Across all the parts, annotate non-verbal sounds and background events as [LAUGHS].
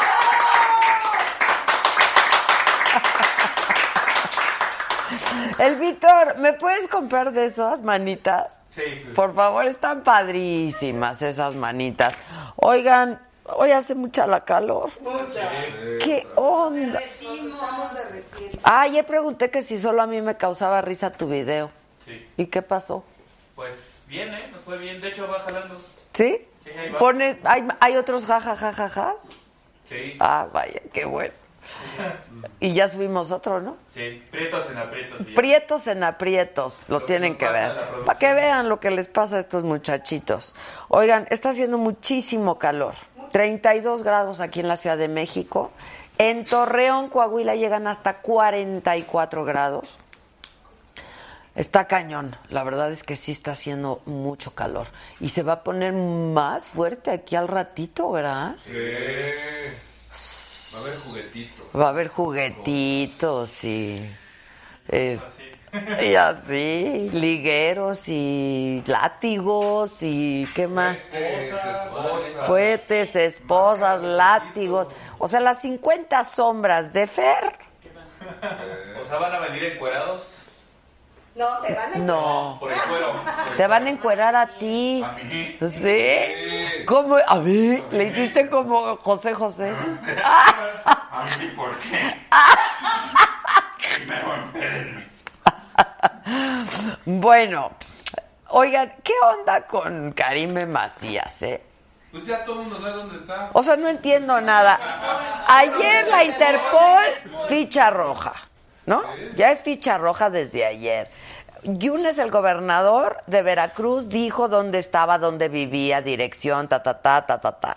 [LAUGHS] El Víctor, ¿me puedes comprar de esas manitas? Sí, sí. Por favor, están padrísimas esas manitas. Oigan, hoy hace mucha la calor. Mucha. ¿Qué onda? Ah, ya pregunté que si solo a mí me causaba risa tu video. Sí. ¿Y qué pasó? Pues bien, ¿eh? Nos fue bien. De hecho, va jalando. ¿Sí? Sí, ahí va. Pone, ¿hay, hay otros jajajajajas? Sí, Ah, vaya, qué bueno. Y ya subimos otro, ¿no? sí. Prietos en aprietos. y ya. Prietos en aprietos, lo, Lo que tienen nos que pasa en ver. la producción. Para que vean lo que les pasa a estos muchachitos. Oigan, está haciendo muchísimo calor. 32 grados aquí en la Ciudad de México. En Torreón, Coahuila, llegan hasta 44 grados. Está cañón. La verdad es que sí está haciendo mucho calor. Y se va a poner más fuerte aquí al ratito, ¿verdad? Sí. Va a haber juguetito. Va a haber juguetitos y. es- y así, ligueros y látigos y qué más. Fuetes, esposas, látigos. O sea, las 50 sombras de Fer. [LAUGHS] O sea, van a venir encuerados No, te van a No. por el cuero. Te van a encuerar a ti. A mí. ¿Sí? ¿Cómo? A ver, le hiciste como José José. [LAUGHS] Ah. A mí, ¿por qué? Primero empérenme. [LAUGHS] Bueno, oigan, ¿qué onda con Karime Macías, eh? Pues ya todo el mundo sabe dónde está. O sea, no entiendo nada. Ayer la Interpol, ficha roja, ¿no? Ya es ficha roja desde ayer. Yunes, el gobernador de Veracruz, dijo dónde estaba, dónde vivía, dirección, ta, ta, ta, ta, ta, ta.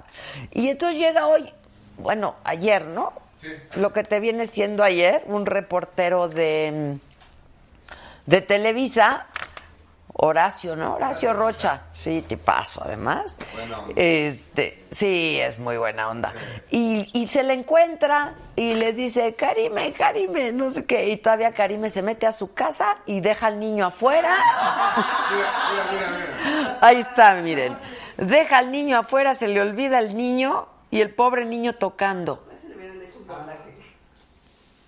Y entonces llega hoy, bueno, ayer, ¿no? Sí. Lo que te viene siendo ayer, un reportero de, mm, de Televisa, Horacio, ¿no? Horacio Rocha. Sí, te paso, además. Buena onda. Este, sí, es muy buena onda. Y, y se le encuentra y le dice, Karime, Karime, no sé qué. Y todavía Karime se mete a su casa y deja al niño afuera. Ahí está, miren. Deja al niño afuera, se le olvida el niño y el pobre niño tocando.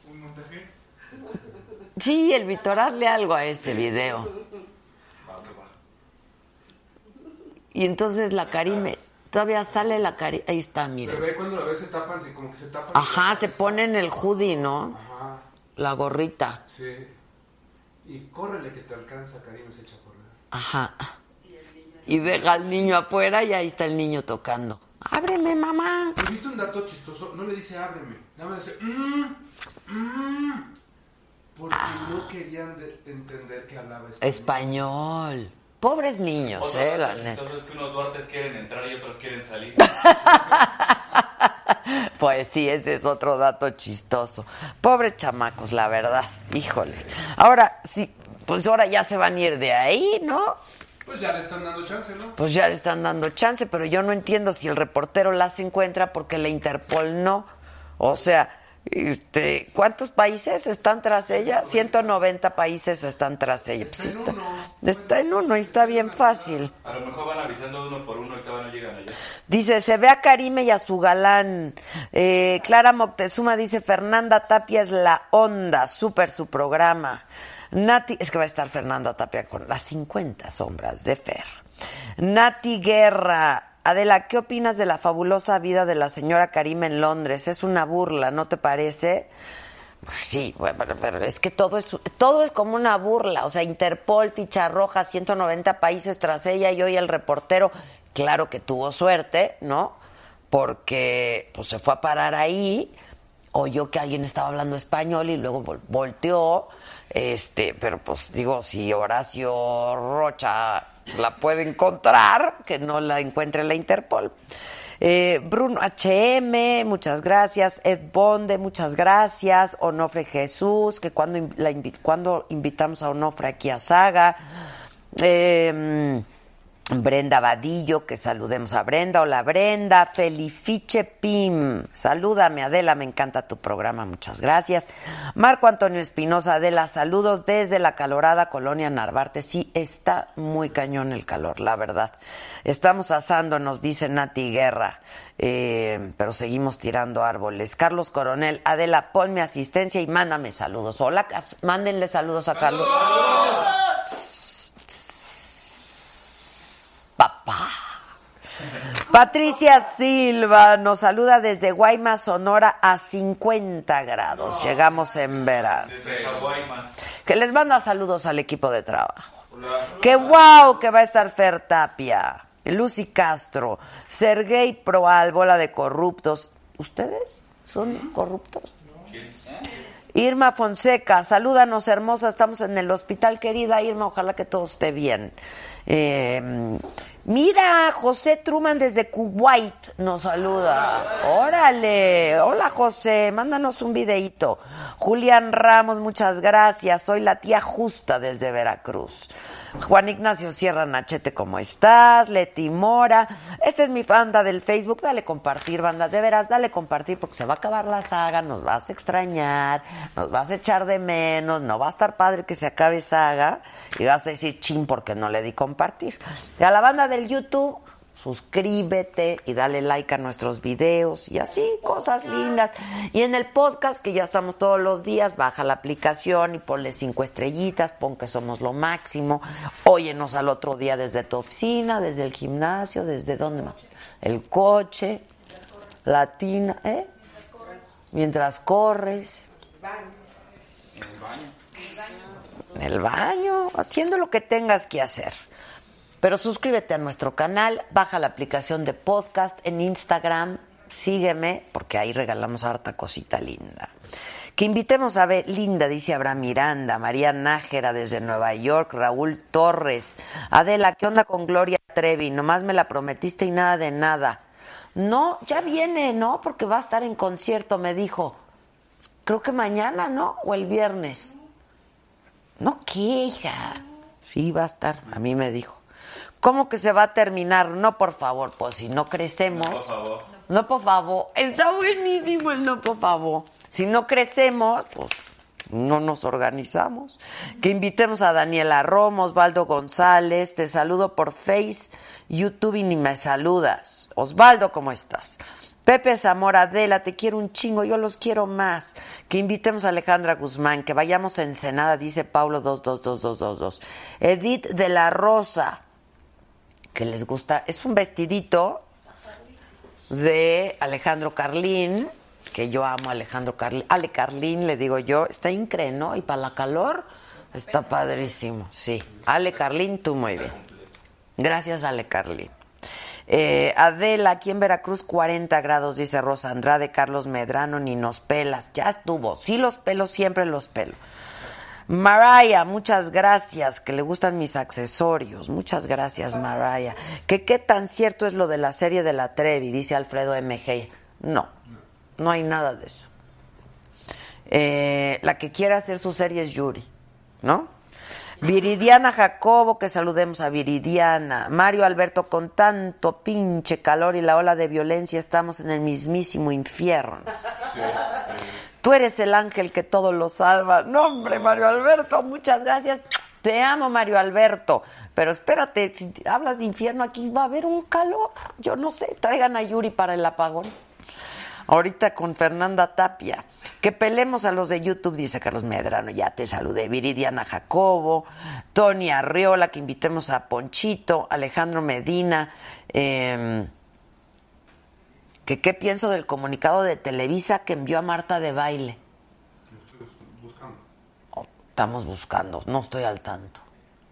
¿Un montaje? Sí, el Vitor, hazle algo a ese este video. Y entonces la Karime, todavía sale la Karime. Ahí está, Ah, miren. ve cuando la ves se tapan, sí, como que se tapan. Ajá, se pone en el hoodie, ¿no? Ajá, La gorrita. sí. Y córrele que te alcanza, Karim, se echa a correr. Ajá. Y deja al niño afuera y ahí está el niño tocando. Ábreme, mamá. Pero ¿Viste un dato chistoso? No le dice ábreme, nada más dice mmm, mmm, porque no querían de- entender que hablaba español. Español. Pobres niños, eh, la neta. [LAUGHS] Entonces que unos duartes quieren entrar y otros quieren salir. Pues sí, ese es otro dato chistoso. Pobres chamacos, la verdad. Híjoles. Ahora, sí, pues ahora ya se van a ir de ahí, ¿no? [LAUGHS] Pues ya le están dando chance, ¿no? Pues ya le están dando chance, pero yo no entiendo si el reportero las encuentra porque la Interpol no. O sea, Este, ¿Cuántos países están tras ella? 190 países están tras ella. Pues Está está, en uno. está en uno y está bien fácil. A lo mejor van avisando uno por uno y todavía no llegan allá. Dice, se ve a Karime y a su galán. Eh, Clara Moctezuma dice, Fernanda Tapia es la onda, súper su programa. Nati, es que va a estar Fernanda Tapia con las 50 sombras de Fer. Nati Guerra, Adela, ¿qué opinas de la fabulosa vida de la señora Karime en Londres? Es una burla, ¿no te parece? Pues Sí, bueno, pero, pero es que todo es todo es como una burla, o sea, Interpol, ficha roja, 190 países tras ella y hoy el reportero, claro que tuvo suerte, ¿no? Porque pues se fue a parar ahí, oyó que alguien estaba hablando español y luego vol- volteó, este, pero pues digo, si Horacio Rocha la puede encontrar, que no la encuentre la Interpol. Eh, Bruno HM, muchas gracias. Ed Bonde, muchas gracias. Onofre Jesús, que cuando, inv- la invi- cuando invitamos a Onofre aquí a Saga. Eh, Brenda Vadillo, que saludemos a Brenda. Hola Brenda, Felifiche Pim. Salúdame Adela, me encanta tu programa, muchas gracias. Marco Antonio Espinosa, Adela, saludos desde la calorada colonia Narvarte. Sí, está muy cañón el calor, la verdad. Estamos asando, nos dice Nati Guerra, eh, pero seguimos tirando árboles. Carlos Coronel, Adela, ponme asistencia y mándame saludos. Hola, caps- mándenle saludos a Carlos. papá. Patricia Silva nos saluda desde Guaymas, Sonora, a 50 grados. Llegamos en verano. Que les manda saludos al equipo de trabajo. Que wow, que va a estar Fer Tapia, Lucy Castro, Sergey Proal, bola de corruptos. ¿Ustedes son corruptos? Irma Fonseca, salúdanos hermosa, estamos en el hospital, querida Irma, ojalá que todo esté bien. Eh, mira, José Truman desde Kuwait nos saluda. Órale, hola José, mándanos un videíto. Julián Ramos, muchas gracias, soy la tía justa desde Veracruz. Juan Ignacio Sierra Nachete, ¿cómo estás? Leti Mora, esta es mi banda del Facebook, dale compartir, banda, de veras, dale compartir porque se va a acabar la saga, nos vas a extrañar, nos vas a echar de menos, no va a estar padre que se acabe saga y vas a decir chin porque no le di compartir. Y a la banda del YouTube, suscríbete y dale like a nuestros videos y así, cosas lindas. Y en el podcast, que ya estamos todos los días, baja la aplicación y ponle cinco estrellitas, pon que somos lo máximo. Óyenos al otro día desde tu oficina, desde el gimnasio, desde dónde más. El coche, latina, ¿eh? Mientras corres. En el baño, haciendo lo que tengas que hacer. Pero suscríbete a nuestro canal, baja la aplicación de podcast en Instagram, sígueme, porque ahí regalamos harta cosita linda. Que invitemos a ver, linda, dice Abraham Miranda, María Nájera desde Nueva York, Raúl Torres, Adela, ¿qué onda con Gloria Trevi? Nomás me la prometiste y nada de nada. No, ya viene, ¿no? Porque va a estar en concierto, me dijo. Creo que mañana, ¿no? O el viernes. No, ¿qué, hija? Sí, va a estar, a mí me dijo. ¿Cómo que se va a terminar? No, por favor, pues si no crecemos. Por favor. No, por favor. Está buenísimo el no, por favor. Si no crecemos, pues no nos organizamos. Que invitemos a Daniela Romo, Osvaldo González. Te saludo por Face, YouTube y ni me saludas. Osvaldo, ¿cómo estás? Pepe Zamora, Adela, te quiero un chingo, yo los quiero más. Que invitemos a Alejandra Guzmán, que vayamos a Ensenada, dice Paulo 222222. Edith de la Rosa, que les gusta, es un vestidito de Alejandro Carlín, que yo amo a Alejandro Carlín. Ale Carlín, le digo yo, está incre, ¿no? Y para la calor está padrísimo, sí. Ale Carlín, tú muy bien. Gracias, Ale Carlín. Eh, Adela, aquí en Veracruz 40 grados, dice Rosa Andrade, Carlos Medrano, ni nos pelas. Ya estuvo. Sí los pelos, siempre los pelos. Maraya, muchas gracias, que le gustan mis accesorios. Muchas gracias, Maraya. Que qué tan cierto es lo de la serie de la Trevi, dice Alfredo MG. No, no hay nada de eso. Eh, la que quiere hacer su serie es Yuri, ¿no? Viridiana Jacobo, que saludemos a Viridiana. Mario Alberto, con tanto pinche calor y la ola de violencia, estamos en el mismísimo infierno. Tú eres el ángel que todo lo salva. No, hombre, Mario Alberto, muchas gracias. Te amo, Mario Alberto. Pero espérate, si hablas de infierno aquí va a haber un calor. Yo no sé, traigan a Yuri para el apagón. Ahorita con Fernanda Tapia. Que pelemos a los de YouTube, dice Carlos Medrano. Ya te saludé. Viridiana Jacobo, Tony Arriola, que invitemos a Ponchito, Alejandro Medina. eh, que qué pienso del comunicado de Televisa que envió a Marta de baile. Oh, Estamos buscando, no estoy al tanto.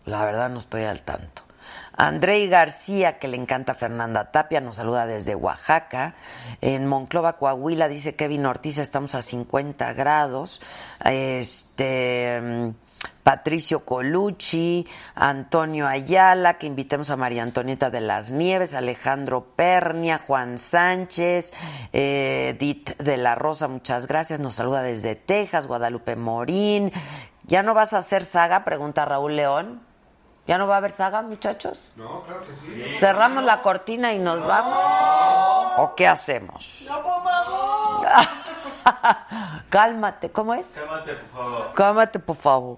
La verdad no estoy al tanto. Andrei García, que le encanta Fernanda Tapia, nos saluda desde Oaxaca. En Monclova, Coahuila, dice Kevin Ortiz, estamos a 50 grados. Este mm, Patricio Colucci, Antonio Ayala, que invitemos a María Antonieta de las Nieves, Alejandro Pernia, Juan Sánchez, eh, Edith de la Rosa, muchas gracias. Nos saluda desde Texas, Guadalupe Morín. ¿Ya no vas a hacer saga? Pregunta Raúl León. ¿Ya no va a haber saga, muchachos? No, claro que sí. ¿Cerramos la cortina y nos vamos? ¿O qué hacemos? No, por favor. [LAUGHS] Cálmate, ¿cómo es? Cálmate, por favor. Cálmate, por favor.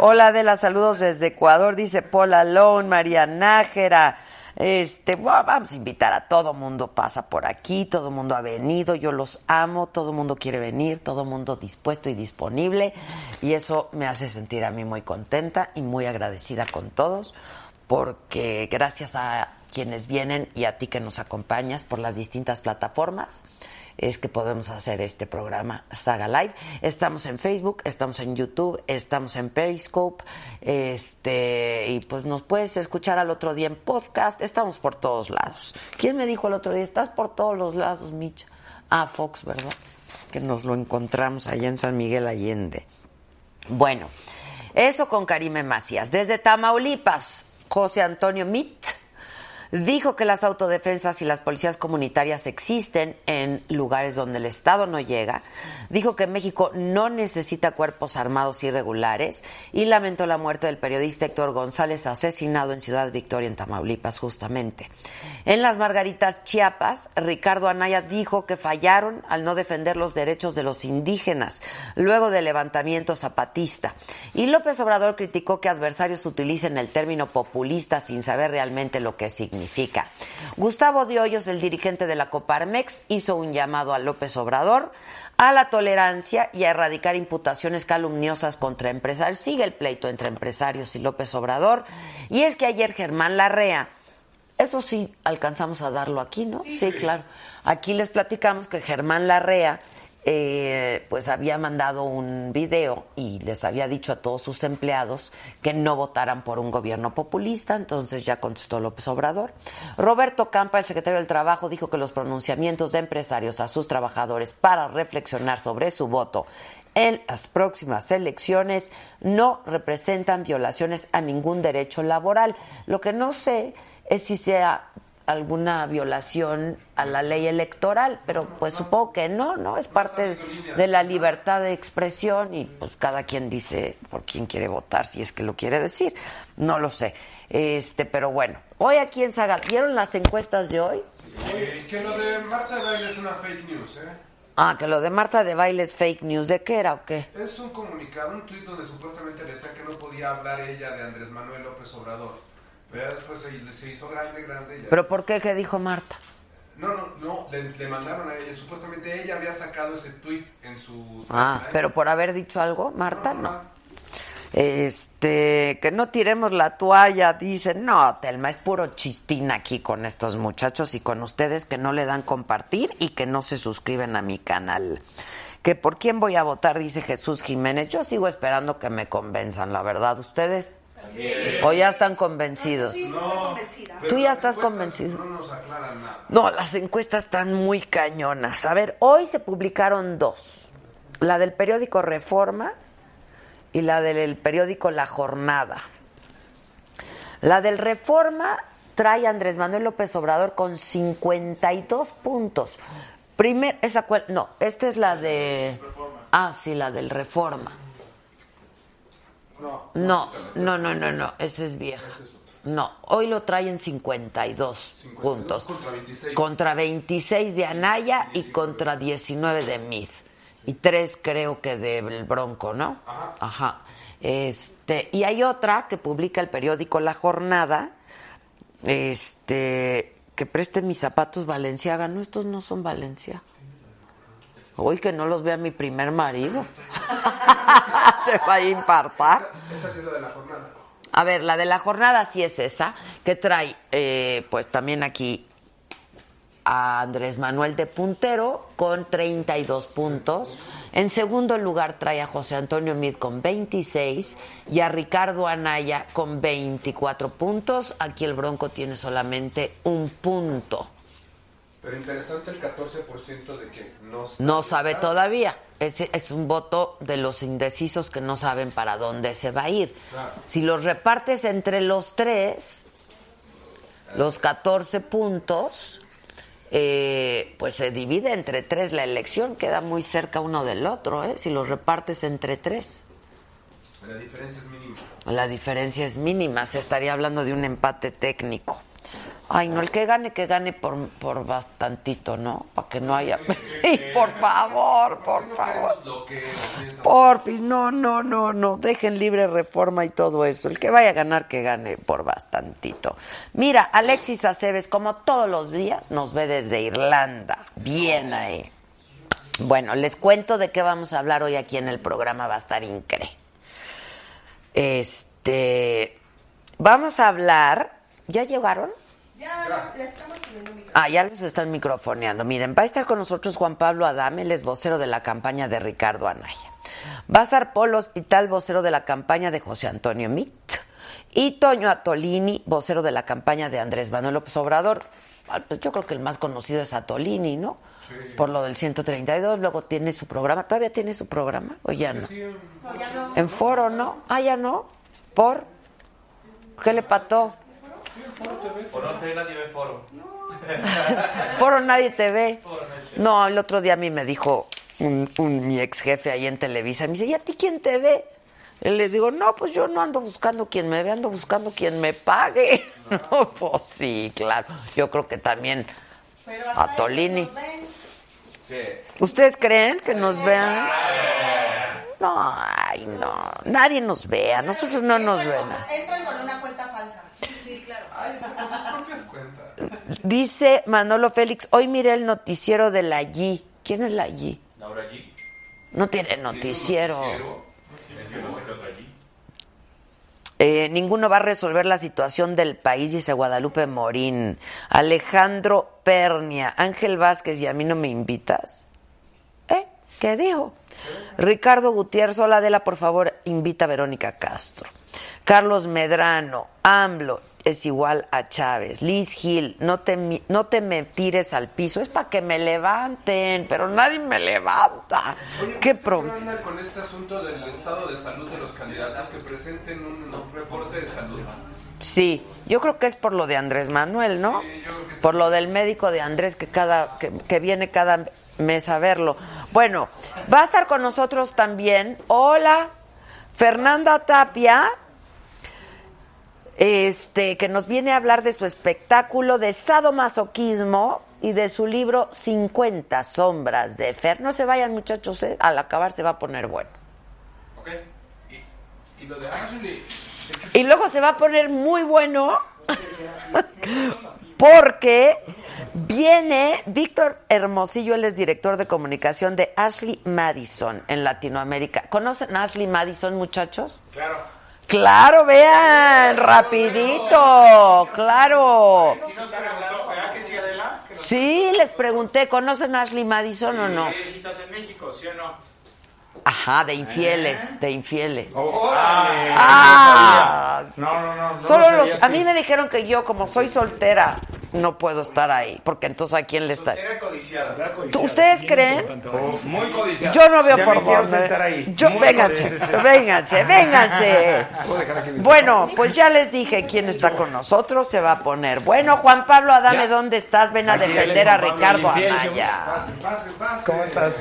Hola, Adela, saludos desde Ecuador, dice Paula Lone, María Nájera. Este, bueno, vamos a invitar a todo mundo, pasa por aquí, todo mundo ha venido, yo los amo, todo mundo quiere venir, todo mundo dispuesto y disponible, y eso me hace sentir a mí muy contenta y muy agradecida con todos, porque gracias a quienes vienen y a ti que nos acompañas por las distintas plataformas, es que podemos hacer este programa Saga Live. Estamos en Facebook, estamos en YouTube, estamos en Periscope, este, y pues nos puedes escuchar al otro día en podcast, estamos por todos lados. ¿Quién me dijo el otro día? Estás por todos los lados, Micha. Ah, Fox, ¿verdad? [LAUGHS] Que nos lo encontramos allá en San Miguel Allende. Bueno, eso con Karime Macías. Desde Tamaulipas, José Antonio Mit dijo que las autodefensas y las policías comunitarias existen en lugares donde el Estado no llega. Dijo que México no necesita cuerpos armados irregulares y lamentó la muerte del periodista Héctor González asesinado en Ciudad Victoria, en Tamaulipas, justamente. En las Margaritas Chiapas, Ricardo Anaya dijo que fallaron al no defender los derechos de los indígenas luego del levantamiento zapatista. Y López Obrador criticó que adversarios utilicen el término populista sin saber realmente lo que significa. Gustavo de Hoyos, el dirigente de la Coparmex, hizo un llamado a López Obrador a la tolerancia y a erradicar imputaciones calumniosas contra empresarios. Sigue el pleito entre empresarios y López Obrador. Y es que ayer Germán Larrea, eso sí alcanzamos a darlo aquí, ¿no? Sí, claro. Aquí les platicamos que Germán Larrea eh, pues había mandado un video y les había dicho a todos sus empleados que no votaran por un gobierno populista, entonces ya contestó López Obrador. Roberto Campa, el secretario del Trabajo, dijo que los pronunciamientos de empresarios a sus trabajadores para reflexionar sobre su voto en las próximas elecciones no representan violaciones a ningún derecho laboral. Lo que no sé es si sea alguna violación a la ley electoral, pero pues supongo que no, ¿no? Es parte de la libertad de expresión y pues cada quien dice por quién quiere votar, si es que lo quiere decir, no lo sé. Este, pero bueno, hoy aquí en Saga, ¿vieron las encuestas de hoy? Oye, es que lo de Marta de Baile es una fake news, ¿eh? Ah, que lo de Marta de Baile es fake news, ¿de qué era o qué? Es un comunicado, un tuit donde supuestamente le decía que no podía hablar ella de Andrés Manuel López Obrador. Pero ya después se, se hizo grande, grande. y Ya. ¿Pero por qué? ¿Qué dijo Marta? No, no, no, le, le mandaron a ella. Supuestamente ella había sacado ese tweet en su. Ah, pero por haber dicho algo, Marta, no. Este, que no tiremos la toalla, dicen. No, Telma, es puro chistín aquí con estos muchachos y con ustedes que no le dan compartir y que no se suscriben a mi canal. Que por quién voy a votar, dice Jesús Jiménez. Yo sigo esperando que me convenzan, la verdad. ¿Ustedes? ¿O ya están convencidos? Sí, estoy convencida. Pero Tú ya las estás encuestas convencido. No nos aclaran nada. No, las encuestas están muy cañonas. A ver, hoy se publicaron dos. La del periódico Reforma y la del periódico La Jornada. La del Reforma trae a Andrés Manuel López Obrador con 52 puntos. Primer, esa cual, no, esta es la de... Ah, sí, la del Reforma. No. No, no, no, no, no, esa es vieja. No, hoy lo traen 52, 52 puntos. contra 26. Contra 26 de Anaya y contra 19 de Mid. y tres creo que del Bronco, ¿no? Ajá. Este, y hay otra que publica el periódico La Jornada, este, que preste mis zapatos Valenciaga. No, estos no son Valencia. Hoy que no los vea mi primer marido. [LAUGHS] Se va a infartar. Esta sí es la de la jornada. A ver, la de la jornada sí es esa, que trae, eh, pues también aquí a Andrés Manuel de puntero con 32 puntos. En segundo lugar trae a José Antonio Mid con 26 y a Ricardo Anaya con 24 puntos. Aquí el Bronco tiene solamente un punto. Pero interesante el 14% de que no sabe. No sabe todavía. Es, es un voto de los indecisos que no saben para dónde se va a ir. Claro. Si los repartes entre los tres, los 14 puntos, eh, pues se divide entre tres la elección, queda muy cerca uno del otro, ¿eh? Si los repartes entre tres, La diferencia es mínima. la diferencia es mínima. Se estaría hablando de un empate técnico. Ay, no, el que gane, que gane por, por bastantito, ¿no? Para que no haya... [LAUGHS] Sí, por favor, por favor. Lo que piensa. Porfis, no, no, no, no. Dejen libre reforma y todo eso. El que vaya a ganar, que gane por bastantito. Mira, Alexis Aceves, como todos los días, nos ve desde Irlanda. Bien ahí. Bueno, les cuento de qué vamos a hablar hoy aquí en el programa. Va a estar incre. Este. Vamos a hablar. ¿Ya llegaron? Ya le estamos poniendo micro. Ah, ya los están microfoneando. Miren, va a estar con nosotros Juan Pablo Adame, el es vocero de la campaña de Ricardo Anaya. Va a estar Paul Hospital, vocero de la campaña de José Antonio Mit. Y Toño Atolini, vocero de la campaña de Andrés Manuel López Obrador. Ah, pues yo creo que el más conocido es Atolini, ¿no? Por lo del 132, luego tiene su programa. ¿Todavía tiene su programa o ya no? En foro, ¿no? Ah, ya no. ¿Por? ¿Qué le pató? O no sé, nadie ve foro. [LAUGHS] Foro Nadie te ve. No, el otro día a mí me dijo un, un- mi ex jefe ahí en Televisa, me dice, ¿y a ti quién te ve? Y le digo, no, pues yo no ando buscando quien me ve, ando buscando quien me pague. [LAUGHS] No, pues sí, claro. Yo creo que también Pero hasta a Tolini. ellos nos ven. Sí. ¿Ustedes creen que nos vean? No, ay, no. Nadie nos vea. Nosotros no nos ven. Entran con una cuenta falsa. Sí, claro. Dice Manolo Félix, hoy miré el noticiero de la G. ¿Quién es la G? Laura allí. No tiene noticiero. Es que no sé qué otra allí. Eh, ninguno va a resolver la situación del país, dice Guadalupe Morín. Alejandro Pernia, Ángel Vázquez, ¿y a mí no me invitas? ¿Eh? ¿Qué dijo? Ricardo Gutiérrez, hola Adela, por favor, invita a Verónica Castro. Carlos Medrano, AMLO es igual a Chávez. Liz Gil, no te, mi- no te me tires al piso, es para que me levanten, pero nadie me levanta. Oye, ¿Qué ¿por problema? anda con este asunto del estado de salud de los candidatos que presenten un, un reporte de salud? Sí, yo creo que es por lo de Andrés Manuel, ¿no? Por lo del médico de Andrés que cada que, que viene cada mes a verlo. Bueno, va a estar con nosotros también. Hola, Fernanda Tapia. Este, que nos viene a hablar de su espectáculo de sadomasoquismo y de su libro 50 sombras de Fer. No se vayan, muchachos, eh, al acabar se va a poner bueno. Ok. Y, y lo de Ashley. Es que Y luego se va a poner muy bueno porque viene Víctor Hermosillo, él es director de comunicación de Ashley Madison en Latinoamérica. ¿Conocen a Ashley Madison, muchachos? Claro. Claro, vean, rapidito, claro. nos preguntó, Ah, ¿verdad que sí, Adela? Que nos Sí, les pregunté, ¿conocen a Ashley Madison o no? ¿Hay citas en México, sí o no? Ajá, de infieles, de infieles. Ah, Ah, Oh, no, no, no, no Solo sabía, los, a sí. mí me dijeron que yo, como soy soltera, no puedo estar ahí, porque entonces a quién le está. Era codiciada. ¿Tú- ¿Ustedes creen? Oh, Muy codiciada. Yo no veo Ya por me quiero dónde. sentar ahí. Yo, Muy vénganse, interesante. vénganse, [LAUGHS] vénganse. Bueno, pues ya les dije quién está con nosotros, se va a poner. Bueno, Juan Pablo, Adame, ¿dónde estás? Ven a defender a Juan Pablo, Ricardo el infiel, Anaya. Pase, pase, pase. ¿Cómo estás?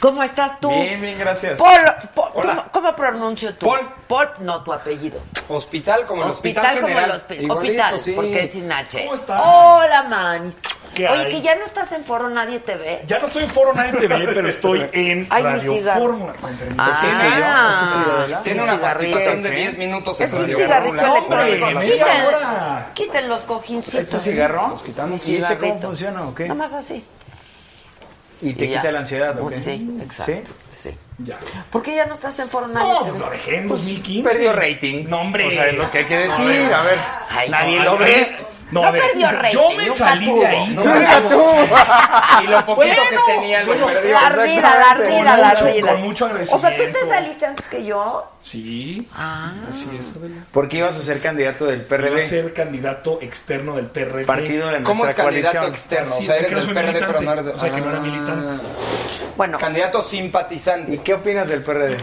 ¿Cómo estás tú? Bien, bien, gracias. Paul, Paul, Hola. ¿cómo, cómo pronuncio tú? Paul. Paul, no, tu apellido. Hospital como el Hospital hospital, como el general. hospi- Igualito, hospital, sí. porque es sin H. ¿Cómo estás? Hola, man. ¿Qué Oye, hay? que ya no estás en foro, nadie te ve. Ya no estoy en Foro Nadie te ve, [LAUGHS] pero estoy en Ay, mi Radio Este cigarro. Ah. [LAUGHS] Fórmula. con permiso. Tiene un una cigarrillo. participación de 10 Este minutos en Es un Radio cigarrito Fórmula. electrónico. Hombre, Quiten- media hora. Quiten los cojincitos. ¿Este cigarro? Nos quitamos. Mi ¿Y ese cómo cigarrito. funciona o qué? Nada más así. Y te Y ya. quita la ansiedad, ¿ok? Pues Sí, exacto. Sí. Ya. ¿Por qué ya no estás en foro, nadie No, te pues lo ve? dejé en 2015. Perdió rating. No, hombre. O sea, es lo que hay que A ver. decir. A ver, Ay, nadie no, lo a ve. ver. No a ver, perdió yo- Yo rating, me nunca salí tuvo. de ahí. Nunca tú. Y lo poquito que tenía lo perdió. La ardida, la exactamente. ardida, la Con mucho- ardida. con mucho O sea, ¿tú te agradecimiento. saliste antes que yo? Sí. Ah. Así es, Adela. Porque ibas a ser candidato del Iba a PRD, ser candidato externo del PRD. partido de ¿Cómo es nuestra candidato coalición. externo? Sí, o sea, es eres que no del soy PRD, pero no militante. eres de- O sea, que no era Ah. militante. Bueno, Candidato simpatizante. ¿Y qué opinas del PRD?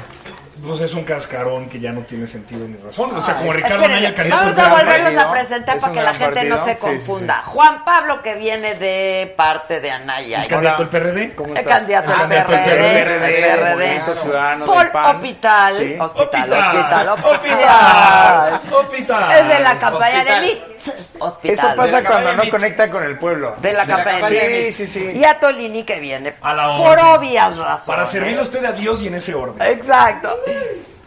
Pues es un cascarón que ya no tiene sentido ni razón. O sea, como Ricardo espérenle, Anaya, el candidato vamos del a PRD. volverlos a partido, presentar es para un que la gran gente no se partido, sí, sí, sí. confunda. Juan Pablo, que viene de parte de Anaya. El candidato del PRD. ¿Cómo El estás? candidato El del candidato PRD, del del PRD, PRD, del Movimiento Ciudadano, del Paul PAN. Hospital, Sí. hospital, hospital, Hospital, hospital. hospital, hospital. Es de la campaña de Hospital. Litz. Hospital. Eso De pasa la cuando campaña no de conecta con el pueblo. de la de la campaña campaña de de Litz. Sí, sí, sí. Y a Tolini que viene. A la por orden. obvias razones. Para servirle a usted a Dios y en ese orden. Exacto.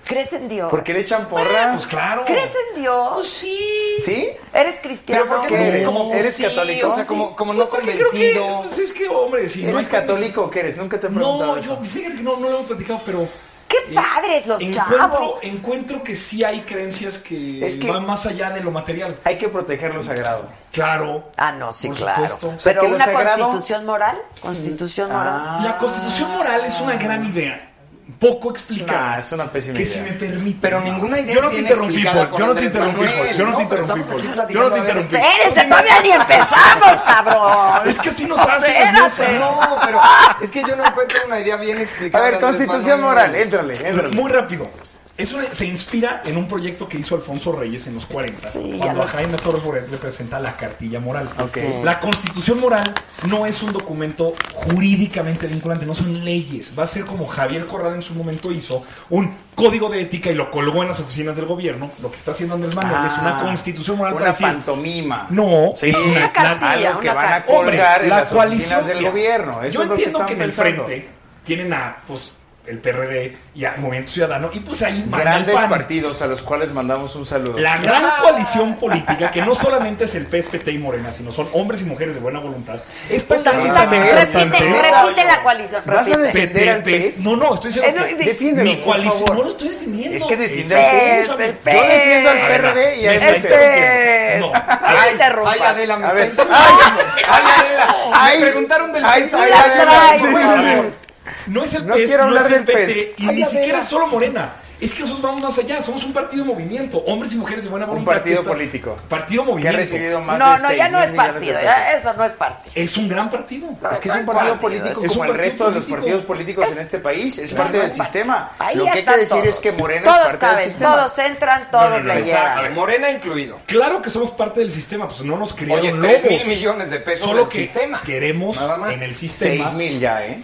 ¿Crees en Dios? ¿Por qué le echan porra? Pues claro. ¿Crees en Dios? Sí. ¿Sí? ¿Eres cristiano? ¿Pero por qué Pues eres? es como ¿Eres sí, católico? Pues O sea, como, como no Porque creo que- convencido. Pues es que, hombre, si no ¿Eres es católico o qué eres? Nunca te he preguntado No, yo, eso. fíjate que no, no lo hemos platicado, pero. ¡Qué eh, padres los encuentro, chavos! Encuentro que sí hay creencias que, Es que- van más allá de lo material. Hay que proteger lo sagrado. Claro. Ah, no, sí, Por claro. supuesto. O sea, Pero que lo una sagrado- Ah. constitución moral. Constitución moral. La constitución moral es una gran idea. Poco explicada. Nah, es una pésima Que idea. si me permite. Pero ninguna idea Yo no es te bien interrumpí, explicada Paul. Yo por no te Andrés interrumpí, Manuel, Paul. Yo no te ¿no? Pero estamos interrumpí, Paul. aquí Yo no platicando, te a ver. interrumpí. ¡Espérense! ¡Todavía [LAUGHS] ni empezamos, cabrón! Es que así nos hace. Espérate. No, pero es que yo no encuentro una idea bien A explicada. ver, de Andrés constitución Manuel. moral, éntrale, éntrale. Muy rápido. Es una- se inspira en un proyecto que hizo Alfonso Reyes en los 40, ya cuando lo- a Jaime Torres Boret le presenta la cartilla moral. Ok. La constitución moral no es un documento jurídicamente vinculante, no son leyes. Va a ser como Javier Corral en su momento hizo un código de ética y lo colgó en las oficinas del gobierno. Lo que está haciendo Andrés Manuel es una Ah, constitución moral para Una decir, pantomima. No, Sí. es Una una, carta- la- Algo que Una van a carta. Hombre, colgar en la las coalición oficinas del mira, gobierno. Eso yo es lo que entiendo están que, en el pensando. frente tienen a pues el PRD y a Movimiento Ciudadano y pues ahí manda el Grandes PAN. partidos a los cuales mandamos un saludo. La gran coalición política, que no solamente es el PSPT y Morena, sino son hombres y mujeres de buena voluntad, es tan Puta, sí, la- tan Pues, repite, importante. repite la coalición. ¿Vas a Repite. defender al PT, PES? No, no, estoy diciendo Eh, no, que sí. Defiéndelo, mi por coalición. favor. No lo estoy defendiendo. Es que defiende Estoy- al PES. el Yo defiendo al A ver, PRD y este. me al está PES. interrumpiendo. No. No Ay, interrumpas. Adela, me A está ver. interrumpiendo. ¡Ay! Ay, Adela. ¡Ay! Me preguntaron del ¡Ay, PES. ay, la Adela, traes, sí, por sí, sí. favor. No es el No PES, quiero no hablar es el del PT PES. y Ay, ni Adela. siquiera es solo Morena. Es que nosotros vamos más allá, somos un partido movimiento, hombres y mujeres de buena voluntad. que partido está- político. Partido Que ha movimiento. recibido más No, de no, seis ya no mil es millones de partido. pesos. ya eso no es partido. Es un gran partido. Es que es un No, partido partido, político es un como el partido resto de los político. partidos políticos en Es- este país. Es No, parte no, del es sistema. Ahí Lo que hay que están decir todos. es que Morena todos es parte del caben, sistema. Todos entran, todos No, no, no, le Exacto. llegan. A ver, Morena incluido. Claro que somos parte del sistema, pues no nos crearon Oye, 3 lobos. mil millones de pesos Solo del que sistema. queremos Nada más. en el sistema 6 mil ya, ¿eh?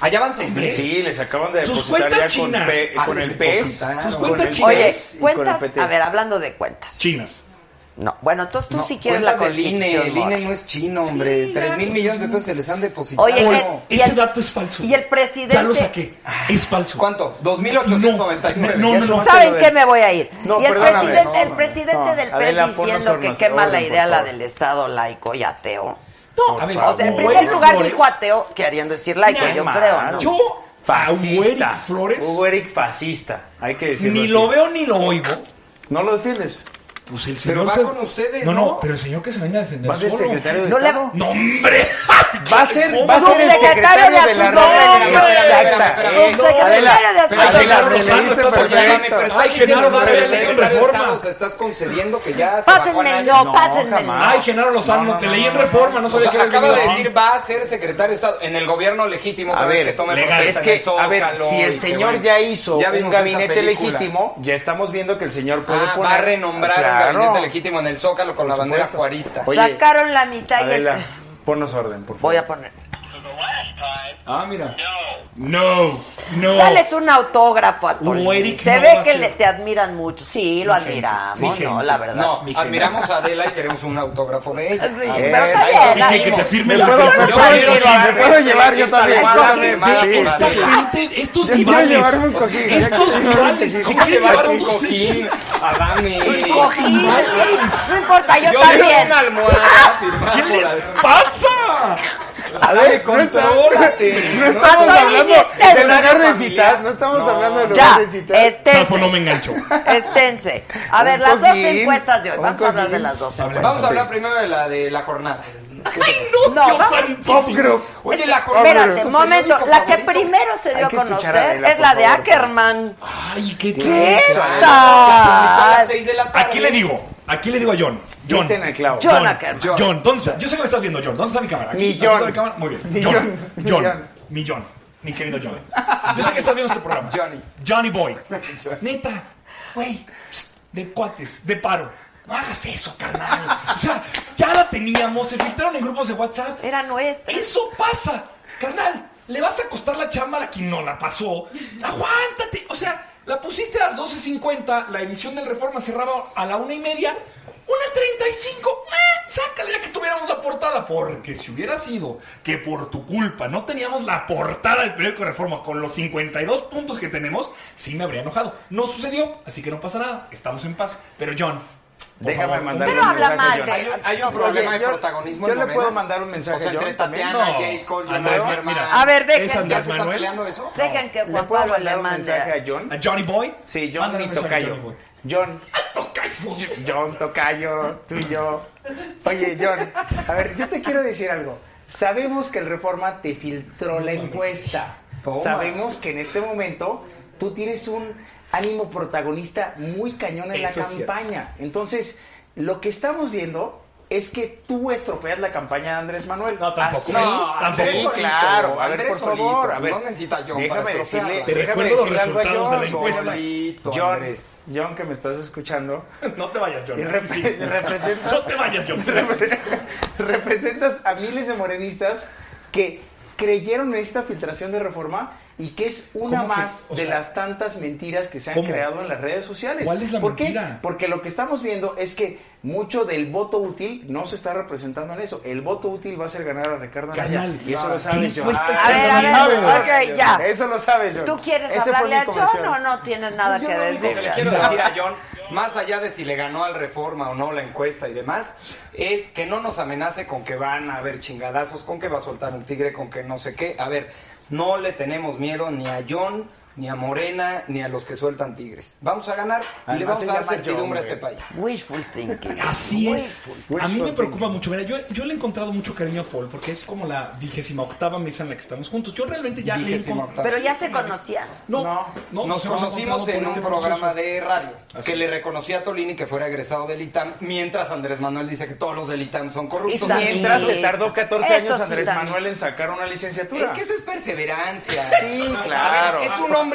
Allá van 6 mil. Hombre. Sí, les acaban de Sus depositar cuentas ya con, chinas. P- Ah, con les el PES. depositaron. Sus con cuentas el chinas. Oye, PES y con el cuentas, PT. a ver, hablando de cuentas. chinas. No, bueno, entonces tú No, sí quieres la cuentas del INE. constitución. El INE moral. no es chino, hombre. 3 mil millones de pesos se les han depositado. Oye, Paul, ¿qué- y ese el- dato es falso. y el presidente- Ya lo saqué. Es falso. Ah. ¿Cuánto? No, 2.899. Ya no, no, se- no. ¿Saben lo de- qué me voy a ir? No, y el perdóname, presidente, no, el no, presidente no. del PES Adela, ponnos diciendo que orden, qué mala por idea la favor. del Estado laico y ateo. No, a ver, O sea, en Hugo primer Eric lugar Flores- dijo ateo, queriendo decir laico, Mira, yo mal. creo, ¿no? Yo a Hugo Fascista. Eric Flores Hugo Eric fascista. Hay que decirlo. ni así. lo veo ni lo oigo. No lo defiendes. Pues el Pero señor va se- con ustedes, No, ¿no? no, pero el señor que se venga a defender Va a ser solo. secretario de No le- Estado. No, hombre. Va a ser, va a ser el Subsecretario secretario de de la Asuntos Red. Públicos. Espérame, Exacta. espérame, espérame. Subsecretario de Adela, Asuntos Adela, me Públicos. Oye, leíste Pero perfecto. espérame, pero estás Ay, diciendo Genaro que García eres leyó en secretario de Reforma. Estado, o sea, estás concediendo que ya se bajó a Pásenme nadie. el no, No, pásenme el no. jamás. Ay, Genaro Lozano, No, no, te no, leí no, en no, Reforma, no O sabía sea, que habías acaba de venido. decir va a ser secretario de Estado en el gobierno legítimo A otra vez ver, que tome legal, Es protesta en que, el Zócalo a ver, si y el que señor bueno. ya hizo Ya un vimos esa gabinete película. legítimo, ya estamos viendo que el señor puede Ah, poner... va a renombrar el Claro. gabinete legítimo en el Zócalo con la bandera supuesto. juarista. Oye, Sacaron la mitad y el- Adela, ponnos orden, por favor. Voy a poner. Pero bueno, Ah, mira. No. No. Dales un autógrafo a Toño. Uh, Eric Se no ve va a que ser- le- te admiran mucho. Sí, lo admiramos, sí, ¿no? gente. La verdad. No, Mi gente. admiramos a Adela y queremos un autógrafo de ella. Sí, Ah, pero a está eso bien, Y que, que te vinimos. firme Me la puedo, película. me puedo Yo llevar, me este puedo llevar, yo Esta también. levada Escogí- de mala Sí, por Esta Adela. gente, estos Yo quiero virales. llevarme un Este cojín. ya Estos quiero virales, llevarme un sí, ¿Cómo cojín. te va llevar un un cojín? Adame. Cojín, no importa, yo, Yo quiero también. una almohada firmada ¿Qué por les Adela. pasa? A ver, no está- Contrólate. No estamos Estoy hablando bien, del lugar de familiar. citar, no estamos No. hablando del Ya, lugar de citar. Salfo, no me esténse. engancho. Esténse. A ver, Un las dos cojín, encuestas de hoy. un Vamos a hablar de cojín. las dos. Vamos a hablar primero de la de la jornada. No, Dios vamos- santísimo. Pop group. Oye, la jornada. Espérate, es tu momento. periódico La que favorito. primero se dio Hay a que escuchar conocer a Adela, es la por de favor. Ackerman. Ay, qué ¿Qué cosa. Ay, la publicó a las tal? seis de la tarde. Aquí le digo, aquí le digo a John. John. Viste en el clavo. John Ackerman. John, ¿dónde está? Yo sé que me estás viendo, John. ¿Dónde está mi cámara? Mi aquí John. está mi cámara? Muy bien. Mi John. John. John. Mi John. Mi John. Mi querido John. [LAUGHS] Yo sé que estás viendo este programa. Johnny. Johnny Boy. Neta, güey, psst, de cuates, de paro. No hagas eso, carnal. O sea, ya la teníamos, se filtraron en grupos de WhatsApp. Era nuestra. Eso pasa, carnal. Le vas a costar la chamba a quien no la pasó. Aguántate. O sea, la pusiste a las 12.50, la edición del Reforma cerraba a la una y media. Una 35, ¡eh! sácale ya que tuviéramos la portada, porque si hubiera sido que por tu culpa no teníamos la portada del periódico Reforma con los 52 puntos que tenemos, sí me habría enojado. No sucedió, así que no pasa nada, estamos en paz. Pero John, por Déjame favor, mandar Pero un habla mal mensaje Ah, a de John. Hay un, hay un No, problema oye, de yo- protagonismo. yo en le Morena. puedo mandar un mensaje O sea, a John entre también. Tatiana, No. J. Cole, John Andrés, Ackerman. mira. A ver, Es dejen, ¿Ya se Andrés están Manuel. peleando eso? dejen que ¿Le Juan puedo Pablo le mandar un mensaje mande. a John? a Johnny Boy. Sí, John Mándale mi un mensaje a Johnny tocayo. Boy. [LAUGHS] Ah, John. John Tocayo, tú y yo. Oye, John, a ver, yo te quiero decir algo. Sabemos que el Reforma te filtró la encuesta. Toma. Sabemos que en este momento tú tienes un ánimo protagonista muy cañón en Eso la es cierto. campaña. Entonces, lo que estamos viendo es que tú estropeas la campaña de Andrés Manuel. No, tampoco. Así- No, tampoco. Sí, ¿Ah, claro. A ver, Andrés por solito. favor, a ver. No necesita John para Déjame estropearla. decirle, Te déjame recuerdo los decirle algo a resultados John. de la encuesta. Solito, John, Andrés. John, que me estás escuchando. No te vayas, John. Y repre- Sí. representas- No te vayas, John. representas a miles de morenistas que creyeron en esta filtración de reforma y que es una ¿Cómo que? más O de sea, las tantas mentiras que se han ¿cómo? creado en las redes sociales. ¿Cuál es la ¿Por mentira? qué? Porque lo que estamos viendo es que mucho del voto útil no se está representando en eso. El voto útil va a ser ganar a Ricardo Anaya. Carnal, y eso ¿qué lo sabes, John. encuesta Ah, pues, estás eso lo sabes, haciendo? A ver, a ver, John. ok, ya. Eso lo sabes, John. ¿Tú quieres Ese fue hablarle mi a John comercial. o no tienes nada Pues que yo lo único que le decir? quiero decir a John, más allá de si le ganó al Reforma o no la encuesta y demás, es que no nos amenace con que van a haber chingadazos, con que va a soltar un tigre, con que no sé qué. A ver, no le tenemos miedo ni a John, ni a Morena, ni a los que sueltan tigres. Vamos a ganar y le Además, vamos se a dar llama John, certidumbre a este güey. país. Wishful thinking. Así es. Wishful A mí me thinking. preocupa mucho. Mira, yo, yo le he encontrado mucho cariño a Paul porque es como la vigésima octava mesa en la que estamos juntos. Yo realmente ya le he Vigésima encont- octava. Pero ya se conocía. No, No. no, Nos hemos conocimos encontrado en por un este programa proceso. de radio Así que le es. reconoció a Tolini que fuera egresado del ITAM, mientras Andrés Manuel dice que todos los del ITAM son corruptos. Está Mientras Sí. se tardó 14 Esto años sí Andrés también. Manuel en sacar una licenciatura. Es que eso es perseverancia. Sí, A claro. ver, es un hombre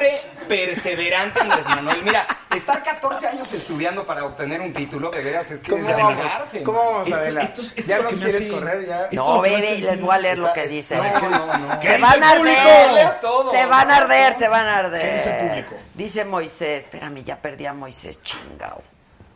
perseverante, Andrés Manuel. Mira, estar 14 años estudiando para obtener un título, de veras, es que es ¿Cómo de vamos? alegrarse. ¿Cómo vamos, Esto- Adela? esto es- esto ya es lo nos que me quieres hace- correr, ya. Esto- No, lo que va a ve, hacer- les voy a leer lo Está- que dice. No, no, no. ¿Qué Se dice van a el público? arder. Leas todo. Se van a arder, se van a arder. ¿Qué dice el público? Dice Moisés, espérame, ya perdí a Moisés, chingao.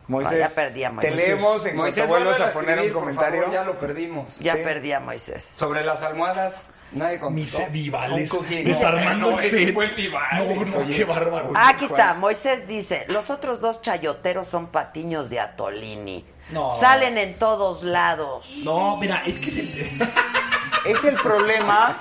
Moisés, No, ya perdí a Moisés. te leemos en cuanto Moisés, vuelvas vuélvelo a poner un escribir, por comentario. favor, ya lo perdimos. Ya Sí. perdí a Moisés. Sobre las almohadas, nadie contestó. Mis vivales Un cojín. desarmando No, el ese set. fue el Vivales, no, no, Ah, oye. qué bárbaro. Ah, Aquí está, Moisés dice, los otros dos chayoteros son patiños de Atolini. No. Salen en todos lados. No, mira, es que es el... Es el [LAUGHS] problema,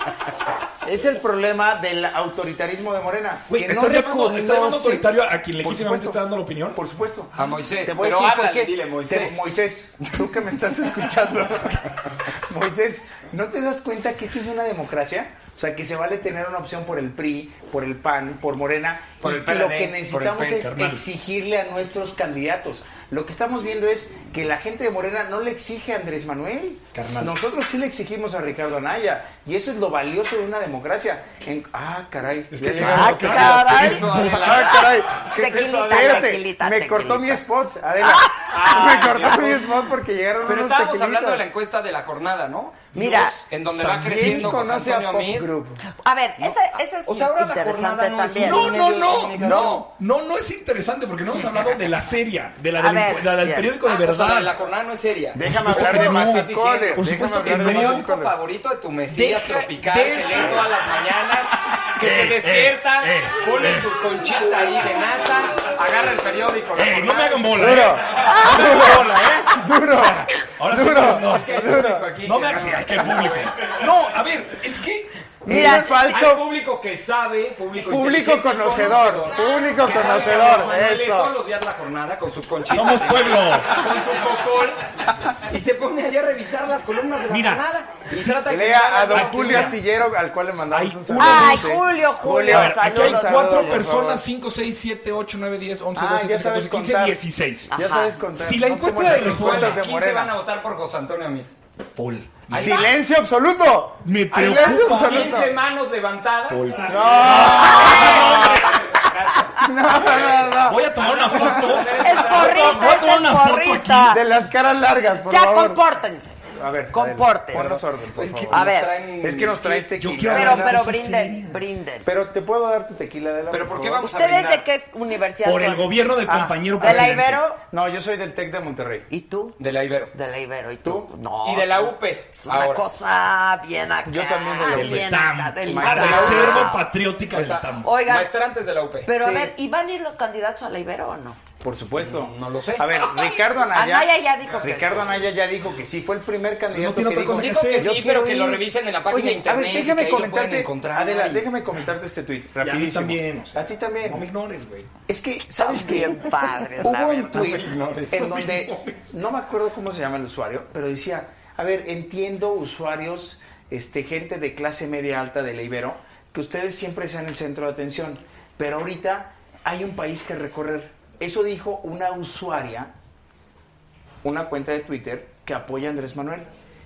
es el problema del autoritarismo de Morena. Güey, que ¿estás, no llamando, reconoce- ¿estás llamando autoritario a quien Por legítimamente supuesto. está dando la opinión? Por supuesto. A Moisés, Te voy a pero decir por háblale, qué. dile, Moisés. Te- Moisés, tú que me estás escuchando. [LAUGHS] Moisés, ¿no te das cuenta que esto es una democracia? O sea, que se vale tener una opción por el PRI, por el PAN, por Morena. Por y el que PRD, lo por que el necesitamos PES, es hermano. exigirle a nuestros candidatos. Lo que estamos viendo es que la gente de Morena no le exige a Andrés Manuel. Carnal. Nosotros sí le exigimos a Ricardo Anaya. Y eso es lo valioso de una democracia. En- Ah, caray. Es que Ya es llegamos Ah, acá. caray. Eso, Adela. Ah, caray. Tequilita, Espérate, tequilita, me tequilita. cortó mi spot, Adela. me cortó mi spot porque llegaron Ah, Pero unos estábamos hablando de la tequilitos. encuesta de la jornada, ¿no? Mira, Dios, en donde va ¿Quién creciendo José conoce a Antonio Pop Mir. Group? A ver, esa, esa es O sea, ahora la interesante jornada no es- también. No, no, medio de no, comunicación. [LAUGHS] no, no, no es interesante porque no hemos hablado de la serie, de la A del, ver, la del bien. periódico de Ah, o sea, verdad. la jornada no es seria. Déjame supuesto hablar de que no. Mazacones. Por déjame supuesto que hablar de no. El único Mazacones. favorito de tu Mesías Deja- tropical que deja- lee todas las mañanas, ah. que se Eh, despierta, eh, pone su conchita ahí de nata, agarra el periódico. la Ey, no jornada, me hagan se- bola, eh. No me hagan bola, eh. Duro, Ahora sí, pues, duro. no. Es que hay público aquí. No que me hagas ay, qué público. No, a ver, es que Mira, Hay falso. público que sabe, público Público inteligente, conocedor. Público que sabe conocedor. cuando lee Todos Eso. los días la jornada con sus conchitas. somos pueblo. con su cocol y se pone allá a revisar las columnas de la Mira. jornada y trata que Lea a don Ay, Julio Astillero, al cual le mandamos Ay, un Julio. saludo. Ay, Sí. Julio, Julio, A ver, aquí hay saludos. cuatro por personas, favor. 5, 6, 7, 8, 9, 10, 11, Ah, 12, ya 13, sabes 14, 15, contar. 16. Ya sabes contar. Si la no encuesta como de las Reforma, encuestas de 15 van a Morena. votar por José Antonio Mir. Paul. Silencio absoluto. Me Silencio preocupa. absoluto. 15 manos levantadas. No, no, no. Voy a tomar una foto. Es Voy a porrita, tomar es una foto porrita. De las caras largas, por Ya, favor. compórtense. A ver, compórtense. Ponnos orden, por Es que favor. A ver. traen- Es que nos traes yo tequila. quiero Pero, Una pero cosa brinden, seria. brinden. Pero te puedo dar tu tequila de la. Pero ¿por qué favor? vamos a ¿Ustedes de brindar? qué universidad Por el son? Ah, gobierno del compañero ¿De la presidente. Ibero? No, yo soy del Tec de Monterrey. ¿Y tú? De la Ibero. De la Ibero. ¿Y tú? No. Y de la tú. UP. Es una Ahora. cosa bien acá. Yo también de la Del Bien Betam. acá, del La Betam. reserva patriótica del Está- Betam. Oigan. Maestrantes de la UP. Pero a Sí. ver, ¿y van a ir los candidatos a la Ibero o no? Por supuesto. Pues, No lo sé. [LAUGHS] A ver, Ricardo Anaya. Anaya ya dijo que Ricardo sí. Anaya ya dijo que sí. Fue el primer candidato Pues tiene que otra dijo, cosa que Dijo que Yo sí, quiero pero que lo ir". revisen en la página Oye, de internet. A ver, que déjame ahí lo pueden comentarte. encontrar. Adela, Y- déjame comentarte este tuit. Y a mí Rapidísimo. también. o sea, A ti también. No me ignores, güey. Es que, ¿sabes qué? Bien padres, la Hubo un verdad. tweet en No me donde, ignores. no me acuerdo cómo se llama el usuario, pero decía, a ver, entiendo usuarios, este, gente de clase media alta de la Ibero, que ustedes siempre sean el centro de atención, pero ahorita hay un país que recorrer. Eso dijo una usuaria, una cuenta de Twitter, que apoya a Andrés Manuel.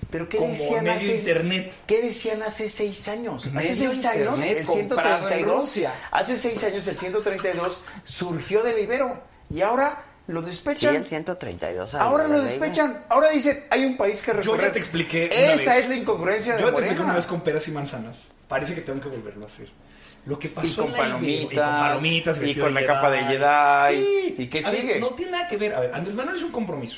Pero ¿qué Como decían medio hace, internet. ¿Qué decían hace seis años? Hace Medio seis años, internet el comprado en 132 Rusia. Hace seis años el 132 surgió del Ibero y ahora lo Sí, despechan. el 132. habla Pues ahora de la lo Ibero. despechan. Ahora dicen, hay un país que recorrer. ya te expliqué una Esa vez. es la incongruencia de Yo te expliqué Morena. una vez con peras y manzanas. Parece que tengo que volverlo a hacer. Lo que pasó Y con en la Ibero- palomitas. y con palomitas, y vestido con la capa de Jedi. ¿Y qué A ver, sigue? no tiene nada que ver. A ver, Andrés Manuel es un compromiso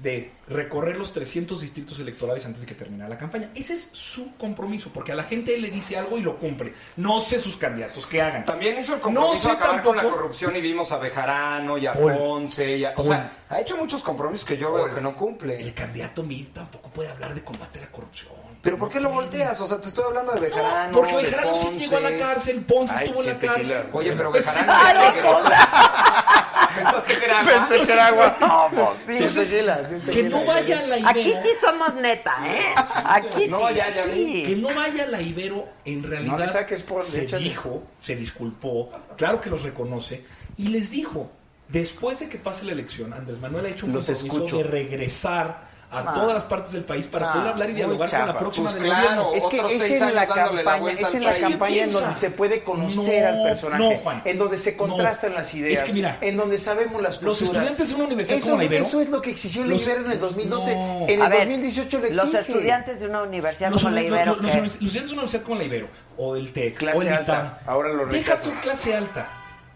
de recorrer los 300 distritos electorales antes de que termine la campaña. Ese es su compromiso, porque a la gente le dice algo y lo cumple. No sé sus candidatos que hagan. También hizo el No compromiso sé de acabar con la tampoco- corrupción y vimos a Bejarano y a Paul. Ponce. Y a- o Paul. sea, ha hecho muchos compromisos que yo veo que no El cumple. candidato Mid tampoco puede hablar de combate a la corrupción. ¿Pero por qué lo volteas? O sea, te estoy hablando de Bejarano. Porque de Bejarano sí Ponce. llegó a la cárcel, Ponce Ay, estuvo en sí, la este cárcel. Pues killer. Oye, pero Bejarano. ya regresó. [LAUGHS] ¿Pensaste que era agua? [LAUGHS] Pensé que era agua. No, pues, sí. Sí, es tequila, sí es Que tequila. no vaya a la Ibero. Aquí sí somos neta, ¿eh? Aquí sí. No, ya, ya aquí. Que no vaya la Ibero, en realidad le saques, Paul, se échale. dijo, se disculpó, claro que los reconoce, y les dijo, después de que pase la elección, Andrés Manuel ha hecho un Los compromiso escucho. de regresar a Ah. todas las partes del país para Ah, poder hablar y muy dialogar con la chafa. próxima Pues del claro. gobierno. Es que Otros es seis en la años dándole la campaña, vuelta es al en la país. campaña en Piensa. donde se puede conocer No, al personaje, no, Juan. en donde se contrastan No. las ideas, Es que mira, en donde sabemos las los posturas. estudiantes de una universidad eso, como la Ibero- eso es lo que exigió el Los- Ibero en el 2012, No. en A el ver, 2018 lo los exige. estudiantes de una universidad Los, como la uni- Ibero. los- los ¿qué? univers- los estudiantes de una universidad como la Ibero, o el TEC, Clase o el alta, ITAM, ahora lo deja rechazas. tu clase alta.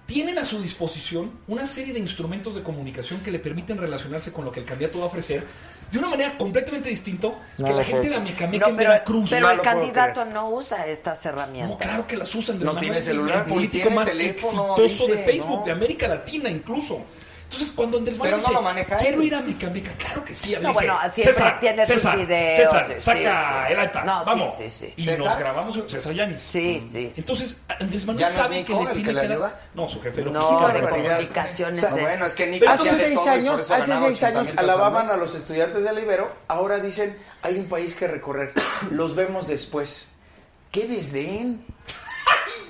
Tienen a su disposición una serie de instrumentos de comunicación que le permiten relacionarse con lo que el candidato va a ofrecer de una manera completamente distinta que la gente la mecameca No, en pero, Veracruz. pero No el lo puedo candidato no usa estas herramientas. No, claro que las usan. No tiene celular, el ni político tiene más teléfono, exitoso de dice, Facebook, no. de América Latina incluso. Entonces, cuando Andrés Manuel Pero no dice, lo maneja quiero él". ir a Mecameca, claro que sí. a No, dice, bueno, siempre tiene sus César, videos, César, sí, sí, saca sí. el iPad, No, sí, vamos. sí, sí. Y ¿César? nos grabamos, César Yañez. Sí, sí. sí. Entonces, Andrés Manuel ¿Ya no es sabe que Nico le el tiene que que, le dar- ayuda? No, su jefe no, de pero- comunicaciones. O sea, es- Bueno, es que ni Hace seis años, hace seis años alababan a los estudiantes del Ibero, ahora dicen hay un país que recorrer, los vemos después. ¡Qué desdén!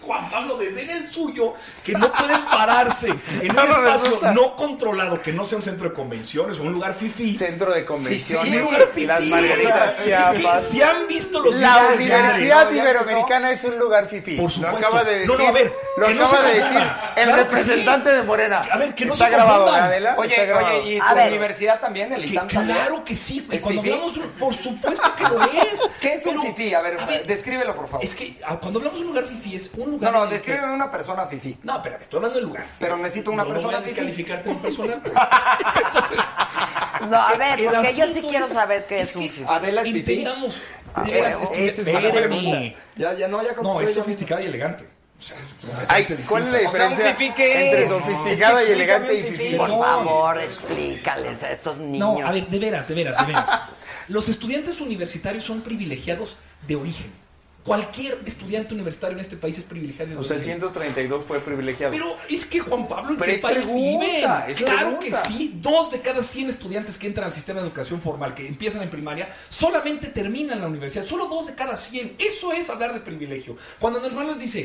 Juan Pablo desde en el suyo que no pueden pararse [LAUGHS] en un No, no, espacio resulta. no controlado que no sea un centro de convenciones o un lugar fifí. Centro de convenciones, un lugar fifí. las margaritas O sea, chiapas. Si han visto los La lugares de Universidad Andrés. Iberoamericana es un lugar fifí. Por supuesto. Lo acaba de decir. No, no, a ver, Lo que no acaba se de decir confundan. el Claro que representante sí. de Morena. A ver, que no Está se grabado, confundan. Adela? Está Oye, grabado. oye, y A tu ver. universidad también, el Que ITAM también? claro que sí, güey. ¿Es Cuando fifí? hablamos, un- por supuesto que lo es. [LAUGHS] ¿Qué es un Pero, fifí? A ver, a ver, descríbelo, por favor. Es que ah, cuando hablamos de un lugar fifí es No, un lugar. no, en el que- descríbeme una persona fifí. No, pero estoy hablando del lugar. Pero necesito una No, persona No voy a fifí. descalificarte [LAUGHS] de persona. No, a ver, El porque yo sí asunto quiero es- saber qué es, un fifí. Adela es fifí. Intentamos. Ah, de veras, huevo, estudiar- esa es una Espérame. pregunta. Ya, ya no, ya No, contesté es yo. sofisticada y elegante. O sea, Ay, ¿Cuál es la O sea, un diferencia fifí, ¿qué entre es? sofisticada y elegante y explícame un fifí? fifí. Por no. favor, explícales a estos niños. No, a ver, de veras, de veras, de [LAUGHS] veras. Los estudiantes universitarios son privilegiados de origen. Cualquier estudiante universitario en este país es privilegiado de O sea, el origen. 132 fue privilegiado. Pero es que Juan Pablo, ¿en Pero qué es país pregunta, viven? es Claro pregunta. que sí. Dos de cada 100 estudiantes que entran al sistema de educación formal, que empiezan en primaria, solamente terminan la universidad. Solo dos de cada 100. Eso es hablar de privilegio. Cuando Andrés Manuel dice,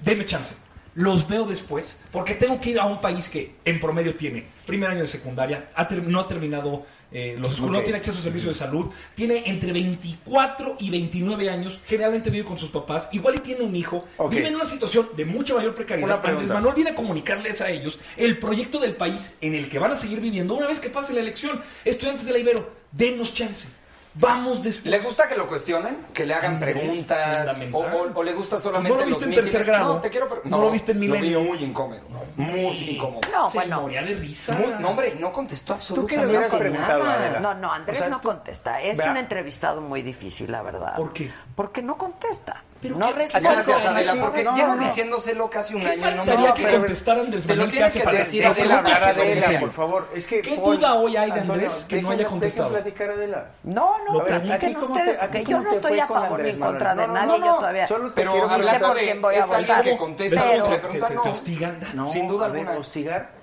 deme chance. Los veo después porque tengo que ir a un país que en promedio tiene primer año de secundaria, ha ter- no ha terminado eh, los escuelas, no Ok. tiene acceso a servicio de salud, tiene entre 24 y 29 años, generalmente vive con sus papás, igual y tiene un hijo, Ok. vive en una situación de mucha mayor precariedad Una Andrés pregunta. Manuel viene a comunicarles a ellos el proyecto del país en el que van a seguir viviendo una vez que pase la elección. Estudiantes de la Ibero, denos chance. Vamos después. ¿Le gusta que lo cuestionen? ¿Que le hagan Andrés, preguntas? O, fundamental. o- o le gusta solamente No lo viste los en mítines? tercer grado. No, te quiero... pre- No lo viste en lo vi Milenio. muy incómodo. Muy incómodo. No, Se bueno. moría de risa. Muy- no, hombre, no contestó ¿Tú qué le absolutamente hubieras nada. preguntado a Adela? No, no, Andrés O sea, no tú- contesta. Es Vea. un entrevistado muy difícil, la verdad. ¿Por qué? Porque no contesta. Pero no qué- responde. Gracias, No, Adela, no, porque no, llevo no. diciéndoselo casi un ¿Qué año. No, faltaría no, que pero- contestara Andrés Te lo Manuel? ¿Qué tienes hace que falta? decir, Pero Déjala Adela, pregúntase hablar lo que Adela, sea. por favor. Es que, ¿Qué por- duda hoy hay de Antonio, Andrés que no dejen- haya dejen contestado? platicar a Adela. No, no, A ver, ¿a ti platiquen cómo ustedes, te- a ti porque yo cómo no te estoy fue a con favor ni Andrés en contra de Manuel? No, no, nadie. no, Yo no, todavía. solo te Pero quiero no sé hablando por de quién voy a es alguien votar. que ¿Ves contesta, cómo Pero- no se le te- pregunta, te- no. te hostigan? No, Sin duda a ver, alguna. hostigar.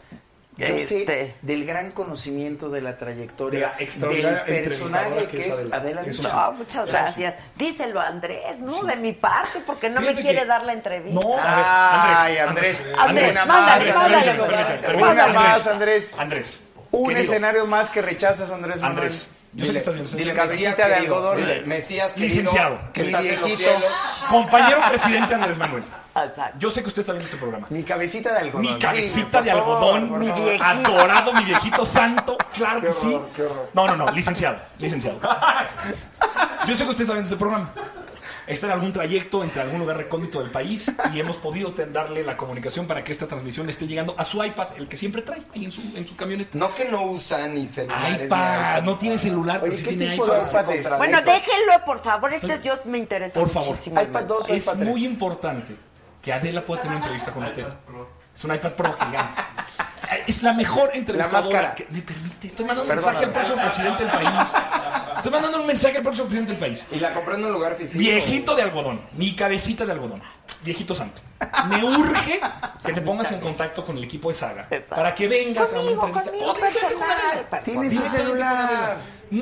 Yo Este. sé del gran conocimiento de la De trayectoria la del extraordinaria personaje entrevistadora que es Adela Eso Micha. sí. No, Ah, muchas Eso gracias. Díselo a Andrés, ¿no? De mi parte, porque no me Fíjate quiere que- dar la entrevista. No, a ver, Ay, Andrés, Andrés. Andrés, Una mándale, más, mándale, Andrés. mándale, Una mándale. más, Andrés. Andrés. Un querido, escenario más que rechazas, Andrés Manuel. Andrés. Yo sé que Dile, estás viendo. dile, Cabecita Mesías de querido, algodón. dile, Mesías querido, Licenciado. que Mi estás en los viejito. cielos. Compañero presidente Andrés Manuel. Exacto. Yo sé que usted está viendo este programa. Mi cabecita de algodón. Mi Sí, cabecita por de favor, algodón, por mi favor. adorado, mi viejito santo. Claro que sí. horror, qué horror. No, no, no, licenciado, licenciado. Yo sé que usted está viendo este programa. Está en algún trayecto entre algún lugar recóndito del país y hemos podido ten- darle la comunicación para que esta transmisión le esté llegando a su iPad, el que siempre trae ahí en su, en su camioneta. No que no usa ni celulares. iPad, ni no tiene celular, Oye, pero sí ¿qué tiene tipo de iPad. iPad es? Contra- Bueno, Eso. déjenlo, por favor. Este yo me interesa Por favor. muchísimo. el iPad mensaje. dos. Es iPad tres. muy importante que Adela pueda tener una entrevista con usted. Es un iPad Pro gigante. Es la mejor entrevistadora. La más cara. que- me permite, estoy mandando un Perdóname. mensaje al próximo presidente del país. Estoy mandando un mensaje al próximo presidente del país. Y la compró en un lugar fifi. Viejito de algodón, mi cabecita de algodón, viejito santo. Me urge que te pongas en contacto con el equipo de Saga Exacto. para que vengas a Conmigo, una entrevista. conmigo, O directamente con personal, Adela. personal. Tiene su Directamente con celular. Adela.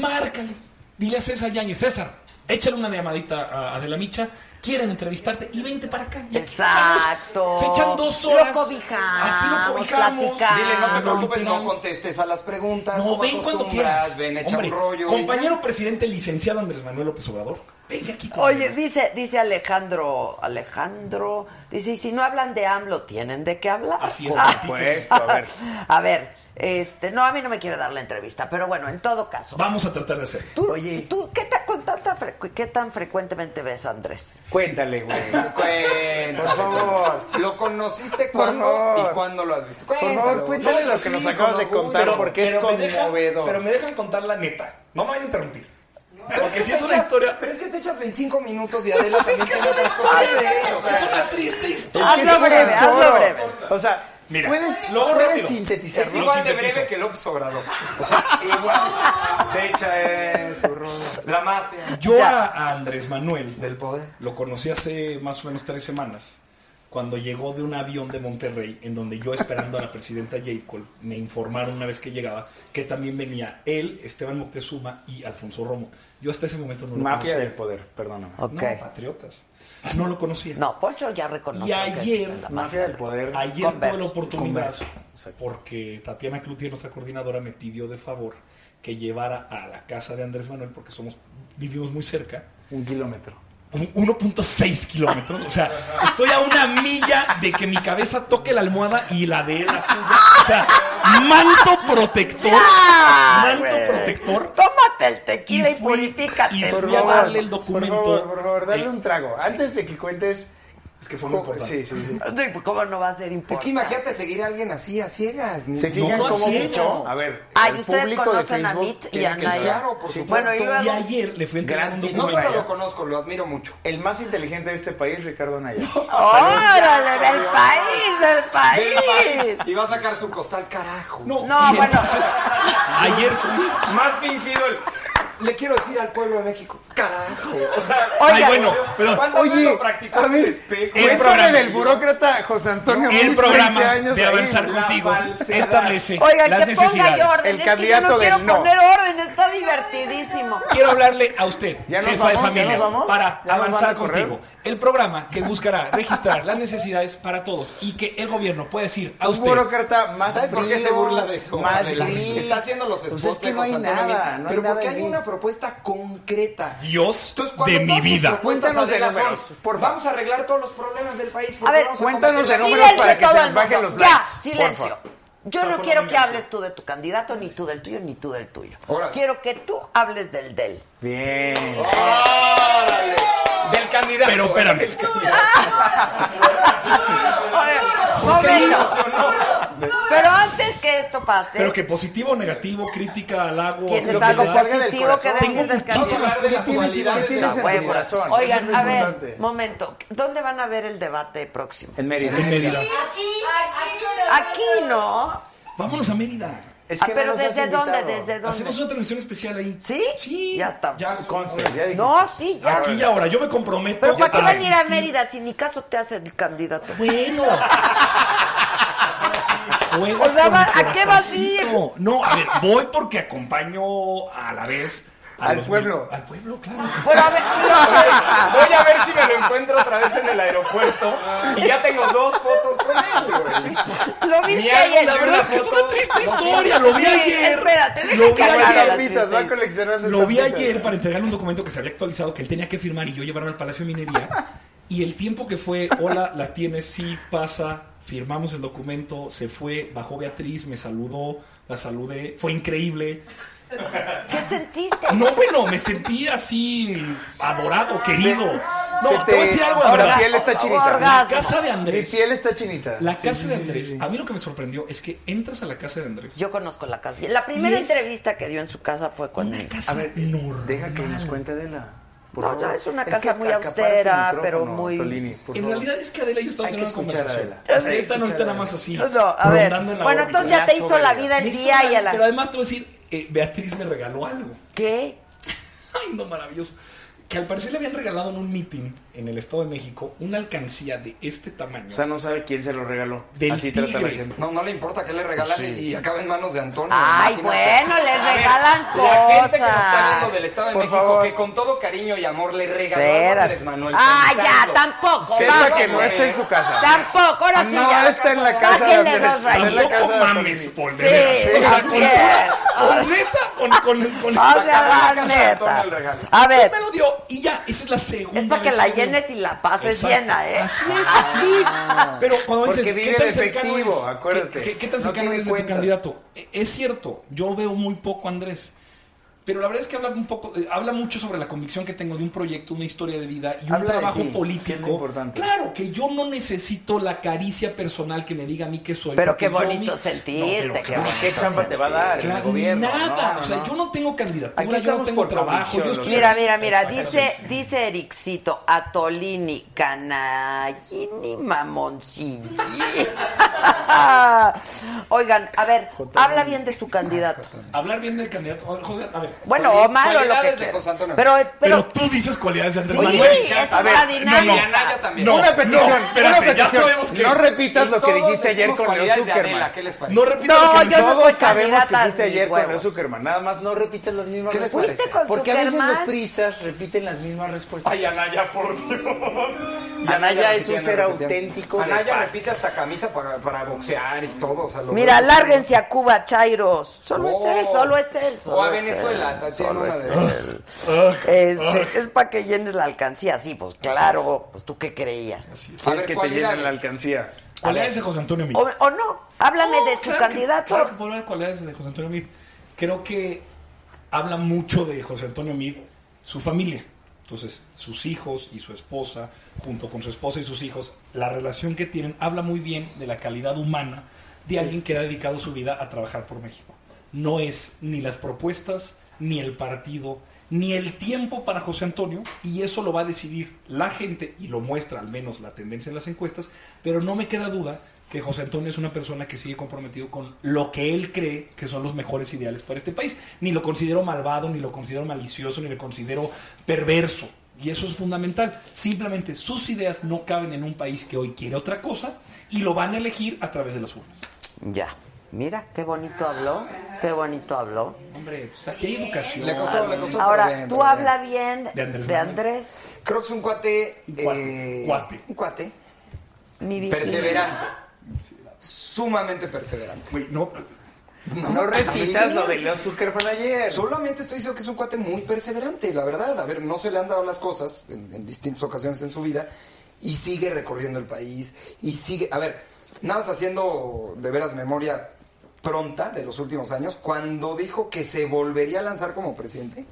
Márcale. Dile a César Yañez, César, échale una llamadita a Adela Micha. Quieren entrevistarte y vente para acá. Y aquí Exacto. echamos- Se echan dos horas. Lo cobijamos, Aquí lo cobijamos. platicamos. Dile, no te No, preocupes, no literal. contestes a las preguntas. Ah, No, como ven cuando acostumbras, quieras. Ven, echa Hombre, un rollo. Compañero presidente licenciado Andrés Manuel López Obrador, venga aquí. conmigo. Oye, dice, dice Alejandro, Alejandro, dice, y si no hablan de AMLO, tienen de qué hablar. Así es, Ah, papito. Pues, a ver. [LAUGHS] a ver, este, no, a mí no me quiere dar la entrevista, pero bueno, en todo caso. Vamos a tratar de hacer. ¿Tú, Oye. ¿tú qué, ta- con tanta frecu- qué tan frecuentemente ves a Andrés? Cuéntale, güey. [LAUGHS] Cuéntale, Por favor. ¿Lo conociste Por cuándo favor. y cuándo lo has visto? favor, Cuéntalo. cuéntale No, lo que nos sí, acabas con de orgullo. contar, porque es me dejan- conmovedor. pero me dejan contar la neta. No me van a interrumpir. Pero es, Porque que si te es una echas- historia. pero es que te echas 25 minutos y Adela también tiene otras cosas que Ay, hacer, o sea. Es una triste historia. Hazlo Es que breve, es hazlo todo. breve. O sea, Mira, puedes, luego puedes rápido. sintetizarlo. Es igual de sintetizo. breve que López Obrador. O sea, igual. Se echa en su rollo. La mafia. Yo a a Andrés Manuel Del poder. lo conocí hace más o menos tres semanas cuando llegó de un avión de Monterrey, en donde yo esperando a la presidenta Jacob, me informaron una vez que llegaba que también venía él, Esteban Moctezuma y Alfonso Romo. Yo hasta ese momento no lo Mafia del conocía. poder, perdóname. Ok. No, patriotas. No lo conocía. No, Poncho ya reconoce. Y ayer- que es la Mafia del poder. Ayer Converse, tuve la oportunidad, converse, exacto. porque Tatiana Cloutier, nuestra coordinadora, me pidió de favor que llevara a la casa de Andrés Manuel, porque somos vivimos muy cerca, Un kilómetro. un- 1.6 kilómetros. O sea, estoy a una milla de que mi cabeza toque la almohada y la de él. la suya. O sea, manto protector. ¡Ya! manto güey! protector. Tómate el tequila y, Y fui- purifícate. y por fui a favor. darle el documento. Por favor, por favor, dale Eh, un trago. sí. Antes de que cuentes. Es que fue muy importante. Sí, sí, [LAUGHS] sí. Sí, pues, ¿Cómo no va a ser importante? Es que imagínate seguir a alguien así, a ciegas. ¿Se No, fijan no cómo hacemos. mucho? A ver, Ay, el ustedes público de conocen a Facebook. Mitch y tiene a que Naya. saber. Claro, por Sí. supuesto. Bueno, y luego- Y ayer le fui a entregar Gran- un No documento. solo lo conozco, lo admiro mucho. El más inteligente de este país, Ricardo [LAUGHS] Naya. ¡Órale! ¡Del país! ¡Del país! Y va a sacar su costal, carajo. No, No, y bueno. entonces, [LAUGHS] ayer fui. Más fingido el. Le quiero decir al pueblo de México, carajo. O sea, Ay, bueno, pero ¿cuántas veces Oye, lo practicó a ver, el espejo? el el programa. programa del burócrata José Antonio el Meade, 20 programa años de ahí. avanzar la contigo falsedad. establece Oigan, las que ponga necesidades. yo orden. El es candidato que yo no del quiero no. poner orden, está divertidísimo. Quiero hablarle a usted, ¿Ya nos jefa de vamos? ¿Ya familia, nos vamos? para ¿Ya nos van avanzar a correr? contigo. El programa que buscará registrar las necesidades para todos y que el gobierno puede decir a Un usted. burócrata más ¿Sabes por qué frío, se burla de eso? Más Adela? gris. Está haciendo los Pues spots es que de no hay José Antonio nada, Meade, no hay Pero nada porque de hay mí. una propuesta concreta. Dios Entonces, cuando de todas mi tus vida. propuestas, Cuéntanos de Adela, números, son, por favor. Vamos a arreglar todos los problemas del país. A ver, cuéntanos de números. números para que todo se el les bajen mundo. los Ya, likes, por silencio. favor. Yo no quiero que hables tú de tu candidato, ni tú del tuyo, ni tú del tuyo. Órale. Quiero que tú hables del del. Bien. Del candidato. Pero espérame. Del candidato. Oye, momento. Pero antes que esto pase, Pero que positivo o negativo, crítica, halago. tienes lo que algo te salga del positivo que corazón. decir Tengo del candidato. Ah, Hablar muchísimas de cosas las tienes- cualidades de tienes la en tu huevos. corazón. Eso Oigan, es a muy ver, importante. momento, ¿dónde van a ver el debate próximo? En Mérida. En Mérida. Aquí, aquí, Aquí no. Vámonos a Mérida. Es Ah, que no pero nos has ¿desde dónde? invitado. ¿Desde Hacemos dónde? una transmisión especial ahí. ¿Sí? Sí. Ya estamos. Ya, Conste, ya dijiste. No, sí, ya. Aquí y ahora. Yo me comprometo. Pero ¿para qué van a ir a asistir. Mérida si ni caso te hace el candidato? Bueno. O Juegas sea, con va- mi ¿a qué vas a ir? corazoncito. No, a ver, voy porque acompaño a la vez a Al los pueblo. mil- al pueblo, claro. Bueno, a ver, no. Voy a ver si me lo encuentro otra vez en el aeropuerto. Y ya tengo dos fotos con él, güey. Lo viste Ah, Mierda, ayer. la verdad es que es una triste historia. Lo vi Sí, ayer. espérate, deja Lo vi que acabe ayer. la Estampitas, va coleccionando Lo vi estampitas. ayer para entregarle un documento que se había actualizado que él tenía que firmar y yo llevarme al Palacio de Minería. Y el tiempo que fue, hola, la tienes, sí, pasa, firmamos el documento, se fue, bajó Beatriz, me saludó, la saludé, fue increíble. ¿Qué sentiste? Ah, No, bueno, me sentí así adorado, querido. No, se te, voy a decir algo de ahora verdad. la piel está chinita. La Orgasmo. casa de Mi Andrés. piel está chinita. La Sí, casa sí, de sí, Andrés. sí. A mí lo que me sorprendió es que entras a la casa de Andrés. Yo conozco la casa. La primera Y es- entrevista que dio en su casa fue con él. casa A ver, eh, normal. deja que nos cuente de la. por No, favor. ya es una que casa muy acaparse el austera, micrófono, pero muy- Tolini, por En favor. realidad es que Adela y yo estamos Hay en que una escuchar a conversación. Adela. Ustedes están ahorita nada más así. No, a ver. rondando en la Bueno, órbita. entonces ya te hizo la vida el Me hizo día y la- a Pero la... además te voy a decir, eh, Beatriz me regaló algo. ¿Qué? [LAUGHS] Ay, no, maravilloso. Que al parecer le habían regalado en un meeting en el Estado de México una alcancía de este tamaño. O sea, no sabe quién se lo regaló. Del Así trata la tigre. gente. No, no le importa que le regalan y acaba en manos de Antonio. Ay, imagínate. bueno, les A ver, regalan La gente que nos está cosas. viendo del Estado de Por México, favor. que con todo cariño y amor le regaló algo a Espera. Andrés Manuel. Ah, ya, pensando. tampoco. Sepa vamos. que no está en su casa. Tampoco, ahora sí No ya. está en la casa de Bájenle Andrés. dos rayitas. En la casa Tampoco de mames, Tolini. por Sí, de veras. O sea, con también. pura- con neta, con, con, con- O sea, la Acá se la toma neta. el regalo. A ver, me lo dio y ya, esa es la segunda. es para que vez la lo dio. llenes y la pases Exacto. llena, ¿eh? Así es, así. Pero cuando Ah. Porque dices, vive ¿qué tan de cercano efectivo, eres? acuérdate. ¿Qué, qué- qué tan No cercano tiene eres de tu cuentas. candidato? E- Es cierto, yo veo muy poco a Andrés. Pero la verdad es que habla un poco, eh, habla mucho sobre la convicción que tengo de un proyecto, una historia de vida y un Habla de trabajo ti, que es político. lo importante. Claro, que yo no necesito la caricia personal que me diga a mí que soy. Pero porque qué yo bonito mi- sentiste, No, pero qué claro, bonito. ¿Qué chamba te va a dar claro, el gobierno? nada, No, no, o sea, no. yo no tengo Aquí candidatura, yo no estamos tengo por trabajo. convicción, Yo los estoy Mira, así. mira, mira, Exacto. dice, dice Ericito, Atolini, Canallini, Mamoncini. [LAUGHS] Oigan, a ver, habla bien de su candidato. Ah, Hablar bien del candidato. Ahora, José, a ver, Bueno, o malo lo que Cualidades de quieras. José Antonio. Pero, Pero pero, tú dices cualidades de Andrés sí, Manuel. esa A es ver, la no, No, no. dinámica. Anaya también. No, una petición, no, espérate, una ya petición. sabemos que- No repitas lo que Todos dijiste ayer decimos con Leo cualidades de Adela, Zuckerman. ¿Qué les parece? No repito No, lo que yo dijiste. no Todos soy sabemos que candidata a fuiste mis ayer con Leo huevos. Zuckerman. Nada más no repitas las mismas ¿Qué les respuestas. parece? con Porque a veces los Zuckerman? priistas repiten las mismas respuestas. Ay, Anaya, por Dios. Anaya, es un repitiendo, ser repitiendo. auténtico. de Anaya paz. repite hasta camisa para, para boxear y todo. o sea, lo Mira, veo. lárguense a Cuba, Chairos. Solo es él, Oh. solo es él. solo O a es él, Venezuela, tiene solo una es de- él. ah, Este, es para que llenes la alcancía, sí, pues claro, pues tú qué creías. A Quieres ver, que te cualidades. llenen la alcancía. Cualidades de José Antonio Meade. O, o no, háblame No, de su claro que- candidato. claro que puedo hablar de cualidades de José Antonio Meade. Creo que habla mucho de José Antonio Meade, su familia. Entonces, sus hijos y su esposa, junto con su esposa y sus hijos, la relación que tienen habla muy bien de la calidad humana de alguien que ha dedicado su vida a trabajar por México. No es ni las propuestas, ni el partido, ni el tiempo para José Antonio, y eso lo va a decidir la gente, y lo muestra al menos la tendencia en las encuestas, pero no me queda duda que José Antonio es una persona que sigue comprometido con lo que él cree que son los mejores ideales para este país. Ni lo considero malvado, ni lo considero malicioso, ni lo considero perverso. Y eso es fundamental. Simplemente sus ideas no caben en un país que hoy quiere otra cosa y lo van a elegir a través de las urnas. Ya, mira, qué bonito habló, qué bonito habló. Hombre, pues aquí hay educación. Le costó, le costó. Ahora, pero bien, tú pero habla bien de De Andrés Andrés, Manuel. Creo que es un cuate. Un cuate, eh, cuate. Un cuate. mi vida. Perseverante. Sumamente perseverante. Güey, no, [LAUGHS] No repitas lo de Leo Zuckerman ayer. Solamente estoy diciendo que es un cuate muy perseverante, la verdad. A ver, no se le han dado las cosas en, en distintas ocasiones en su vida y sigue recorriendo el país y sigue, a ver, nada más haciendo de veras memoria pronta de los últimos años, cuando dijo que se volvería a lanzar como presidente,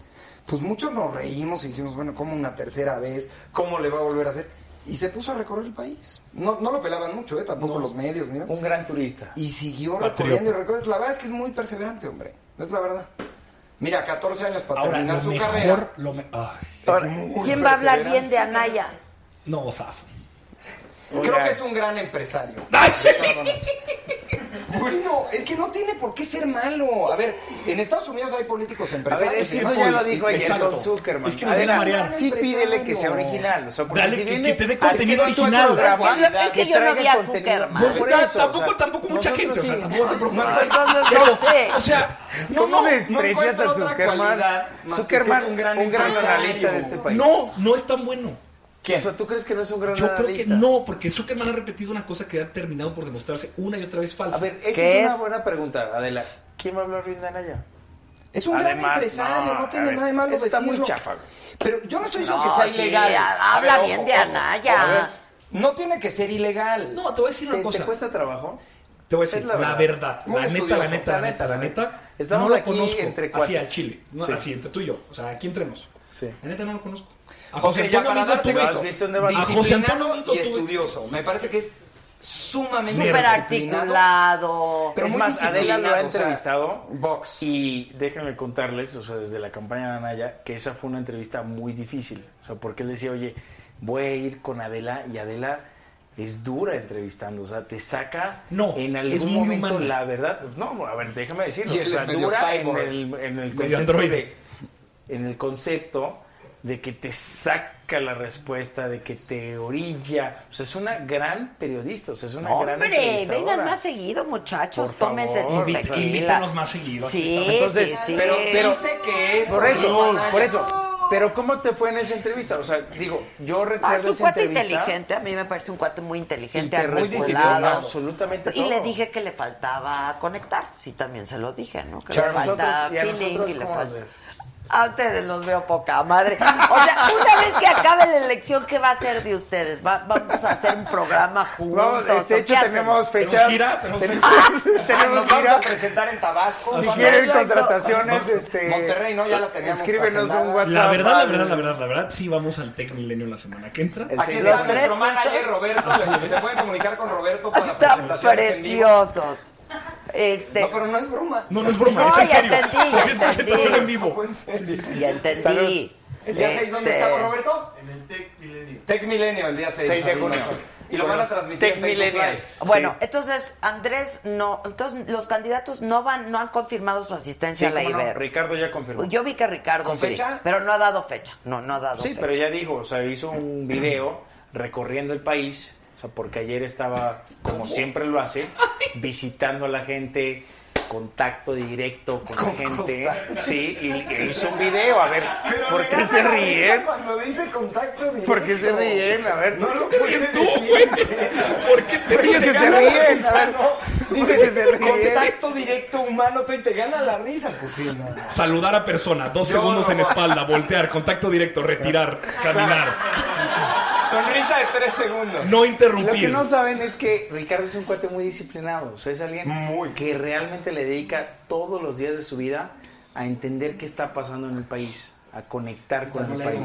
pues muchos nos reímos y dijimos, bueno, ¿cómo una tercera vez? ¿Cómo le va a volver a hacer? Y se puso a recorrer el país. No, no lo pelaban mucho, ¿eh? tampoco los medios, ni nada. Un gran turista. Y siguió Patriota. recorriendo y recorriendo. La verdad es que es muy perseverante, hombre. Es la verdad. Mira, 14 años para ahora, terminar lo su mejor... carrera. Lo me- ah, ay, Ahora, Es muy ¿Quién va a hablar perseverante. bien de [LAUGHS] Anaya? no, zafo. Creo que es un gran empresario. bueno, es que no tiene por qué ser malo. A ver, en Estados Unidos hay políticos A ver, empresarios. es que y eso más ya Exacto. lo dijo ayer con Zuckerman. Es que nos Adela, van a marear. sí pídele que sea original. O sea, porque Dale, si que- viene que te dé al que contenido no es tu original. programa, Habla- es que yo no traiga vi a contenido. Zuckerman. Por Pues, eso, ta- o sea, tampoco, tampoco mucha nosotros gente, o sea, sí. tampoco te preocupes. Entonces, no sé. O sea, No, no, no no, desprecias encuentro a otra Zuckerman. cualidad más que Zuckerman, que es un un gran, gran empresario. analista de este país. no, no es tan bueno. O sea, ¿tú crees que no es un gran Yo analista? creo que no, porque Zuckerman ha repetido una cosa que ha terminado por demostrarse una y otra vez falsa. A ver, esa ¿Qué es, una es? buena pregunta, Adela. ¿Quién va a hablar bien de Anaya? Es un gran Además, empresario, no, no, a tiene ver, nada de malo eso está decirlo. muy chafa, güey. Pero yo no estoy diciendo No, que sea sí, ilegal. ha- A habla ver, bien ojo, de ojo. Anaya. A ver, No tiene que ser ilegal. no, te voy a decir ¿Te, una te cosa. cuesta trabajo? Te voy a decir Es la la verdad. verdad. Muy La neta, la estudioso. neta, la La neta, la neta. neta. Estamos no lo aquí conozco. entre así cuates. a Chile. No, Sí. Así entre tú y yo. O sea, aquí entremos. Sí. La neta no lo conozco. A Ok, José ya para Antonio Mido darte tuve ¿Has esto. visto un debate? A José Antonio Disciplinado Mido y tuve- estudioso. Me parece que es sumamente Súper disciplinado. articulado. Pero es muy más, Adela lo disciplinado, o ha sea, entrevistado. box. Y déjenme contarles, o sea, desde la campaña de Anaya, que esa fue una entrevista muy difícil. O sea, porque él decía, oye, voy a ir con Adela y Adela es dura entrevistando. O sea, te saca No, en es algún muy momento humana. la verdad. Pues No, a ver, déjame decirlo. Y él o sea, es medio dura en cyborg, el, en el medio concepto androide. de- en el concepto de que te saca la respuesta, de que te orilla. O sea, es una gran periodista, o sea, es una gran Hombre, entrevistadora. vengan más seguido, muchachos. Por favor. Tómense su Invi- tequila. invítanos más seguido, aquí Sí, estamos. Entonces, sí, sí. pero- pero- Dice que es. Por eso, Anaya. por eso. Pero ¿cómo te fue en esa entrevista? O sea, digo, yo recuerdo Ah, es un esa cuate entrevista inteligente, a mí me parece un cuate muy y inteligente, te muy respondió disciplinado. absolutamente Y todo. le dije que le faltaba conectar, sí también se lo dije, ¿no? Que Pero le a nosotros- falta y a feeling nosotros, y le ¿cómo falta. nos ves? A ustedes los veo poca madre. O sea, una vez que acabe la elección, ¿qué va a ser de ustedes? Va- vamos a hacer un programa juntos. Vamos, de este ¿o hecho qué hacemos? Ah, tenemos fechas. Tenemos gira, tenemos tenemos, [LAUGHS] tenemos Nos vamos gira. a presentar en Tabasco. Si Cuando quieren haya- contrataciones, Entonces, este Monterrey, ¿no? Ya la teníamos Escríbenos agendada. un WhatsApp. La verdad, la al- verdad, la verdad, la verdad, sí vamos al Tech Milenio la semana que entra. El Aquí señor- está Los tres nuestro manager juntos. [LAUGHS] Roberto. Se puede comunicar con Roberto para Están presentaciones en vivo. preciosos. Este, No, pero no es broma. No, no es broma, No, es en ya serio. entendí, ya Sí, es presentación entendí. en vivo. Fue en serio. ya entendí. Salud. ¿Ya sabéis dónde Este, estamos, Roberto? En el Tech Milenio. Tech Millennial el día 6, 6 de ahí junio. nosotros. Y lo van a transmitir en Tech Facebook Millennials. Live. Bueno, entonces Andrés no, entonces los candidatos no van, no han confirmado su asistencia a la ¿cómo no? Ibero. Ricardo ya confirmó. Yo vi que Ricardo ¿Con sí, fecha? pero no ha dado fecha. No, no ha dado Sí, fecha. pero ya dijo, o sea, hizo un video recorriendo el país, o sea, porque ayer estaba, como siempre lo hace, visitando a la gente, contacto directo con, la gente. Sí, y, y hizo un video, a ver, ¿por qué se ríen? Cuando dice contacto directo. ¿Por qué se ríen? A ver, No lo ¿por qué puedes se tú, güey. ¿Por qué te ríen? ríes? Que se gana la ríen, risa, a ver, ¿no? Dice que se ríen. Contacto directo humano, tú y te gana la risa. Pues sí, no. no. Saludar a persona, dos Yo segundos no. en espalda, voltear, contacto directo, retirar, caminar, Sonrisa de tres segundos. no Lo que interrumpir. no saben es que Ricardo es un cuate muy disciplinado. O sea, es alguien que realmente le dedica todos los días de su vida a entender qué está pasando en el país, a conectar con el país.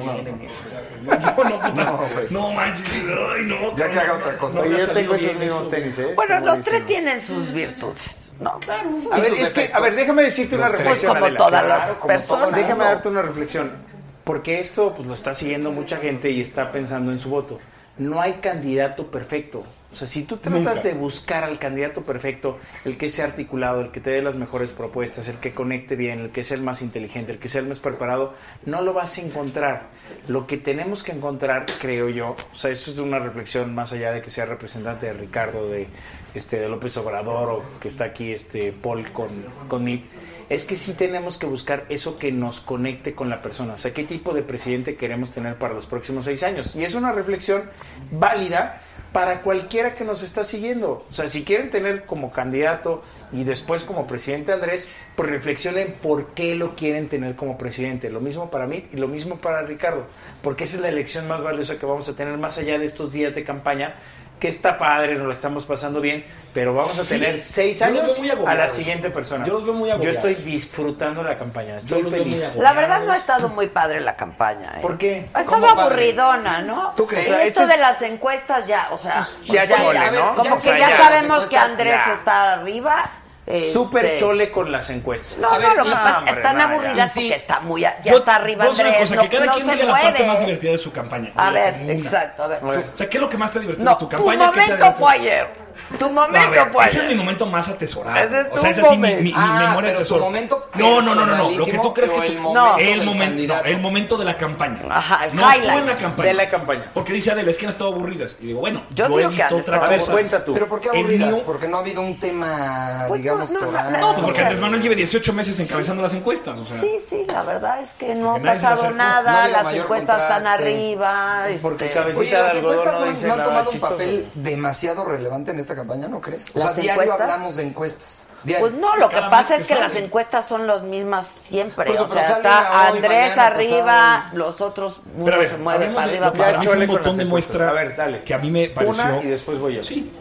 No, no, puta. no manches, ay, no. Ya no, que haga no, otra cosa. no me Oye, ha yo tengo salido esos bien mismos eso. tenis, ¿eh? Bueno, los tres Comodísimo. tienen sus virtudes. No, claro. A ver, sus es que, a defectos. ver, déjame decirte una Los tres. reflexión. Pues como Adela. todas las personas, Déjame ¿no? darte una reflexión. Porque esto pues, lo está siguiendo mucha gente y está pensando en su voto. No hay candidato perfecto. O sea, si tú tratas Nunca. de buscar al candidato perfecto, el que sea articulado, el que te dé las mejores propuestas, el que conecte bien, el que sea el más inteligente, el que sea el más preparado, no lo vas a encontrar. Lo que tenemos que encontrar, creo yo, o sea, eso es una reflexión más allá de que sea representante de Ricardo, de, este, de López Obrador o que está aquí este, Paul con, con Nick, es que sí tenemos que buscar eso que nos conecte con la persona. O sea, qué tipo de presidente queremos tener para los próximos seis años. Y es una reflexión válida para cualquiera que nos está siguiendo. O sea, si quieren tener como candidato y después como presidente a Andrés, pues reflexionen por qué lo quieren tener como presidente. Lo mismo para mí y lo mismo para Ricardo. Porque esa es la elección más valiosa que vamos a tener más allá de estos días de campaña. Que está padre, nos lo estamos pasando bien, pero vamos a Sí. tener seis Yo los años veo muy a la agobiados. siguiente persona. Yo los veo muy agobiados. Yo estoy disfrutando la campaña, estoy los veo muy feliz. agobiados. La verdad no ha estado muy padre la campaña. ¿eh? ¿Por qué? Ha estado ¿Cómo padre? aburridona, ¿no? ¿Tú crees? Y O sea, esto esto de es- las encuestas ya, o sea, Ya chole, a ¿no? Como O que sea, ya ya. sabemos Las que Andrés ya. está arriba. este- Súper chole con las encuestas. No, no, lo que y- pasa hombre, están no, ya. aburridas Y sí. porque está muy, a- ya Yo- está arriba vamos a hacer Andrés, una cosa, no, que cada no quien se diga la mueve. parte más divertida de su campaña. A Oye, como ver, una. exacto, a ver. O sea, ¿qué es lo que más te ha divertido No, de tu tu campaña? ¿Qué te ha momento divertido? fue ayer. Tu No, a momento pues. ver, fue ese es mi ayer. momento más atesorado. Ese es o sea, tu ese sí, mi, mi- mi Ah, memoria pero tu atesoro. momento no, no, no, no, no. Lo que tú crees personalísimo que o el tú- momento del el momento, no, candidato. el momento de la campaña. Ajá, el no tú en la highlight campaña. de la campaña. Porque dice Adela, es que han estado aburridas. Y digo, bueno, Yo yo, digo he que visto han otra estado cosa. aburridas. Cuenta tú. Pero ¿por qué El aburridas? mío- Porque no ha habido un tema, Pues no, digamos, no, no, toral. no, Pues porque O sea, Andrés Manuel lleva 18 meses encabezando las encuestas. O sea, Sí, sí, la verdad es que no ha Porque nadie se le pasado acercó. No ha nada, habido las mayor encuestas están contraste. arriba. Porque este, sabes- Oye, Cita las de algodón encuestas no no- dicen "Ah, no han nada tomado un chistoso. papel demasiado relevante en esta campaña, ¿no crees? O sea, ¿Las diario encuestas? hablamos de encuestas. Diario. Pues no, lo que Cada pasa mes es que que las sale. encuestas son las mismas siempre. Pues, o pero sea, salen está hoy, Andrés mañana, arriba, pasado. los otros Pero a uno ver, se mueve hablemos para de arriba, lo que para ya abajo. fue un Chole con botón las de encuestas. muestra A ver, dale. que a mí me pareció... Una y después voy yo. Sí.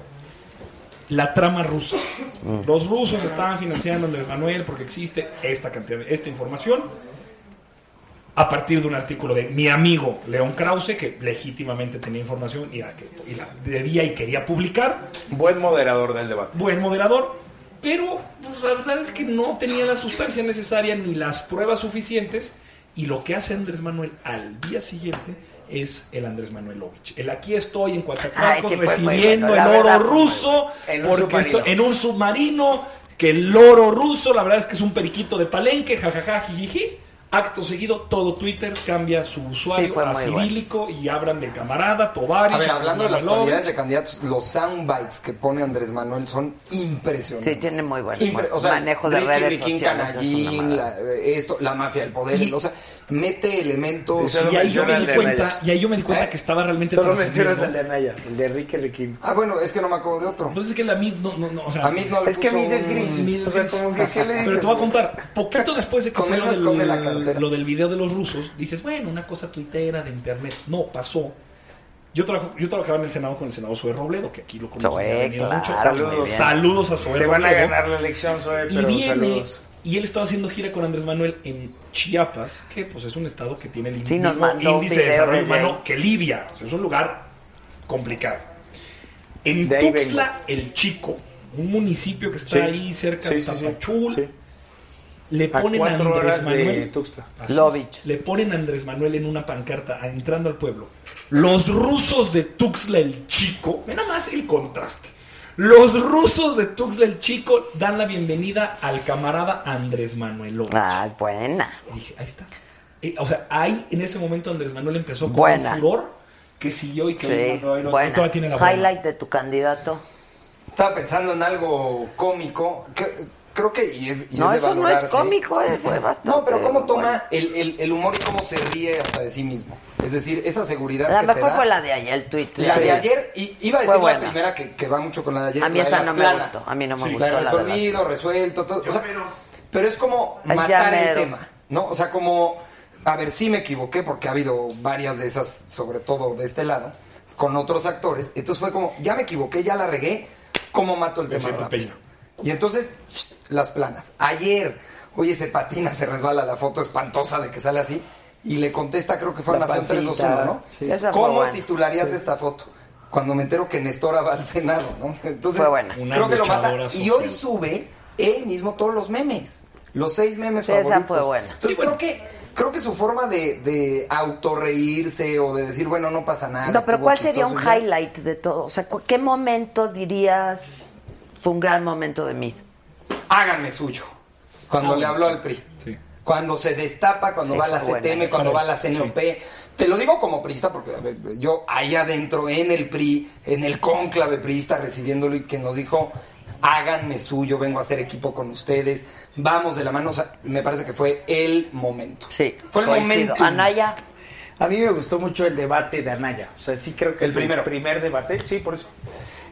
La trama rusa. Mm. Los rusos estaban financiando a Andrés Manuel porque existe esta cantidad, de- esta información. A partir de un artículo de mi amigo León Krause, que legítimamente tenía información y la, que- y la debía y quería publicar. Buen moderador del debate. Buen moderador. Pero pues, la verdad es que no tenía la sustancia necesaria ni las pruebas suficientes. Y lo que hace Andrés Manuel al día siguiente es el Andrés Manuel Lovich. El aquí estoy en Ay, Coatzacoalcos sí, fue muy recibiendo bueno, la el oro verdad, ruso En un porque esto- submarino. en un submarino que el loro ruso, la verdad es que es un periquito de palenque, jajaja, jijiji. Acto seguido, todo Twitter cambia su usuario Sí, fue a muy cirílico y hablan de camarada, Tobar A ver, hablando de las cualidades de candidatos, los soundbites que pone Andrés Manuel son impresionantes. Sí, tiene muy buen- buen manejo de Ricky, redes Riquín, sociales, es una Canallín, la, eh, esto, la mafia del poder, Y- o sea, mete elementos. Eso Y ahí yo me di Mencionas de cuenta, Reyes. y ahí yo me di cuenta ¿Eh? que estaba realmente Solo trascendiendo. mencionas al de Anaya, el de Enrique Riquín. Ah, bueno, es que no me acuerdo de otro. Entonces es que la mid no, no, no, o sea, A mí no le Es que puso Mid es un- gris. Mid O sea, es- como [LAUGHS] que, ¿qué le dices? Pero te voy a contar, poquito después de que Con fue él lo no esconde la del, cartera. lo del video de los rusos, dices, bueno, una cosa tuitera de internet. No, pasó. Yo, trabajo, yo trabajaba en el Senado con el senador Zoé Robledo, que aquí lo conoces Zoé, ya ha venido claro, mucho. Saludos. muy bien. Saludos a Zoé Te van a Robledo. ganar la elección, Zoe, Y pero viene, saludos. y él estaba haciendo gira con Andrés Manuel en Chiapas, que pues es un estado que tiene el Sí, nos mismo mandó un índice de video desarrollo desde ahí. humano que Libia. O sea, es un lugar complicado. En De ahí vengo. Tuxtla, el Chico, un municipio que está ahí cerca de Tapachul, le A ponen a cuatro Andrés horas de Manuel. Tuxtla. Así es. Lovich. Le ponen a Andrés Manuel en una pancarta a- entrando al pueblo. Los rusos de Tuxtla el Chico. Ve nada más el contraste. Los rusos de Tuxtla el Chico dan la bienvenida al camarada Andrés Manuel Lovich. Ah, es buena. Y dije, ahí está. Eh, o sea, ahí en ese momento Andrés Manuel empezó con Buena. un furor que siguió y que hoy Sí, no- hoy no- buena. todavía tiene la bola. Highlight de tu candidato. Estaba pensando en algo cómico. que- creo que y es, y No, es de eso no es valorarse. cómico, eh, fue bastante No, pero cómo bueno. toma el, el- el humor y cómo se ríe hasta de sí mismo. Es decir, esa seguridad La que te mejor da. Ah, fue la de ayer, el tweet. La de ayer, y iba a Fue decir la buena. primera que, que va mucho con la de ayer. A mí la de esa las no me planas. gustó, a mí no me Sí, gustó La la de de las resolvido, resuelto, todo. o sea, pero es como Ay, ya matar el mero. tema, ¿no? O sea, como, a ver, sí me equivoqué porque ha habido varias de esas, sobre todo de este lado, con otros actores. Entonces fue como, ya me equivoqué, ya la regué, ¿cómo mato el tema? siento rápido? peña. Y entonces, las planas. Ayer, oye, se patina, se resbala la foto espantosa de que sale así. Y le contesta, creo que fue a La Nación pancita, 321, ¿no? sí. Esa fue ¿Cómo buena. titularías esta foto? Cuando me entero que Nestora va al Senado, ¿no? [LAUGHS] Entonces, Fue buena. Una creo que lo mata. luchadora Y social. hoy sube él mismo todos los memes. Los seis memes Sí, esa favoritos. fue buena. Entonces, creo que creo que su forma de, de autorreírse o de decir, bueno, no pasa nada. No, pero estuvo ¿cuál sería un chistoso y ya. highlight de todo? O sea, ¿cu- ¿qué momento dirías fue un gran momento de mí? Háganme suyo. Cuando Ah, le habló al PRI. Sí. Cuando se destapa, cuando Sí, va a la fue buena. CTM, cuando va a la CNOP. Te lo digo como priista, porque a ver, yo ahí adentro, en el PRI, en el cónclave priista, recibiéndolo y que nos dijo, háganme suyo, vengo a hacer equipo con ustedes, vamos de la mano. O sea, me parece que fue el momento. Sí, Fue el coincido. momento. Anaya, A mí me gustó mucho el debate de Anaya. O sea, sí creo que El primero. primer debate, sí, por eso.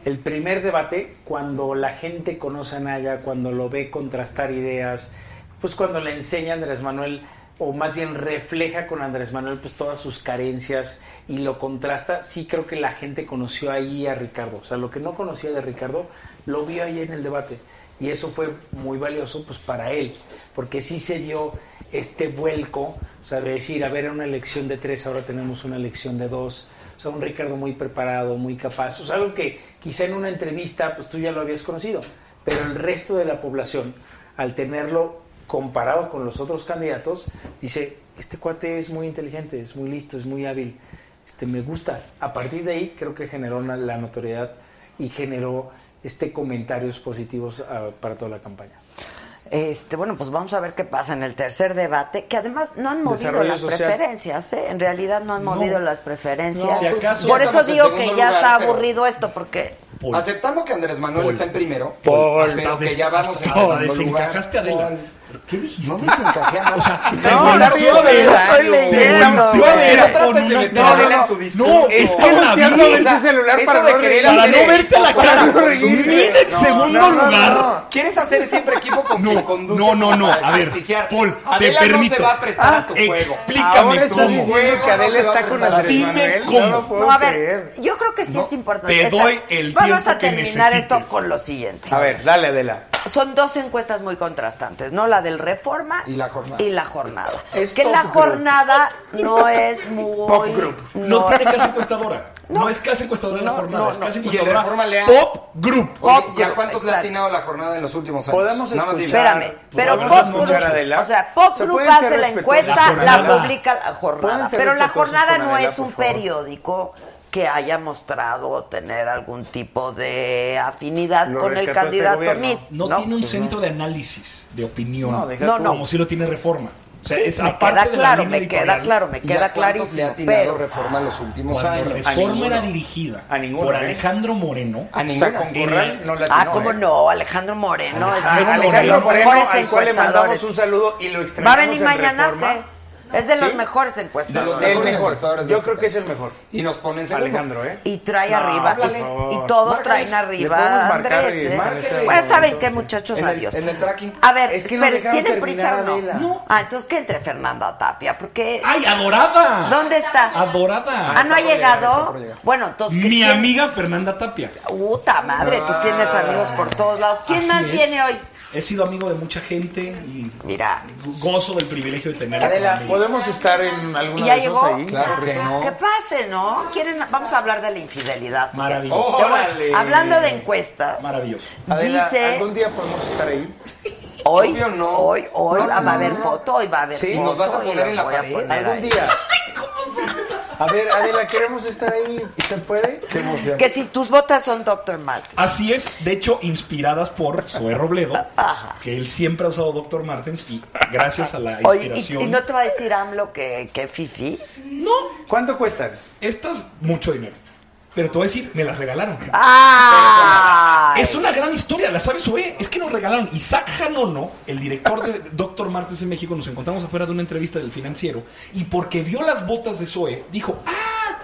El primer debate, cuando la gente conoce a Anaya, cuando lo ve contrastar ideas, pues cuando le enseña a Andrés Manuel, o más bien refleja con Andrés Manuel, pues todas sus carencias y lo contrasta, sí creo que la gente conoció ahí a Ricardo. O sea, lo que no conocía de Ricardo, lo vio ahí en el debate. Y eso fue muy valioso, pues para él, porque sí se dio este vuelco, o sea, de decir, a ver, era una elección de tres, ahora tenemos una elección de dos, o sea, un Ricardo muy preparado, muy capaz, o sea, algo que quizá en una entrevista, pues tú ya lo habías conocido, pero el resto de la población, al tenerlo comparado con los otros candidatos, dice, este cuate es muy inteligente, es muy listo, es muy hábil, este me gusta. A partir de ahí creo que generó una- la notoriedad y generó este comentarios positivos ah, para toda la campaña. este, bueno, pues vamos a ver qué pasa en el tercer debate, que además no han movido Desarrollo las social. preferencias, ¿eh? En realidad no han No. movido las preferencias. No, si acaso- Por Ya eso estamos en digo que segundo ya lugar, está pero- aburrido esto, porque Paul. Aceptando que Andrés Manuel está en primero, Paul, pero hasta que des- ya vamos en hasta segundo lugar. desencajaste a Adela. ¿Qué dijiste? No desencajé a nada. [LAUGHS] está No, igual. la vio, ¿verdad? Te volteó leyendo, a ver güey. con Otra vez se una metió cara. Adela en tu discurso. No, es que la volteando vi. de su celular Eso para de no querer reírse. Para hacer no verte la para cara. no reírse. Mide el No, segundo no, no, lugar. no. ¿Quieres hacer siempre equipo con No, quien conduce? no, no, no. para A ver, desprestigiar? Paul, te Adela permito. Ah, no se va a prestar a tu juego. Explícame Ahora estás cómo. diciendo que Adela No se va a está con prestar a Andrés Dime Manuel. cómo. No lo puedo No, a ver, creer. yo creo que sí es importante. te Esta- doy el Vamos a tiempo que terminar esto necesites. con lo siguiente. A ver, dale, Adela. Son dos encuestas muy contrastantes, ¿no? La del Reforma Y la jornada. y la jornada. Es que pop la group. jornada no es muy. Pop group. No tiene casa encuestadora. No es casa encuestadora en la No, jornada, no, es casa no. Y el de encuestadora Reforma le ha- Pop Group. Oye, ¿Y Pop, a cuántos le ha exacto. atinado la jornada en los últimos años? Podemos Nada más dime. escuchar. Espérame, pero Podemos Pop escuchar a Group, Adela. o sea, Pop O sea, Group pueden ser hace la respetuosos. encuesta, La la, jornada. publica la jornada, Pueden ser pero la respetuosos jornada con no Adela, es un por favor. periódico que haya mostrado tener algún tipo de afinidad Lo con el rescató este candidato gobierno. Meade, No, ¿no? tiene un centro de análisis, de opinión. No, deja No, tú. no. Como si lo tiene Reforma. O sea, Sí, es me aparte queda de la claro, línea me queda editorial. claro, me ¿Y a queda cuántos le ha clarísimo. atinado Pero Reforma en los últimos Cuando años? A Reforma ninguno. era dirigida A ninguno, por ¿eh? Alejandro Moreno. A O ninguna. sea, con Corral no la Ah, atinó, cómo ¿eh? no, Alejandro Moreno. es Ah, uno de los Alejandro mejores Moreno, al cual Pues le encuestadores. mandamos un saludo y lo ¿Va extrañamos a venir en mañana? Reforma. ¿qué? Es de los Sí. mejores De los encuestadores. El mejores mejor. encuestadores de Yo este creo que es país. el mejor. Y nos ponen segundo. Alejandro, ¿eh? Y trae No, arriba. háblale, y- por favor. y todos Márcale. traen arriba Le podemos a marcar Andrés. y ¿eh? marcarle. Bueno, ¿saben qué, Entonces, muchachos? en el- Adiós. en el tracking. A ver, Es que no pero dejaron ¿tienen prisa o terminar no? a Adela. No. Ah, entonces que entre Fernanda Tapia, porque... ¡Ay, adorada! ¿Dónde está? Adorada. Ah, ¿no ha por llegar, está llegado? por llegar. Bueno, entonces... ¿qué- Mi quién- amiga Fernanda Tapia. Puta madre, tú tienes Ah. amigos por todos lados. ¿Quién Así más es. viene hoy? He sido amigo de mucha gente y Mira, gozo del privilegio de tenerla. Adela, conmigo. ¿podemos estar en ¿y alguna ya de esos llegó? ahí? Claro que no. Que pase, ¿no? ¿Quieren, vamos a hablar de la infidelidad. porque- Maravilloso. Ya, bueno, Órale. Hablando de encuestas, Maravilloso. Adela, dice... ¿algún día podemos estar ahí? Hoy, Obvio no. hoy, hoy No, va sí, a haber no. foto, hoy va a haber Sí, foto. Y nos vas a y poner la en la voy a pared. poner Algún ahí. [LAUGHS] día. A ver, Adela, queremos estar ahí. ¿Se puede? Qué emoción. Que si tus botas son Dr. Martens. Así es, de hecho, inspiradas por [LAUGHS] Zoe Robledo, que él siempre ha usado Dr. Martens y gracias a la Oye, y, inspiración. y no te va a decir AMLO que, que Fifi. ¿Cuánto cuestan? Estas, mucho dinero. Pero te voy a decir, me las regalaron. ¡Ah! Es una gran historia, la sabe Zoe. Es que nos regalaron. Isaac Janono, el director de Doctor Martes en México, nos encontramos afuera de una entrevista del financiero. Y porque vio las botas de Zoe, dijo: ¡Ah!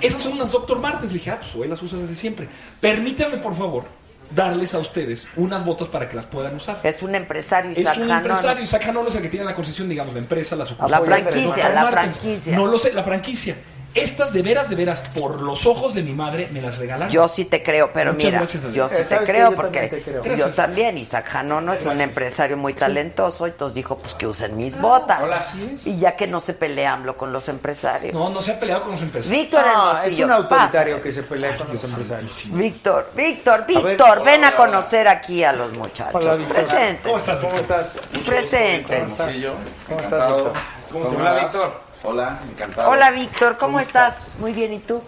Esas son unas Doctor Martes. Le dije: Ah, pues Zoe las usa desde siempre. Permítanme, por favor, darles a ustedes unas botas para que las puedan usar. Es un empresario Es Isaac un Hanón. empresario, Isaac Hanón es el que tiene la concesión, digamos, la empresa, la sucursal. La de franquicia, Dr. la Martens. franquicia. No lo sé, la franquicia. Estas de veras, de veras, por los ojos de mi madre, me las regalaron. Yo sí te creo, pero Muchas mira, gracias, Adela. yo sí Eh, te ¿sabes qué? creo Yo porque también te creo. yo Gracias. también, Isaac Janono es un empresario muy talentoso, entonces dijo, pues que usen mis botas. Hola, así es. Y ya que no se pelea AMLO con los empresarios. No, no se ha peleado con los empresarios. Víctor Ah, es Hermosillo, un autoritario pasa. que se pelea con los empresarios. Víctor, Víctor, ver, Víctor, hola, ven a hola. conocer aquí a los muchachos. Hola, Víctor. Presente. ¿Cómo estás, ¿Cómo Víctor? estás? Presente. Hermosillo, ¿Cómo estás, encantado. Víctor? ¿Cómo te estás? va, Víctor? Hola, encantado. Hola, Víctor, ¿cómo estás? Muy bien, ¿y tú?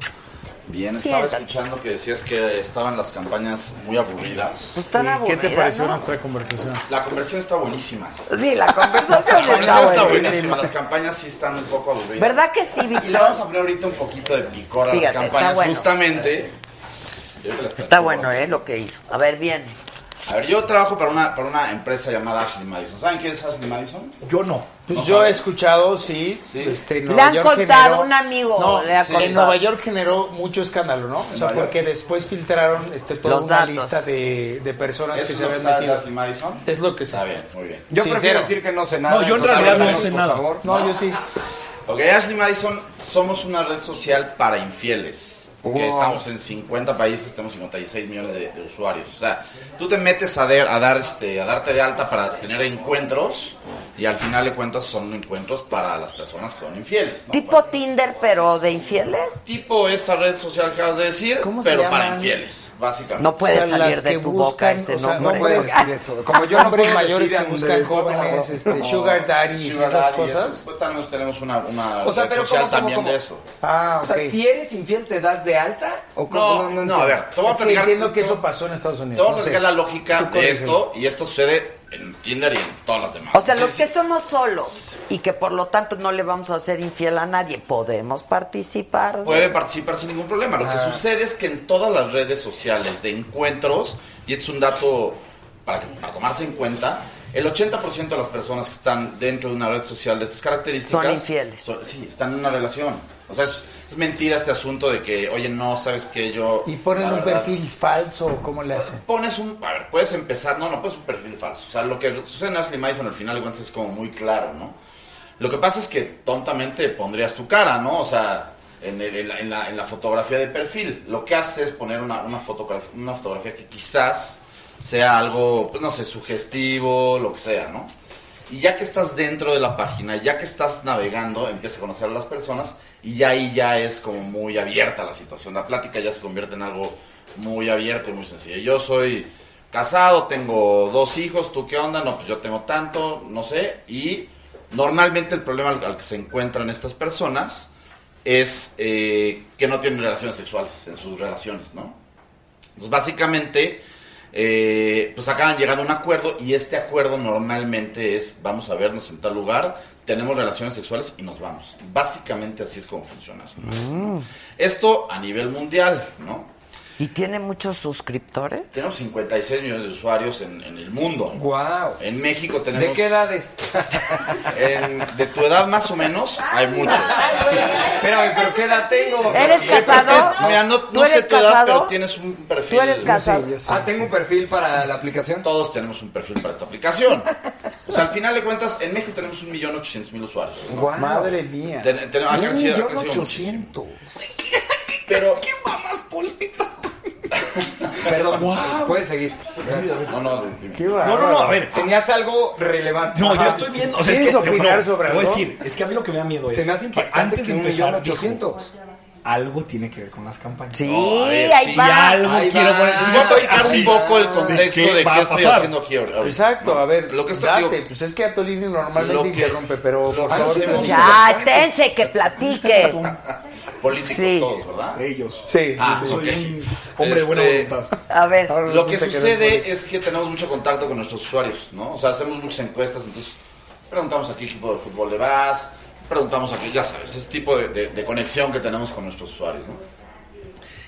Bien, Siéntate. estaba escuchando que decías que estaban las campañas muy aburridas. Pues tan ¿Qué aburrida, te pareció ¿no? nuestra conversación? La conversión está buenísima. Sí, la [LAUGHS] La conversación conversión está está buena. buenísima. Las campañas sí están un poco aburridas. ¿Verdad que sí, Y le vamos Víctor? a poner ahorita un poquito de picor a Fíjate, las está campañas, bueno. justamente. Yo te las Está platico. bueno, ¿eh? Lo que hizo. A ver, bien. A ver, yo trabajo para una, para una empresa llamada Ashley Madison. ¿Saben quién es Ashley Madison? Yo no. Pues yo he escuchado, sí. Sí. este, en Le Nueva han York contado, generó- un amigo No, le ha sí. contado. en Nueva York generó mucho escándalo, ¿no? O sea, Nueva York. porque después filtraron este, toda Los una datos. lista de, de personas ¿Eso que ¿Es se lo que habían sabe de metido. Ashley Madison? Es lo que Está sabe. bien, muy bien. Yo Sincero. prefiero decir que no sé nada. No, yo en Entonces, realidad háblanos, no sé por nada. favor. No, yo sí. Ok, Ashley Madison, somos una red social para infieles. Que estamos en 50 países, tenemos 56 millones de, de usuarios. O sea, tú te metes a, de- a dar, este, a darte de alta para tener encuentros y al final de cuentas son encuentros para las personas que son infieles. ¿no? Tipo Tinder, pero de infieles. Tipo esta red social que acabas de decir, ¿Cómo se pero para llaman? infieles, básicamente. No puede O sea, salir las de que tu buscan, boca ese o sea, nombre. no puedes [LAUGHS] decir eso. Como yo no Hombres puedo decir mayores que a buscan ustedes, jóvenes, no, este, no. sugar daddies y Sugar esas daddy y eso. cosas. Pues también tenemos una, una O sea, red pero social ¿cómo, cómo, también cómo? de eso. Ah, O ok. sea, si eres infiel, ¿te das de alta? ¿O cómo? No, no, a ver, te voy a Es que platicar. entiendo que eso pasó en Estados Te voy a Unidos. platicar la lógica Tú corrígeme. de esto, y esto sucede en Tinder y en todas las demás. O sea, Sí, los sí. que somos solos y que por lo tanto no le vamos a ser infiel a nadie, podemos participar. de- Puede participar sin ningún problema. Lo que sucede es que en todas las redes sociales de encuentros, y es un dato para, que- para tomarse en cuenta, el 80% de las personas que están dentro de una red social de estas características... Son infieles. son- sí, están en una relación. O sea, es, es mentira este asunto de que, oye, no, sabes que yo... ¿Y ponen la un verdad, perfil falso o cómo le hacen? Pones un. A ver, puedes empezar. No, no puedes un perfil falso. O sea, lo que sucede en Ashley Madison al final de cuentas es como muy claro, ¿no? Lo que pasa es que tontamente pondrías tu cara, ¿no? O sea, en, el- en la, en la- en la fotografía de perfil. Lo que hace es poner una, una, fotografía, una fotografía que quizás sea algo, pues no sé, sugestivo, lo que sea, ¿no? Y ya que estás dentro de la página, ya que estás navegando, empiezas a conocer a las personas y ya ahí ya es como muy abierta la situación. La plática ya se convierte en algo muy abierto y muy sencillo. Yo soy casado, tengo dos hijos, ¿tú qué onda? No, pues yo tengo tanto, no sé. Y normalmente el problema al, al que se encuentran estas personas es eh, que no tienen relaciones sexuales en sus relaciones, ¿no? Pues básicamente, eh, pues acaban llegando a un acuerdo y este acuerdo normalmente es, vamos a vernos en tal lugar, tenemos relaciones sexuales y nos vamos. Básicamente así es como funciona. ¿no? Esto a nivel mundial, ¿no? Mm. ¿Y tiene muchos suscriptores? Tenemos 56 millones de usuarios en, en el mundo. Guau. En México tenemos... ¿De qué edades? [LAUGHS] en- de tu edad más o menos, hay muchos. Espérame, pero ¿qué edad tengo? ¿Eres casado? Mira, no, ¿Tú no sé eres tu edad, casado? pero tienes un perfil... ¿Tú eres casado? Ah, tengo un perfil para la aplicación. Todos tenemos un perfil para esta aplicación. O sea, al final de cuentas, en México tenemos 1.800.000 usuarios. ¿no? Guau. Madre mía. Ten- ten- ha crecido, ha crecido muchísimo. Pero, ¿quién va más polita? Perdón. Puedes seguir. No, no, dime. Qué No, no, no, a ver. Tenías algo relevante. No, yo Ajá. estoy viendo. O sea, es ¿Quieres que, opinar no, sobre te voy a algo? decir, es que a mí lo que me da miedo es. Se me hace que impactante antes de que un empezar, millón ochocientos. dijo, algo tiene que ver con las campañas. Sí, No, a ver, ahí sí, Y va. algo ahí quiero va. poner. Les Entonces, voy a yo estoy platicar así. un poco el ¿De contexto de qué, va a estoy pasar? haciendo aquí ahorita. Exacto, ¿no? a ver, Lo que estoy- date, digo- pues es que a Tolini Lo normalmente que- interrumpe, pero por Ah, no, favor, sí, dime. sí, Ya, esténse, que platique. Políticos Sí. todos, ¿verdad? Ellos. Sí, Ah, sí, sí. Soy ok. un hombre de buena Este, voluntad. A ver, Ahora Lo que resulta no sucede es que tenemos mucho contacto con nuestros usuarios, ¿no? O sea, hacemos muchas encuestas, entonces preguntamos a qué equipo de fútbol le vas, preguntamos a qué, ya sabes, ese tipo de, de- de conexión que tenemos con nuestros usuarios, ¿no?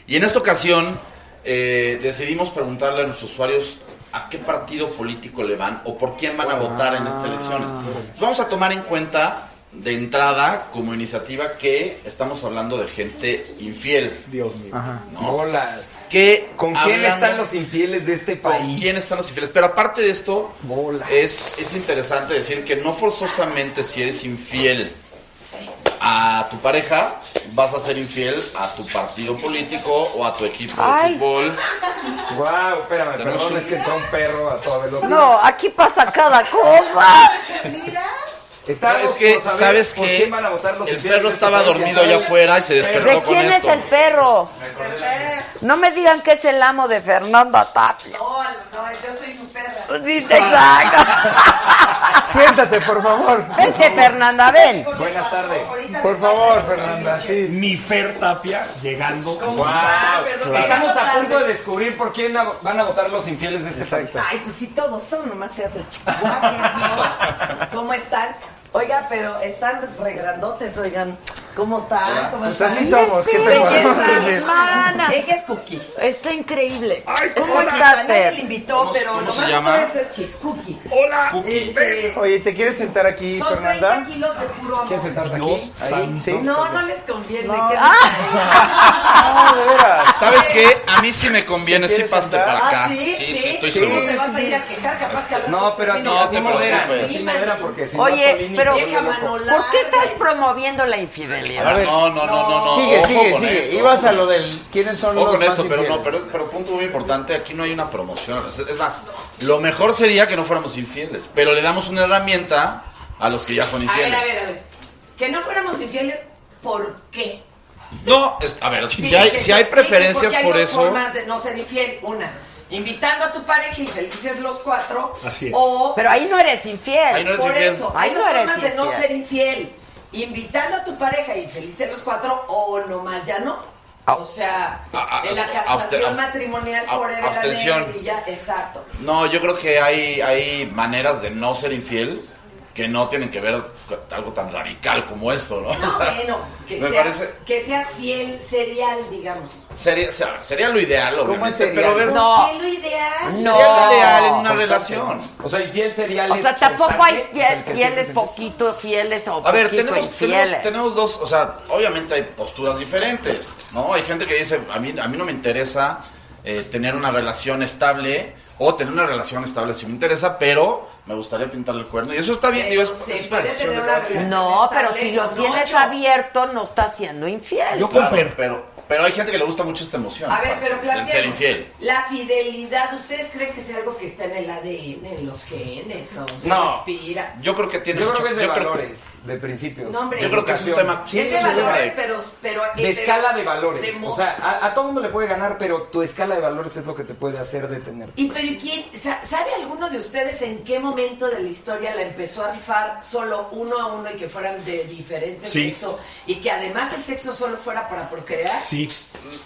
Y en esta ocasión eh, decidimos preguntarle a nuestros usuarios a qué partido político le van o por quién van a votar en estas elecciones. Entonces, vamos a tomar en cuenta de entrada como iniciativa que estamos hablando de gente infiel, Dios mío. ¿no? Bolas. Que ¿Con quién hablando- están los infieles de este ¿Con país? quién están los infieles? Pero aparte de esto, Bolas. es, es interesante decir que no forzosamente si eres infiel a tu pareja, vas a ser infiel a tu partido político o a tu equipo Ay. de fútbol. Wow, espérame, Tenemos perdón, un- es que entró un perro a toda velocidad. no, aquí pasa cada cosa. Mira, Estábamos es que, por saber ¿sabes por que quién van a votar los El infieles perro de este estaba país, dormido allá ¿sabes? afuera y se ¿De despertó con quién es esto. el perro? No me digan que es el amo de Fernanda Tapia. no, no, yo soy su perra. Sí, [LAUGHS] exacto. Siéntate, por favor. Vente, Fernanda, ven. Buenas tardes. Por favor, Fernanda, sí. Mi Fer Tapia llegando. Wow. Estamos a punto de descubrir por quién a- van a votar los infieles de este país. Ay, pues sí, todos son, nomás se hacen guajes, ¿no? ¿Cómo están? Oiga, pero están regrandotes, oigan. ¿Cómo están? ¿Cómo Pues están? así somos, ¿qué te podemos decir? Hermana, Ella es Cookie. Está increíble. ¿Cómo Cookie, estás, nadie le Fer? invitó, ¿Cómo- pero cómo nomás se llama? puede ser chis, Cookie. Hola. Este, Oye, ¿te quieres sentar aquí, son 30 Fernanda? kilos de puro amor. ¿Quién sentarte aquí? Dios santo. sí. No, no les conviene. qué Ah, de [LAUGHS] veras. ¿Sabes qué? A mí sí me conviene, ¿Te sí quieres paste sentar? para rico. acá. Ah, Sí, sí, estoy ¿Cómo seguro. te vas a ir a quejar? Capaz que al No, rato- pero así, No, así te moderan, preocupes. así moderan porque si no, Oye, Tolini se pero vuelve loco. ¿por qué estás promoviendo la A infidelidad? ver, no, no, no, no, no. Sigue, ojo sigue, con sigue. esto, Ibas ojo a con lo esto. del quiénes son Ojo los con más esto, pero no, infieles? pero, es- pero punto muy importante, aquí no hay una promoción. Es, es más, lo mejor sería que no fuéramos infieles, pero le damos una herramienta a los que ya son A ver, infieles. a ver, a ver. Que no fuéramos infieles, ¿por qué? No, es- a ver, si Sí, hay, que si te hay expliquen preferencias porque hay por dos eso, formas de no ser infiel. Una, invitando a tu pareja y felices los cuatro. Así es. O Pero ahí no eres infiel. Ahí no eres por infiel. eso, Ahí hay no dos eres formas de no infiel. ser infiel. Invitando a tu pareja y felices los cuatro o nomás ya no. Ah. O sea, Ah, ah, de la abste- castración abste- matrimonial ab- forever and abstención. ever y ya, exacto. no, yo creo que hay, hay maneras de no ser infiel que no tienen que ver con algo tan radical como eso, ¿no? No, O sea, bueno, que Ah, me seas, parece- que seas fiel serial, digamos. sería, o sea, sería lo ideal, obviamente, sería? pero a ver, No. ¿Qué lo ideal? No. sería lo ideal en una Constante. relación. O sea, infiel sería O sea, tampoco hay fiel- fieles poquito fieles o A ver, poquito tenemos, tenemos, infieles. tenemos dos, o sea, obviamente hay posturas diferentes, ¿no? Hay gente que dice, a mí, a mí no me interesa eh, tener una relación estable, o tener una relación estable si me interesa, pero me gustaría pintarle el cuerno. Y eso está bien, digo, es, Se es una puede decisión de tener cada una quien. No, Estable pero si lo con tienes ocho. abierto, no estás siendo infiel. Yo Claro, con Fer. pero, pero hay gente que le gusta mucho esta emoción. A ver, aparte, pero del ser planteemos. infiel. La fidelidad, ¿ustedes creen que es algo que está en el ADN, en los genes, o se No. respira? Yo creo que tiene Yo mucho- creo que es de yo creo- valores, de principios. No, hombre. yo creo que es un Educación. tema es de un tema valores, de- pero, eh, pero... De escala de de valores. mo- O sea, a, a todo mundo le puede ganar, pero tu escala de valores es lo que te puede hacer detener. ¿Y pero ¿y quién? sa- ¿Sabe alguno de ustedes en qué momento de la historia la empezó a rifar solo uno a uno y que fueran de diferente Sí. sexo? Y que además el sexo solo fuera para procrear? Sí.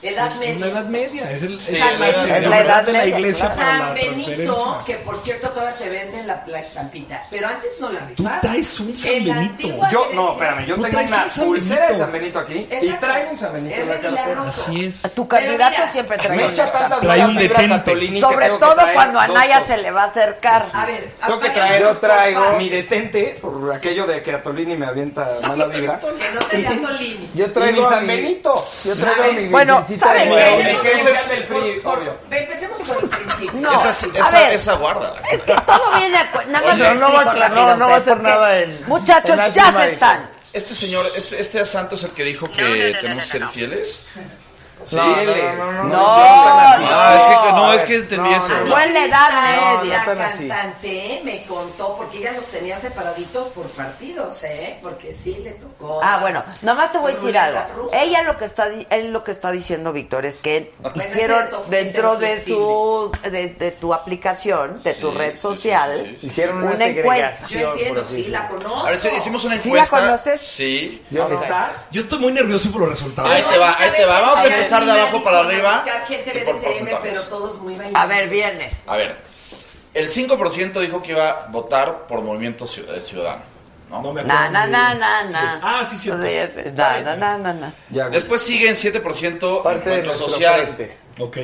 Edad media. La Edad Media. Es, el, Sí, es la Edad Media. la, La Edad edad de la Media, iglesia para la San Benito, transferencia. que por cierto todavía te venden la, la estampita, pero antes no la rifaban. traes Ah, un San En la Benito. antigua Yo, Grecia- no, espérame, yo Tú tengo traes una un San pulsera de Benito. San Benito aquí y Exacto. traigo un San Benito Es en la de cartera. milagroso. Así es. Tu Pero candidato mira, siempre Me trae echa una tantas Trae un malas vibras a detente. Tolini que Sobre tengo que todo traer cuando a dos Anaya cosas. se le va a acercar. A ver, Tengo que apágame traer los Yo traigo. compas, mi detente por aquello de que a Tolini me avienta mala vibra. Que no te dan Tolini. Yo Y mi traigo a San mi... Benito. Yo traigo a mi Bueno, virgencita ¿saben de qué? nuevo. Bueno, entonces- Empecemos por- por- Empecemos por el principio. No, esa, a esa, ver, esa guárdala. es que todo viene a cu- nada más Oye, lo no explico va- no, rápido, no va a Fer, ser porque, nada en- Muchachos, en ya Alzheimer se eso. están. Este señor, este, este santo es el que dijo que tenemos que ser fieles. Chiles. no, no, no, no, Ah, no, es que a no, es ver, que entendí no, eso. no, No, no. Fue la edad Esta, media. La No tan así. cantante eh, me contó, porque ella los tenía separaditos por partidos, ¿eh? Porque sí le tocó. Ah, bueno, nomás te voy a decir Ruleta algo. rusa. Ella lo que está, di- él lo que está diciendo, Víctor, es que ese hicieron dato fue dentro de flexible. su, de, de tu aplicación, de tu Sí, red sí, sí, social, sí, sí. Hicieron una encuesta. segregación, Yo entiendo, por así sí, la decirlo. A ver, sí, hicimos una ¿Sí la encuesta. conoces? Sí. ¿Ya estás? Yo estoy muy nervioso por los resultados. Ahí te va, ahí te va. Vamos a Oigan, empezar de dime, abajo para dicen, arriba. buscar gente y de por DCM, porcentajes. pero todos muy A bailables. ver, viene. A ver, el 5% dijo que iba a votar por Movimiento Ciu- eh, Ciudadano. ¿no? No me acuerdo. Na, na, na, na, Sí. na. Ah, sí, cierto. Sí, sí, Na, na, na, na, na. Ya, güey. Después sigue en 7% Parte de Encuentro nuestro Social. frente. Ok.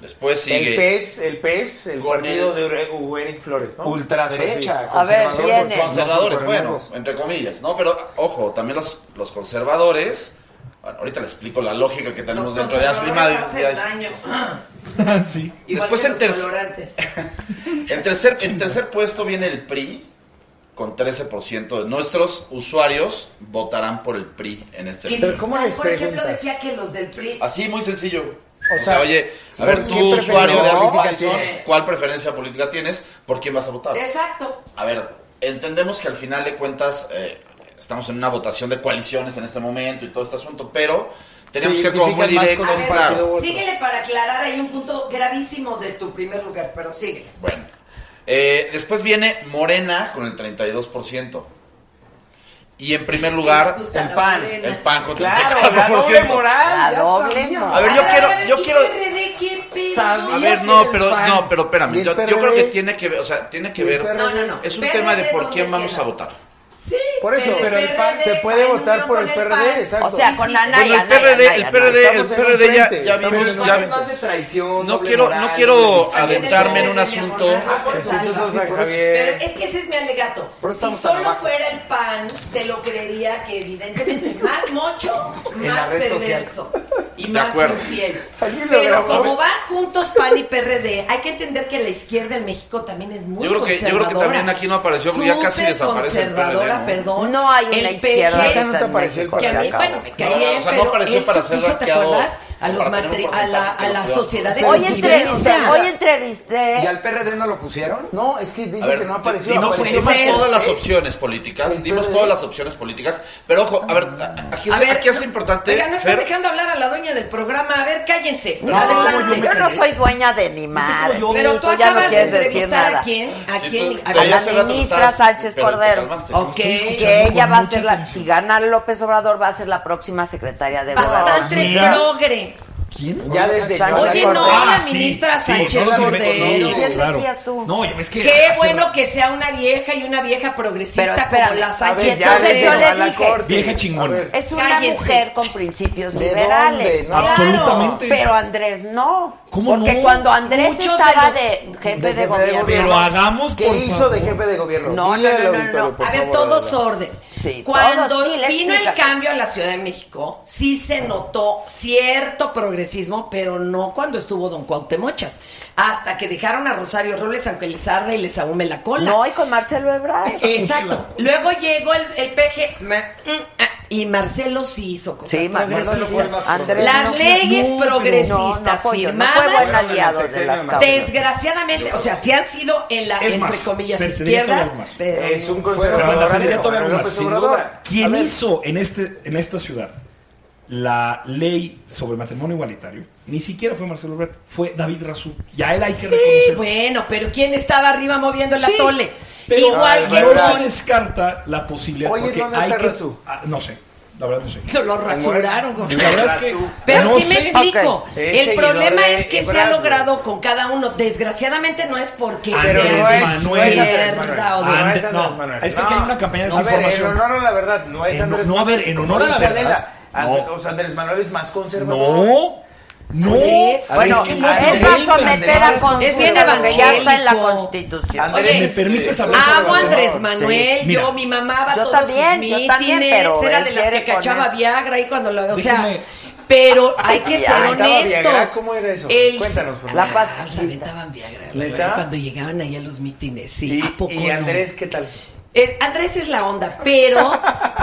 Después El sigue PES, el PES, el Con partido el- de Ure- Hugo Eric Flores, ¿no? Ultraderecha, A ver, conservador, viene. pues, son- Conservadores, son bueno, correnudos. entre comillas, ¿no? Pero ojo, también los, los conservadores. bueno, ahorita les explico la lógica que tenemos Los dentro de Ashley conservadores Madison. hacen daño. [LAUGHS] sí. Igual Después que en los tercer- colorantes. En tercer, en tercer puesto viene el PRI, con 13% de nuestros usuarios votarán por el PRI en este Que elección. Pero ¿cómo Gistal, les por ejemplo, preguntas? decía que los del PRI. Así, muy sencillo. O O, sea, sea, oye, a ¿por ver, qué tú usuario de preferencia Apple política Madison, tienes? ¿cuál preferencia política tienes? ¿Por quién vas a votar? Exacto. A ver, entendemos que al final de cuentas eh, estamos en una votación de coaliciones en este momento y todo este asunto, pero tenemos Se que ser como muy identifican directos. más con un claro. partido. otro. Síguele para aclarar, hay un punto gravísimo de tu primer lugar, pero síguele. Bueno, eh, después viene Morena con el 32%. Y en primer lugar, Sí, les gusta el la pan, morena. el PAN con Claro, la doble 34%. moral. La ya doble sabía. moral. A ver, yo Ay, quiero, a ver, yo ¿y quiero. PRD, ¿qué pedo? Sabe- A ver, que no, el pero, PAN. no, pero ¿Y espérame. el Yo, yo PRD? creo que tiene que ver, o sea, tiene que ¿Y el ver. PRD? No, no, no. Es un PRD tema de por quién ¿dónde vamos queda? a votar. Sí, Por eso, pero el PAN se puede PAN votar unió por con el PRD, exacto. O sea, con Anaya, Bueno, el Anaya, PRD, Anaya, el PRD, el Estamos en un PRD ya, frente, ya estamos vimos, en un ya- frente. Más de traición, no doble quiero, moral, no quiero doble También aventarme en un es doble asunto. moral, pues, Estos algo. dos a Pero Javier. es que ese es mi alegato. Por eso Si estamos tan solo abajo. fuera el pan, te lo creería que [LAUGHS] evidentemente más mocho, En la más red social. perverso y más acuerdo. infiel. Alguien lo Pero grabó. como van juntos PAN y PRD, hay que entender que la izquierda en México también es muy Yo creo que- yo creo que conservadora. también aquí no apareció, porque ya casi desaparece el PRD, Superconservadora, ¿no? perdón. No hay El una izquierda. PG, no te apareció el México, que a se mí, acabó. bueno, me No, cae o bien, sea, no pero apareció él para se ser puso, ¿te hackeado acuerdas? A, o los para tener un matri- a la, porcentaje a la que lo sociedad de Hoy entrevisté, convivencia. hoy entrevisté. ¿Y al PRD no lo pusieron? No, es que A dice ver, que no y apareció. no apareció pusimos más todas las ¿eh? opciones políticas, El dimos PRD. todas las opciones políticas, pero ojo, a ver, Mm. a- aquí, es, A ver, aquí es no- importante, Oiga, no están Fer, dejando hablar a la dueña del programa. A ver, cállense. No, Adelante. yo no soy dueña de ni madre. yo- Pero tú, Tú ya no acabas de quieres decir entrevistar nada. a quién. A Sí, quién. tú- a tú quién- ya la hace rato que ministra estabas- Sánchez pero te Cordero. calmaste. Ok. Que ella con va a mucha ser la, atención. si gana López Obrador, va a ser la próxima secretaria de Gobernación. Bastante Ah, progre. ¿Quién? Ya desde Sánchez Ah, Sánchez Oye, no, Cordero. la ministra Sánchez no, no, sí, Cordero. sí, claro. decías tú? No, yo es que. Qué hace- bueno que sea una vieja y una vieja progresista Pero espérame, como la a ver, Sánchez ya Cordero. desde- yo le a la dije, corte. vieja A chingona. ver, Es una Cállense. mujer con principios ¿De liberales. dónde? No. Claro. Absolutamente. Pero Andrés no. ¿Cómo Porque no? cuando Andrés Muchos de estaba los- de, jefe de, de gobierno. Pero hagamos ¿Qué por hizo favor. de jefe de gobierno? No, Dile no, al no, no, auditorio, no. por A ver, favor, todos Adela. orden. Sí, Cuando todos, dile, vino el explícate. cambio a la Ciudad de México, sí se notó cierto progresismo, pero no cuando estuvo Don Cuauhtémochas. Hasta que dejaron a Rosario Robles, aunque les arde y les ahume la cola. No, y con Marcelo Ebrard. Exacto. Luego llegó el, el PG ma- mm, ah, y Marcelo sí hizo cosas Sí, Marcelo progresistas. fue el más progresista. Las No, leyes no, pero- progresistas No, no apoyo, no firmadas fue buen Bueno, en el aliado de sexenio las de causas. Desgraciadamente, o sea, sí han sido en la, Es entre más, comillas, te- te diría izquierdas, todavía más. pero Es un Fernanda conservador. Pereira Andrés todavía Manuel algo más, López sin Obrador. duda. ¿Quién A ver, hizo en, este, en esta ciudad la ley sobre matrimonio igualitario? Ni siquiera fue Marcelo Ebrard, fue David Razú. Y a él hay que Sí, pues, reconocer. bueno, pero ¿quién estaba arriba moviendo el Sí, atole? pero Igual que no Ebrard. se descarta la posibilidad Oye, porque ¿dónde hay está que Razú? Ah, no sé, la verdad no sé. lo, lo rasuraron. La verdad es que Pero no sí me sé. explico. Ok. Es El seguidor problema de es que se ha Ebrard, logrado con cada uno. Desgraciadamente no es porque Pero sea no es- no es Andrés izquierda o Manuel. de- Ah, Ande- no es Andrés no, Manuel. es que aquí hay una campaña de no, a ver, en desinformación. honor a la verdad, no es En- Andrés no, a ver, en honor a la Dice verdad. Adela, And- No. O sea, Andrés Manuel es más conservador. No, no. Pues, es Bueno, que no se él va a puede someter inventar. a Es bien consulta lo que ya está en la evangélico. Constitución. Andrés, Oye, ¿Me permites hablar sobre Amo a el tema? Andrés Manuel, Sí, mira. yo, mi mamá va a Yo todos también, sus yo mítines, también, pero era él de las que quiere cachaba poner- Viagra y cuando lo, o Déjeme- sea, pero hay que ser ¿Aventaba Viagra? honestos. ¿Cómo era eso? El- Cuéntanos, por La favor. Ah, se pastillita. aventaban Viagra, ¿Neta? güey, cuando llegaban ahí a los mítines, sí, Y, ¿a poco y no? Andrés, ¿qué tal? Eh, Andrés es la onda, pero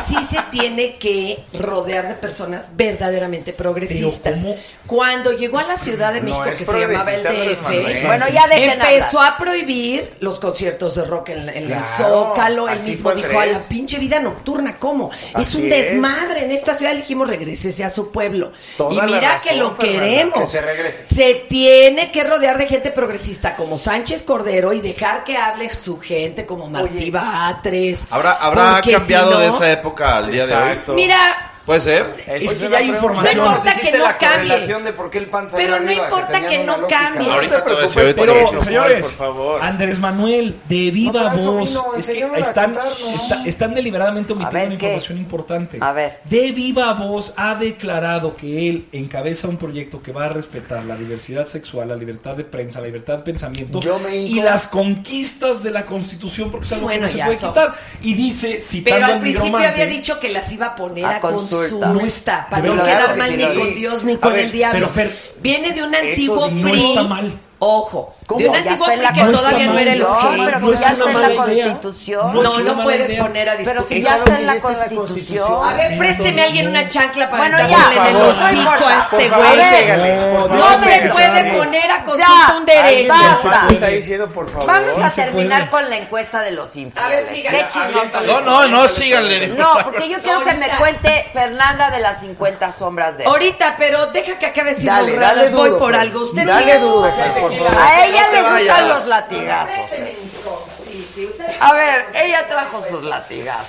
sí se tiene que rodear de personas verdaderamente progresistas. Cuando llegó a la Ciudad de No México, es que se llamaba el progresista, Andrés DF, Manuel. Bueno, ya dejen empezó a prohibir los conciertos de rock en, en Claro, el Zócalo. Él así mismo fue dijo, a Andrés. la pinche vida nocturna, ¿cómo? es Así un es. desmadre en esta ciudad. Le dijimos, regrésese a su pueblo. Toda y la mira que razón, lo Fernanda, queremos. que se regrese. Se tiene que rodear de gente progresista como Sánchez Cordero y dejar que hable su gente como Martí Batres. ¿Habrá, habrá Porque cambiado si no- de esa época al día Exacto. de hoy? Mira, ¿Puede ser? Es que ya hay información. No importa Dijiste que no la cambie. correlación de por qué el pan salió Pero no arriba, importa tenían que una no lógica. cambie. Ahorita te voy a decir, ahorita te voy a Pero, decir. señores, Por favor. Andrés Manuel, de viva por eso voz. vino, es que enseñaron a están, cantarnos. está- están deliberadamente omitiendo ver, una ¿qué? información importante. A ver. De viva voz ha declarado que él encabeza un proyecto que va a respetar la diversidad sexual, la libertad de prensa, la libertad de pensamiento Yo me hinco. y las conquistas de la Constitución, porque es algo Bueno, que no se ya puede son. quitar. Y dice, citando Pero al al principio nigromante, había dicho que las iba a poner A a, consulta. consulta. No está, para de no verdad, quedar que mal sí ni lo con vi. Dios ni A con ver, el diablo. pero, Fer, Viene de un antiguo no PRI. está mal. Ojo, ¿Cómo? de un Ya antiguo está en PRI la que Constitución. todavía no era el No, ojete. pero No si es ya una está en la mala idea. Constitución. No es No, una no mala puedes idea. poner a Pero si disposición. ya está en la Eso lo que dice la Constitución. Constitución. A ver, présteme alguien una chancla para Bueno, meterle ya, en el por favor, hocico no a importa, este por favor, güey. pégale, por No favor, se pégale. puede poner a consulta Ya, un derecho. basta. Ay, está diciendo, por favor. Vamos a Sí se terminar puede. con la encuesta de los infieles. A ver, sígale. Qué chingón. No, no, no, síganle. No, porque yo quiero que me Ahorita. cuente Fernanda de las 50 sombras de. Ahorita, pero deja que acabe sin Dale, dale honradas. Voy por duro, pues. Fer. algo. Usted Dale sigue- duro, Fer, por favor. A ella No te le gustan vayas. los latigazos. Présteme mis cosas. Sí, sí, usted- A ver, ella trajo sus latigazos.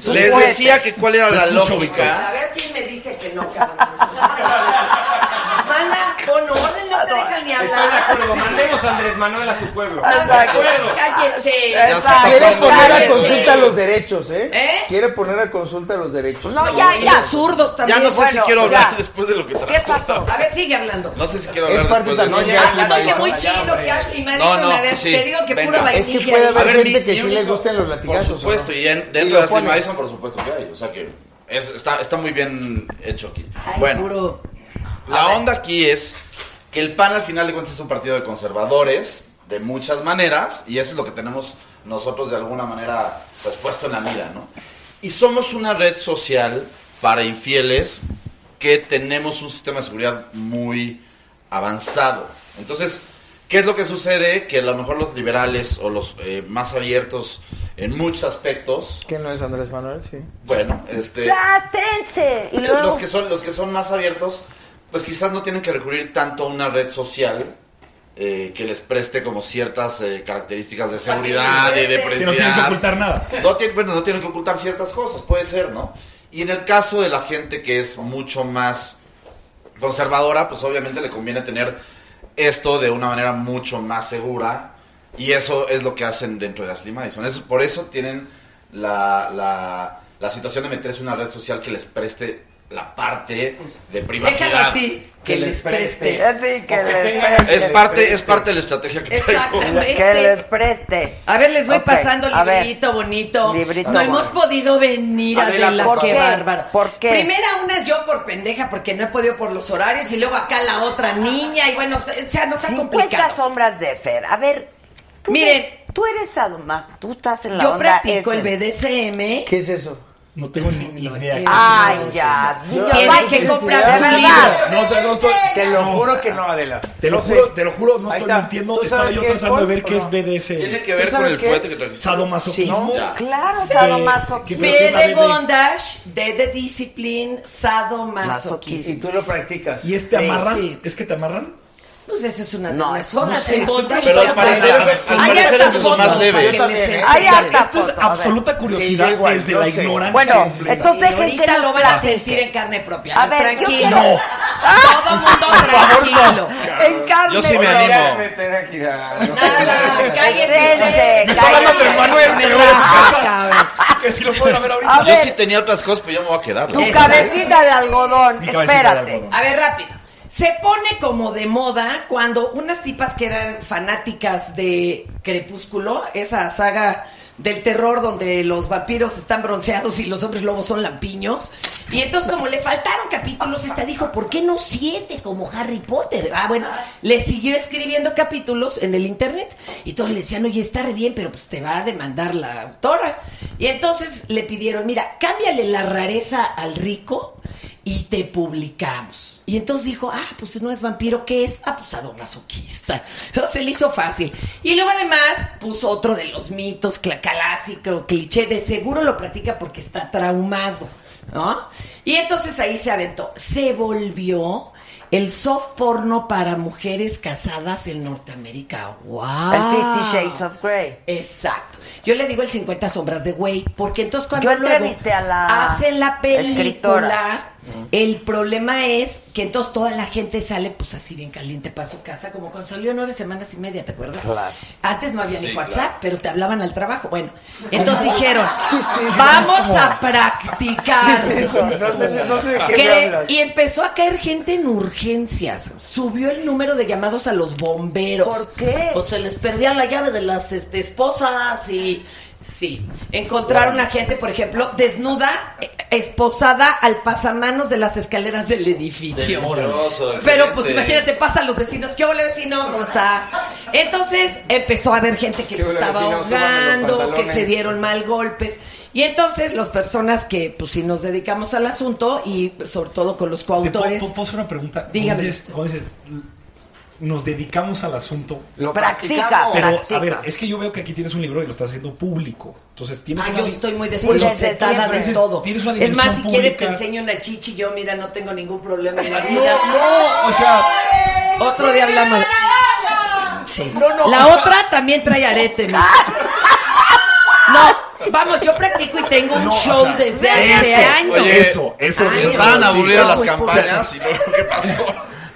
Su Les fuerte. decía que cuál era la A lógica. ver quién me dice que no, [LAUGHS] cabrón. Mana, con orden no te dejan ni Estoy hablar. de acuerdo, mandemos a Andrés Manuel a su pueblo. Ah, Exacto. Cállese. Ya se está Quiere poniendo poner a Cállese. consulta los derechos, ¿eh? ¿Eh? Quiere poner a consulta los derechos. No, ya, Y ya. los zurdos Ya también. no sé si Bueno, quiero hablar ya. después de lo que ¿Qué trajo. pasó? A ver, sigue hablando. No sé si quiero Es hablar parte después de eso. también. Ah, no, que Madison, muy ya, chido hombre. que Ashley Madison, No, no, a ver, sí, te digo que puro venga. Es vainilla. que puede ahí. haber A ver, gente mi- que mi sí único- les gusten los Por latigazos. ¿o no? supuesto, y en- Y dentro lo de Ashley ponen. Madison, por supuesto que hay. O sea que es- está, está muy bien hecho aquí. Ay, bueno, puro. la onda aquí es que el PAN al final de cuentas es un partido de conservadores de muchas maneras y eso es lo que tenemos nosotros de alguna manera pues, puesto en la mira, ¿no? Y somos una red social para infieles que tenemos un sistema de seguridad muy avanzado. Entonces, ¿qué es lo que sucede? Que a lo mejor los liberales o los eh, más abiertos en muchos aspectos, Que no es Andrés Manuel, sí. bueno, este... Chástense. Y Eh, luego. los que son los que son más abiertos pues quizás no tienen que recurrir tanto a una red social eh, que les preste como ciertas eh, características de seguridad y de que no tienen que privacidad ocultar nada. no tienen, bueno, no tienen que ocultar ciertas cosas puede ser no y en el caso de la gente que es mucho más conservadora pues obviamente le conviene tener esto de una manera mucho más segura y eso es lo que hacen dentro de Ashley Madison. Es, por eso tienen la, la, la situación de meterse en una red social que les preste la parte de privacidad. Déjalo así, que les preste. Así que O que les tengan- preste. Es parte, es parte de la estrategia que traigo. Que les Exactamente. preste. A ver, les voy Ok, pasando a ver. librito bonito. Librito no bonito. hemos podido venir Adela, Adela, por qué favor. bárbaro. ¿Por qué? Primera una es yo por pendeja porque no he podido por los horarios y luego acá la otra niña y bueno, o sea, no está 50 complicado. sombras de Fer. A ver. Tú Miren. de- tú eres además, tú estás en la Yo onda practico ese. el BDSM. ¿Qué es eso? No tengo ni idea. Ay, ya. niño, Tiene vaya, que de comprar verdad. su No, no, no estoy- Te lo juro que no, Adela. Te lo No sé. juro, te lo juro, no Ahí estoy está. mintiendo. ¿Tú Estaba sabes yo qué es tratando de golf ver o qué es no? Tiene BDSM. que ¿Tú ver con sabes el qué fuerte es? que trajiste. Sadomasoquismo. Ya. Claro, Sí. sadomasoquismo. ¿Qué- B la B de de- bondage, D de discipline, sadomasoquismo. Y tú lo practicas. ¿Y este Sí, amarran? sí. ¿Es que te amarran? Pues esa es una No, de las cosas. no sé, entonces, estoy Pero al Ay, parecer es, al ay, parecer hartas es de los más fotos para leves. que ¿eh? les enseñe. Ay, harta Esto es foto, a ver. absoluta curiosidad Sí, yo igual, desde yo la sé. ignorancia. Bueno, completa. entonces dejen que ahorita nos lo van a platique. sentir en carne propia. A ver, yo tranquilo. quiero- Todo mundo tranquilo. En carne. Yo sí me propia. animo. Nada, cállese. Espérense, ustedes. cállese. Está hablando Andrés Manuel, que lo van a sacar. Que si lo pueden haber ahorita. A Yo ver. sí tenía otras cosas, pero yo me voy a quedar. Tu Eso. cabecita de algodón, Mi cabecita de espérate. algodón. A ver, rápido. Se pone como de moda cuando unas tipas que eran fanáticas de Crepúsculo, esa saga del terror donde los vampiros están bronceados y los hombres lobos son lampiños. Y entonces como le faltaron capítulos, esta dijo, ¿por qué no siete como Harry Potter? Ah, bueno, le siguió escribiendo capítulos en el internet y todos le decían, oye, está re bien, pero pues te va a demandar la autora. Y entonces le pidieron, mira, cámbiale la rareza al rico y te publicamos. Y entonces dijo, ah, pues no es vampiro, ¿qué es? Ah, pues sadomasoquista. [LAUGHS] Pero se le hizo fácil. Y luego además puso otro de los mitos cla- clásico, cliché, de seguro lo platica porque está traumado, ¿no? Y entonces ahí se aventó. Se volvió el soft porno para mujeres casadas en Norteamérica. ¡Wow! El Fifty Shades of Grey. Exacto. Yo le digo el 50 sombras de güey, porque entonces cuando Yo luego entrevisté a la hacen la película, escritora. el problema es que entonces toda la gente sale pues así bien caliente para su casa, como cuando salió nueve semanas y media, ¿te acuerdas? Claro. Antes no había Sí, ni claro. WhatsApp, pero te hablaban al trabajo. [LAUGHS] Bueno, entonces dijeron, sí, sí, vamos ¿cómo? a practicar. ¿Qué es eso? No sé- no sé de qué Que- me hablas. Y empezó a caer gente en urgencias. Subió el número de llamados a los bomberos. ¿Por qué? Pues se les perdía la llave de las este, esposas y... Sí, encontraron a gente, por ejemplo, desnuda, eh, esposada al pasamanos de las escaleras del edificio. Delicioso, Pero pues excelente. imagínate, pasan los vecinos, ¿qué hola vecino? ¿Cómo está? Entonces empezó a haber gente que ¿Qué se huele, estaba vecino? Súbame los ahogando, que se pantalones. dieron mal golpes. Y entonces las personas que pues sí nos dedicamos al asunto y sobre todo con los ¿Te puedo, coautores. puedo- puedo hacer una pregunta? Cuando Dígame. dices- cuando dices, nos dedicamos al asunto. Lo Practica, practicamos. Pero, practica. a ver, es que yo veo que aquí tienes un libro y lo estás haciendo público. Entonces tienes Ah, una yo di- estoy muy Por eso, desconcertada de entonces, todo. Tienes una Es más, si dimensión quieres te pública. enseño una chichi, yo mira, no tengo ningún problema en la No, vida. no, o sea- Otro día hablamos. Sí. No, no, la o sea- otra también trae arete. mi. [LAUGHS] No, vamos, yo practico y tengo un No, o show sea, desde eso, hace años. Oye, Eso, eso. Ay, eso. estaban aburridas las Sí, campañas y luego qué pasó.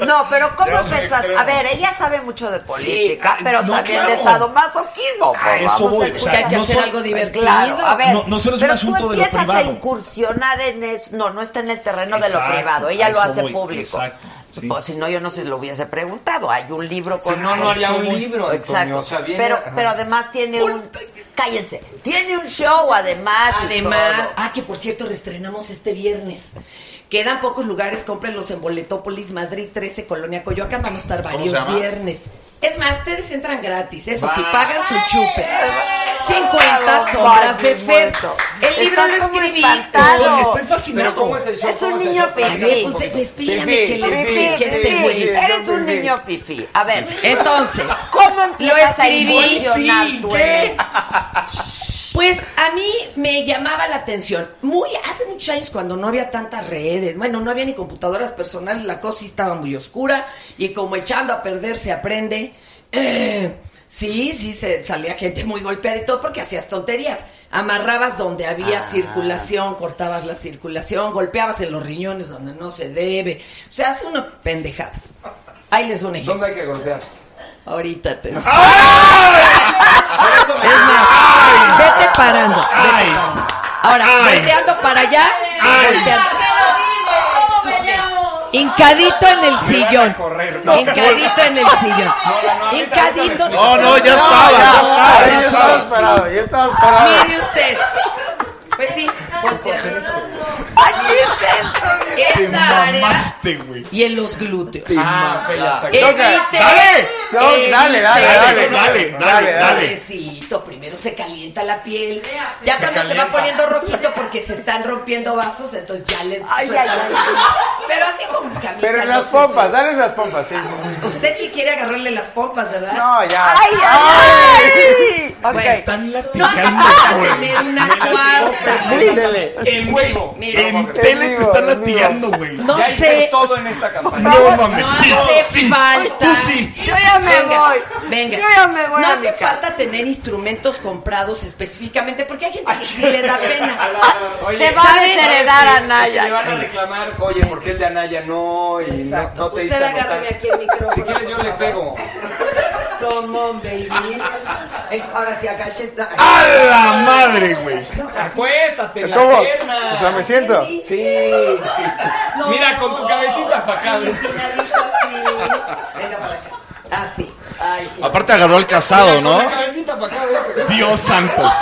No, pero ¿cómo Llegamos a un empezaste? extremo. A ver, ella sabe mucho de política, ah, pero no, también claro. de sadomasoquismo. A pues, eso vamos voy, o sea, escuchar. Hay que no hacer solo- algo divertido. Claro, a ver, No- no solo es un pero asunto de tú lo empiezas privado. a incursionar en eso. No, no está en el terreno de lo Exacto, privado. a Ella lo eso hace voy, público. exacto, sí. Pues, si no, yo no se lo hubiese preguntado. Hay un libro Si con no, no haría Eso un voy. libro, Antonio, Exacto. o sea, viene- pero, ajá. pero además tiene un. Cállense. Tiene un show, además. y Además, todo. ah, que por cierto, reestrenamos este viernes. Quedan pocos lugares, cómprenlos en Boletópolis, Madrid 13, Colonia Coyoacán. Van a estar ¿Cómo varios se llama? viernes. Es más, ustedes entran gratis, eso sí, Va. pagan su chupe. 50 sombras de Fer. El libro lo Estás como escribí. espantado. Pero ¿cómo es el show? Es ¿Cómo un el niño show? pipí. Pues, pues, espérame que le explique a este pipí. güey. Eres un niño pipí. A ver. Entonces, [LAUGHS] ¿cómo Lo empiezas a escribí. incursionar tú en- Pues a mí me llamaba la atención. Muy hace muchos años cuando no había tantas redes, bueno, no había ni computadoras personales, la cosa sí estaba muy oscura y como echando a perder se aprende. eh, sí, sí se salía gente muy golpeada y todo porque hacías tonterías. Amarrabas donde había Ah. circulación, cortabas la circulación, golpeabas en los riñones donde no se debe. O sea, hace unas pendejadas. Ahí les voy a ¿Dónde hay que golpear? Ahorita te. [LAUGHS] Es más, vete parando. vete parando. Ahora, Ay. volteando para allá. volteando. ¿Cómo me llamo? Hincadito en el Me van a sillón. no. Hincadito en el sillón. Hincadito. No, no, ya estaba, ya estaba, ya estaba. Yo estaba Mire usted. Pues sí, volteando. este, Te Esta área mamaste, güey. y en los glúteos. Ah, ok, ya está. Evite- Dale. No, dale, dale, dale, evite- dale, dale, dale. Suavecito, primero se calienta la piel. Ya Se cuando se va calienta. poniendo rojito porque se están rompiendo vasos, entonces ya le. Ay, suelta. ay, ay, ay. Pero así con camisa. Pero en no las sé pompas, dale en las pompas, sí, sí, sí. si- Usted que quiere agarrarle las pompas, ¿verdad? No, ya. Ay, ay, Ah, Ok. Están No hace latigando, falta güey. tener una cuarta. Mírele. En vivo. Mira. En tele te están latigando, güey. No ya hice sé. todo en esta campaña. No mames, No sí, hace sí, falta. tú sí. Yo ya me Venga, voy. Venga. Yo ya me voy No a mi hace casa. falta tener instrumentos comprados específicamente porque hay gente que sí le da pena. Te va a ¿sabes? desheredar a Le van a Naya. reclamar, oye, ¿por qué el de Anaya no? Y no, no te diste Usted a agárrame notar. aquí el micrófono. Si quieres yo le pego. Come on, baby. El- Ahora sí, agaches. ¡A la madre, güey! Acuéstate en la ¿Cómo? pierna. O sea, me siento. Sí, sí. Mira, con tu cabecita para acá. Sí, un ladito así. Venga para acá. Así. Ay, Aparte agarró el casado, Con ¿no? la cabecita para acá, vete. Dios santo.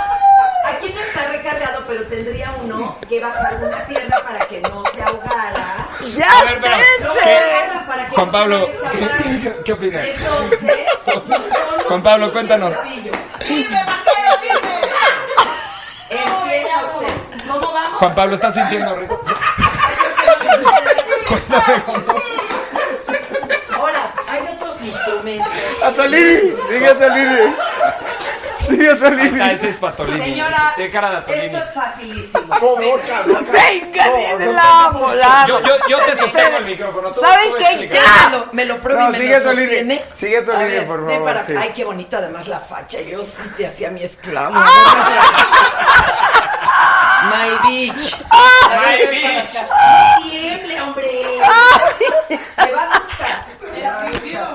Juan Pablo, ¿qué, qué- qué opinas? Juan Pablo, cuéntanos. Empieza usted. ¿Cómo vamos? Juan Pablo, ¿estás sintiendo rico? Ahora, hay otros instrumentos. Atolini, sigue Atolini. Sigue Atolini. Ah, ese es Patolini. Señora, Tiene cara de Patolini. Esto es facilísimo. Venga, dice la Yo, yo, yo te sostengo el micrófono. tú- ¿Saben tú qué? explica. Ya me lo, me lo prueba No, y me sigue lo tu línea. sostiene. Sigue tu A línea, ver, por ven favor, para- sí. Ay, qué bonito además la facha. Yo sí te hacía mi esclavo. Ah. My bitch. A ver, My ven para bitch. acá. Tiemble, [LAUGHS] hombre. Te va a gustar. Te va a gustar.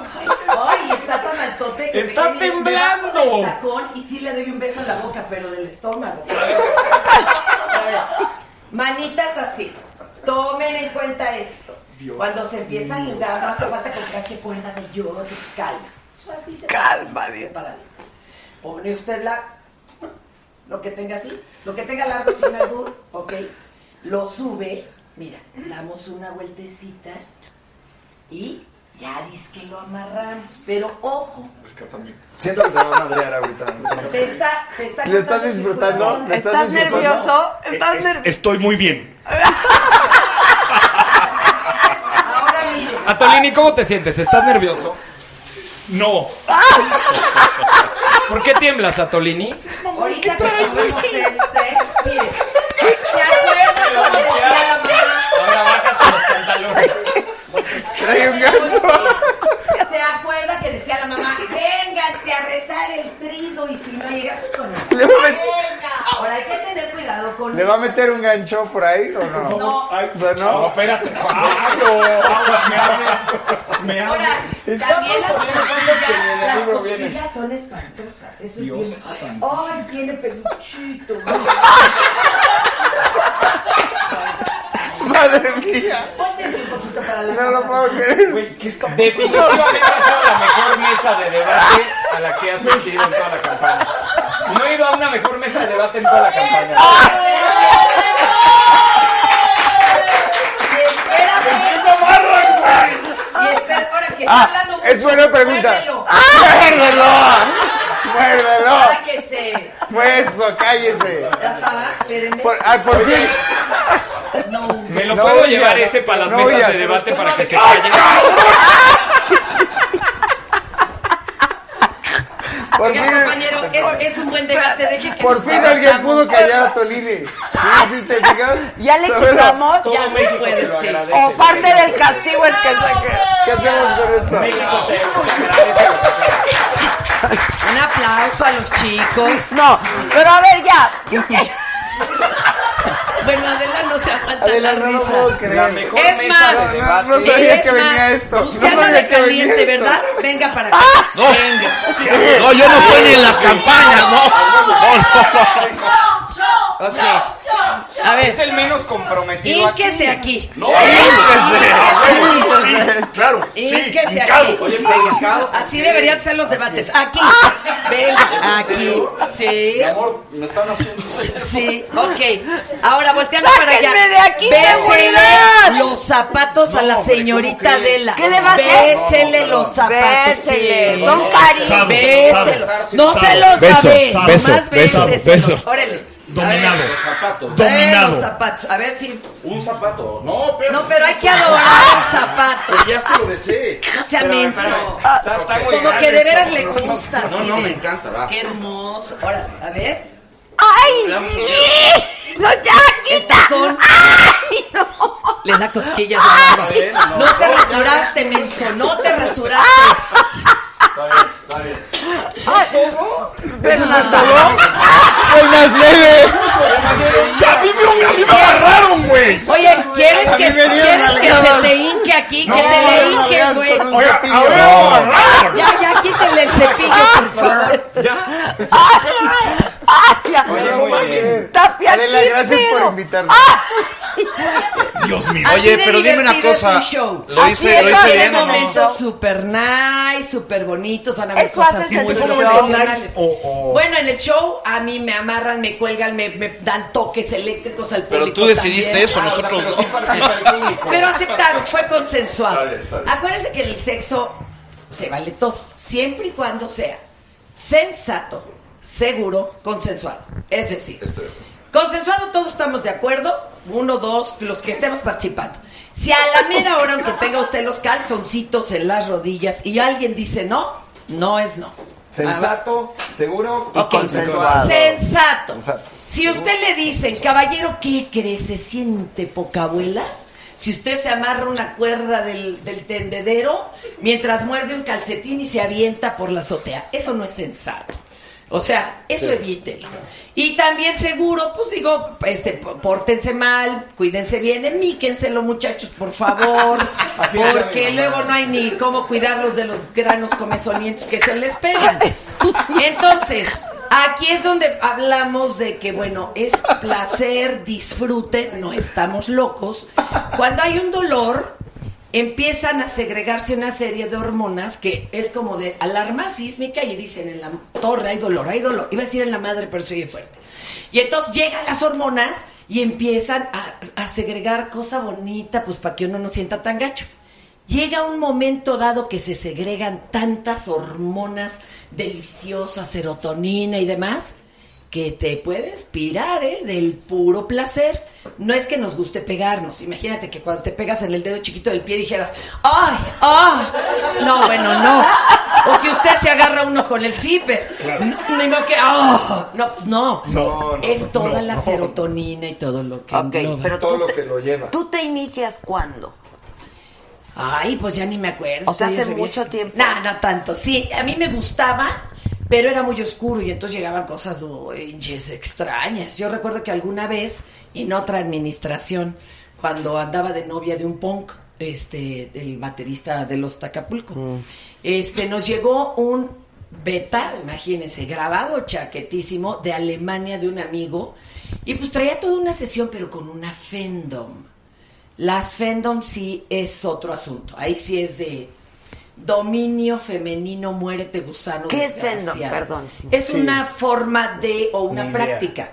Ay, está tan altote que Está me cae bien. temblando. Me bajo del tacón y sí le doy un beso en la boca, pero del estómago. A ver, manitas así. Tomen en cuenta esto. Cuando se empieza a jugar, no hace falta comprarse cuerda de yodo, de calma. Eso Así se calma, Pone usted la. Lo que tenga así, lo que tenga largo sin albur, ok. Lo sube, mira, damos una vueltecita y ya dice que lo amarramos. Pero ojo, Siento que te va a madrear ahorita. te está. Te está ¿Lo estás cortando el disfrutando? circulación. ¿Lo estás ¿Estás disfrutando? nervioso? Eh, Eh, ¿Estás nervioso? Estoy muy bien. Ahora mire. Atolini, ¿cómo te sientes? ¿Estás nervioso? No. ¿Por qué tiemblas, Atolini? Ahorita que tomamos este, mire. ¿Se acuerdan cómo decía la mamá? Ahora bájate los pantalones. Trae un gancho. ¿Se acuerda que decía la mamá? Vénganse a rezar el trigo y si no llega, pues con el- Le va a met- Venga. Ahora hay que tener cuidado con ¿Le va a meter un gancho por ahí o no? No. ah, O sea, no. espérate. Ah, Ahora, pues, Está también las proponiendo cosas que ni costillas, el las amigo costillas viene. son espantosas. Eso Dios es bien. santísimo. Ay, tiene peluchito. Madre mía. Póntese un poquito para la No lo cámara. puedo creer. Güey, ¿qué está Definitivamente ha sido la mejor mesa de debate a la que he asistido en toda la campaña. No he ido a una mejor mesa de debate en toda la campaña. Y espera, ahora que está Ah, hablando es buena pregunta. muérdelo. ¡Muérdelo! Ah. Para ¡Muérdelo! que se. Pues eso, cállese. Ajá, espérenme. Por, ah, por fin. Me lo No puedo huyas, llevar ese para las no mesas huyas. de debate para que se calle. Por Oiga, fin, compañero, es, es un buen debate. Deje que por nos fin alguien debatamos. pudo callar a Tolini. ¿Sí, sí, te fijas? Ya le Sobre- quitamos. Todo Ya se México puede, te lo sí. agradece. O parte del castigo es que saque. ¿Qué hacemos con esto? Un aplauso a los chicos. No, pero a ver ya. Bueno, Adela no se aguanta Adela, la no lo risa. puedo creer. La mejor es mesa más, de debate. No sabía que es venía más, esto. No Usted sabía anda de que venía caliente, esto. Ah. ¿verdad? Venga para acá. No. Venga. No, yo no estoy ni en las campañas, no. No, no, no. Ok. A ver. Es el menos comprometido. aquí. Ínquese aquí. No, Ínquese. claro. Ínquese hincado. aquí. Oye, pero hincado, ¿por Así qué? deberían ser los debates. Aquí. Ah. Venga, aquí. Sí. amor, me están haciendo. Sí, ok. Ahora volteando para allá. ¡Sáquenme de aquí, Bésele seguridad! los zapatos a la señorita ¿cómo crees? Adela. ¿Qué le va a hacer? Bésele los zapatos. Bésele, sí. son carísimos. Béselos. Sabes, No sabes. se los Beso, sabe. beso, Más beso, béseselos. beso. Órale. [LAUGHS] Dominado. zapatos. Dominado. los zapatos. A ver si. Un zapato. No, [LAUGHS] pero. No, pero hay que adorar el zapato. Pero ya se lo besé. No sea Pero, menso. espérame. Ah, Está- está muy Como grande que de esto. veras le No, no, gusta. No, así no, de- me encanta, va. Qué hermoso. Órale, a ver. ¡Ay! ¡No, ya, quita! ¡Ay, no! Le da cosquillas. Ah. a la Ay, barba. no. No te rasuraste, menso. No te rasuraste. ¿Eso no está bueno? ¡Ay, más leve! ¡A mí me, a mí me agarraron, güey! Oye, ¿quieres A que, mí me dieron ¿quieres que nalgadas. se te hinque aquí? No, que te me le dieron hinques, nalgadas güey. con un Oiga, cepillo. Ah. a ver, No. Ya, ya, quítale el cepillo, por favor. Ya. ¡Ay! Tapia. Oye, No muy mames, bien. Tapia, Adela, ¿qué gracias por pedo? invitarme. Dios mío. Oye, pero dime una cosa. Lo hice, lo hice bien o no. momentos super nice, super bonitos, van a ver Eso cosas haces muy en tu show. profesionales. O, o- Bueno, en el show a mí me amarran, me cuelgan, me, me dan toques eléctricos al Pero público. tú decidiste también. Ah, eso, nosotros [LAUGHS] no. Pero aceptaron, fue consensuado. Está bien, está bien. Acuérdense que en el sexo se vale todo, siempre y cuando sea sensato, seguro, consensuado. Es decir, consensuado todos estamos de acuerdo, uno, dos, los que estemos participando. Si a la mera hora, aunque tenga usted los calzoncitos en las rodillas y alguien dice no, no es no. Sensato, seguro y Ok, consensuado. Sensato. Sensato. Si usted le dicen, caballero, ¿qué cree? ¿Se siente poca abuela? Si usted se amarra una cuerda del, del tendedero mientras muerde un calcetín y se avienta por la azotea. Eso no es sensato. O sea, eso Sí. evítelo. Y también seguro, pues digo, este, p- pórtense mal, cuídense bien, emíquenselo muchachos, [LAUGHS] por favor, Así decía porque mi mamá. luego no hay ni cómo cuidarlos de los granos comezolientos que se les pegan. Entonces, aquí es donde hablamos de que, bueno, es placer, disfrute, no estamos locos. Cuando hay un dolor, empiezan a segregarse una serie de hormonas que es como de alarma sísmica y dicen en la torre hay dolor, hay dolor. Iba a decir en la madre, pero soy fuerte. Y entonces llegan las hormonas y empiezan a, a segregar cosa bonita, pues para que uno no sienta tan gacho. Llega un momento dado que se segregan tantas hormonas deliciosas, serotonina y demás, que te puedes pirar ¿eh? del puro placer. No es que nos guste pegarnos. Imagínate que cuando te pegas en el dedo chiquito del pie dijeras, ¡ay! ¡ay! No, bueno, no. O que usted se agarra uno con el zipper. No, no, digo que, ¡ah! no, pues no. No, no, es no, toda no, la no. serotonina y todo lo que engloba. pero todo lo que lo lleva. ¿Tú te inicias cuándo? Ay, pues ya ni me acuerdo. O sea, hace mucho tiempo. No, no tanto. Sí, a mí me gustaba, pero era muy oscuro y entonces llegaban cosas pinches extrañas. Yo recuerdo que alguna vez, en otra administración, cuando andaba de novia de un punk, este, el baterista de los Tacapulco, este, nos llegó un beta, imagínense, grabado chaquetísimo de Alemania de un amigo y pues traía toda una sesión pero con una fandom. Las fandom sí es otro asunto. Ahí sí es de dominio femenino, muérete gusano. ¿Qué es desgraciado. fandom? Perdón. Es Sí. una forma de o una Ni idea. práctica.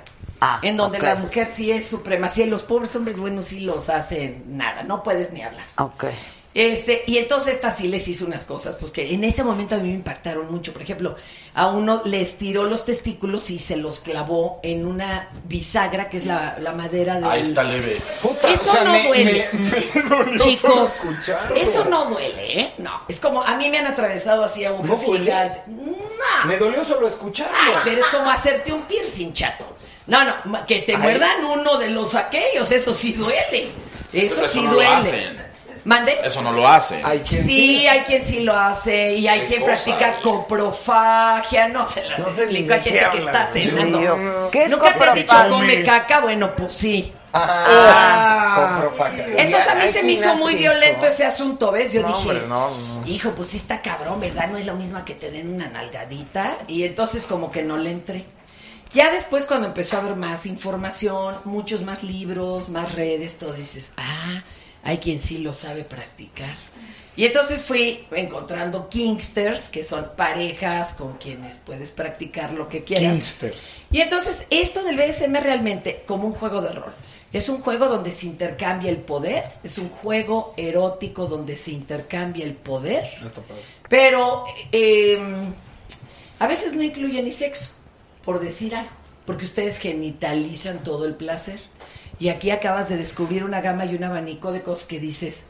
en donde Ah, ok. la mujer sí es supremacía y los pobres hombres buenos sí los hacen nada, no puedes ni hablar. Ok. Este, y entonces esta sí les hizo unas cosas, pues que en ese momento a mí me impactaron mucho. Por ejemplo, a uno les tiró los testículos y se los clavó en una bisagra que es la, la madera del... Ahí está leve. Eso O sea, no me- duele. me- [LAUGHS] me dolió solo Chicos, escucharlo. eso no duele, ¿eh? No. Es como, a mí me han atravesado así agujas ¿No duele? gigantes. Ah. Me dolió solo escucharlo. Ay, Ah, pero es como hacerte un piercing, chato. No, no, ma- que te Ay. muerdan uno de los aquellos, eso sí duele. Eso Pero sí no Lo duele. hacen. Mande. Eso no lo hacen. Hay Sí, hay quien sí lo hace y hay Qué quien cosa, practica coprofagia, no se las No sé ni explico, de hay qué gente que hablan, está Dios cenando. mío. ¿Qué es Nunca te han dicho coprofagia? come caca, bueno, pues sí. Ah. Entonces a mí se me hizo muy violento ese asunto, ¿ves? Pues Yo No, dije, hombre, no, no. hijo, pues sí está cabrón, ¿verdad? No es lo mismo a que te den una nalgadita. Y entonces como que no le entré. Ya después cuando empezó a haber más información, muchos más libros, más redes, todo dices, ah, hay quien sí lo sabe practicar. Y entonces fui encontrando kingsters, que son parejas con quienes puedes practicar lo que quieras. Y entonces esto del BDSM realmente como un juego de rol. Es un juego donde se intercambia el poder, es un juego erótico donde se intercambia el poder, pero eh, a veces no incluye ni sexo, por decir algo, porque ustedes genitalizan todo el placer. Y aquí acabas de descubrir una gama y un abanico de cosas que dices,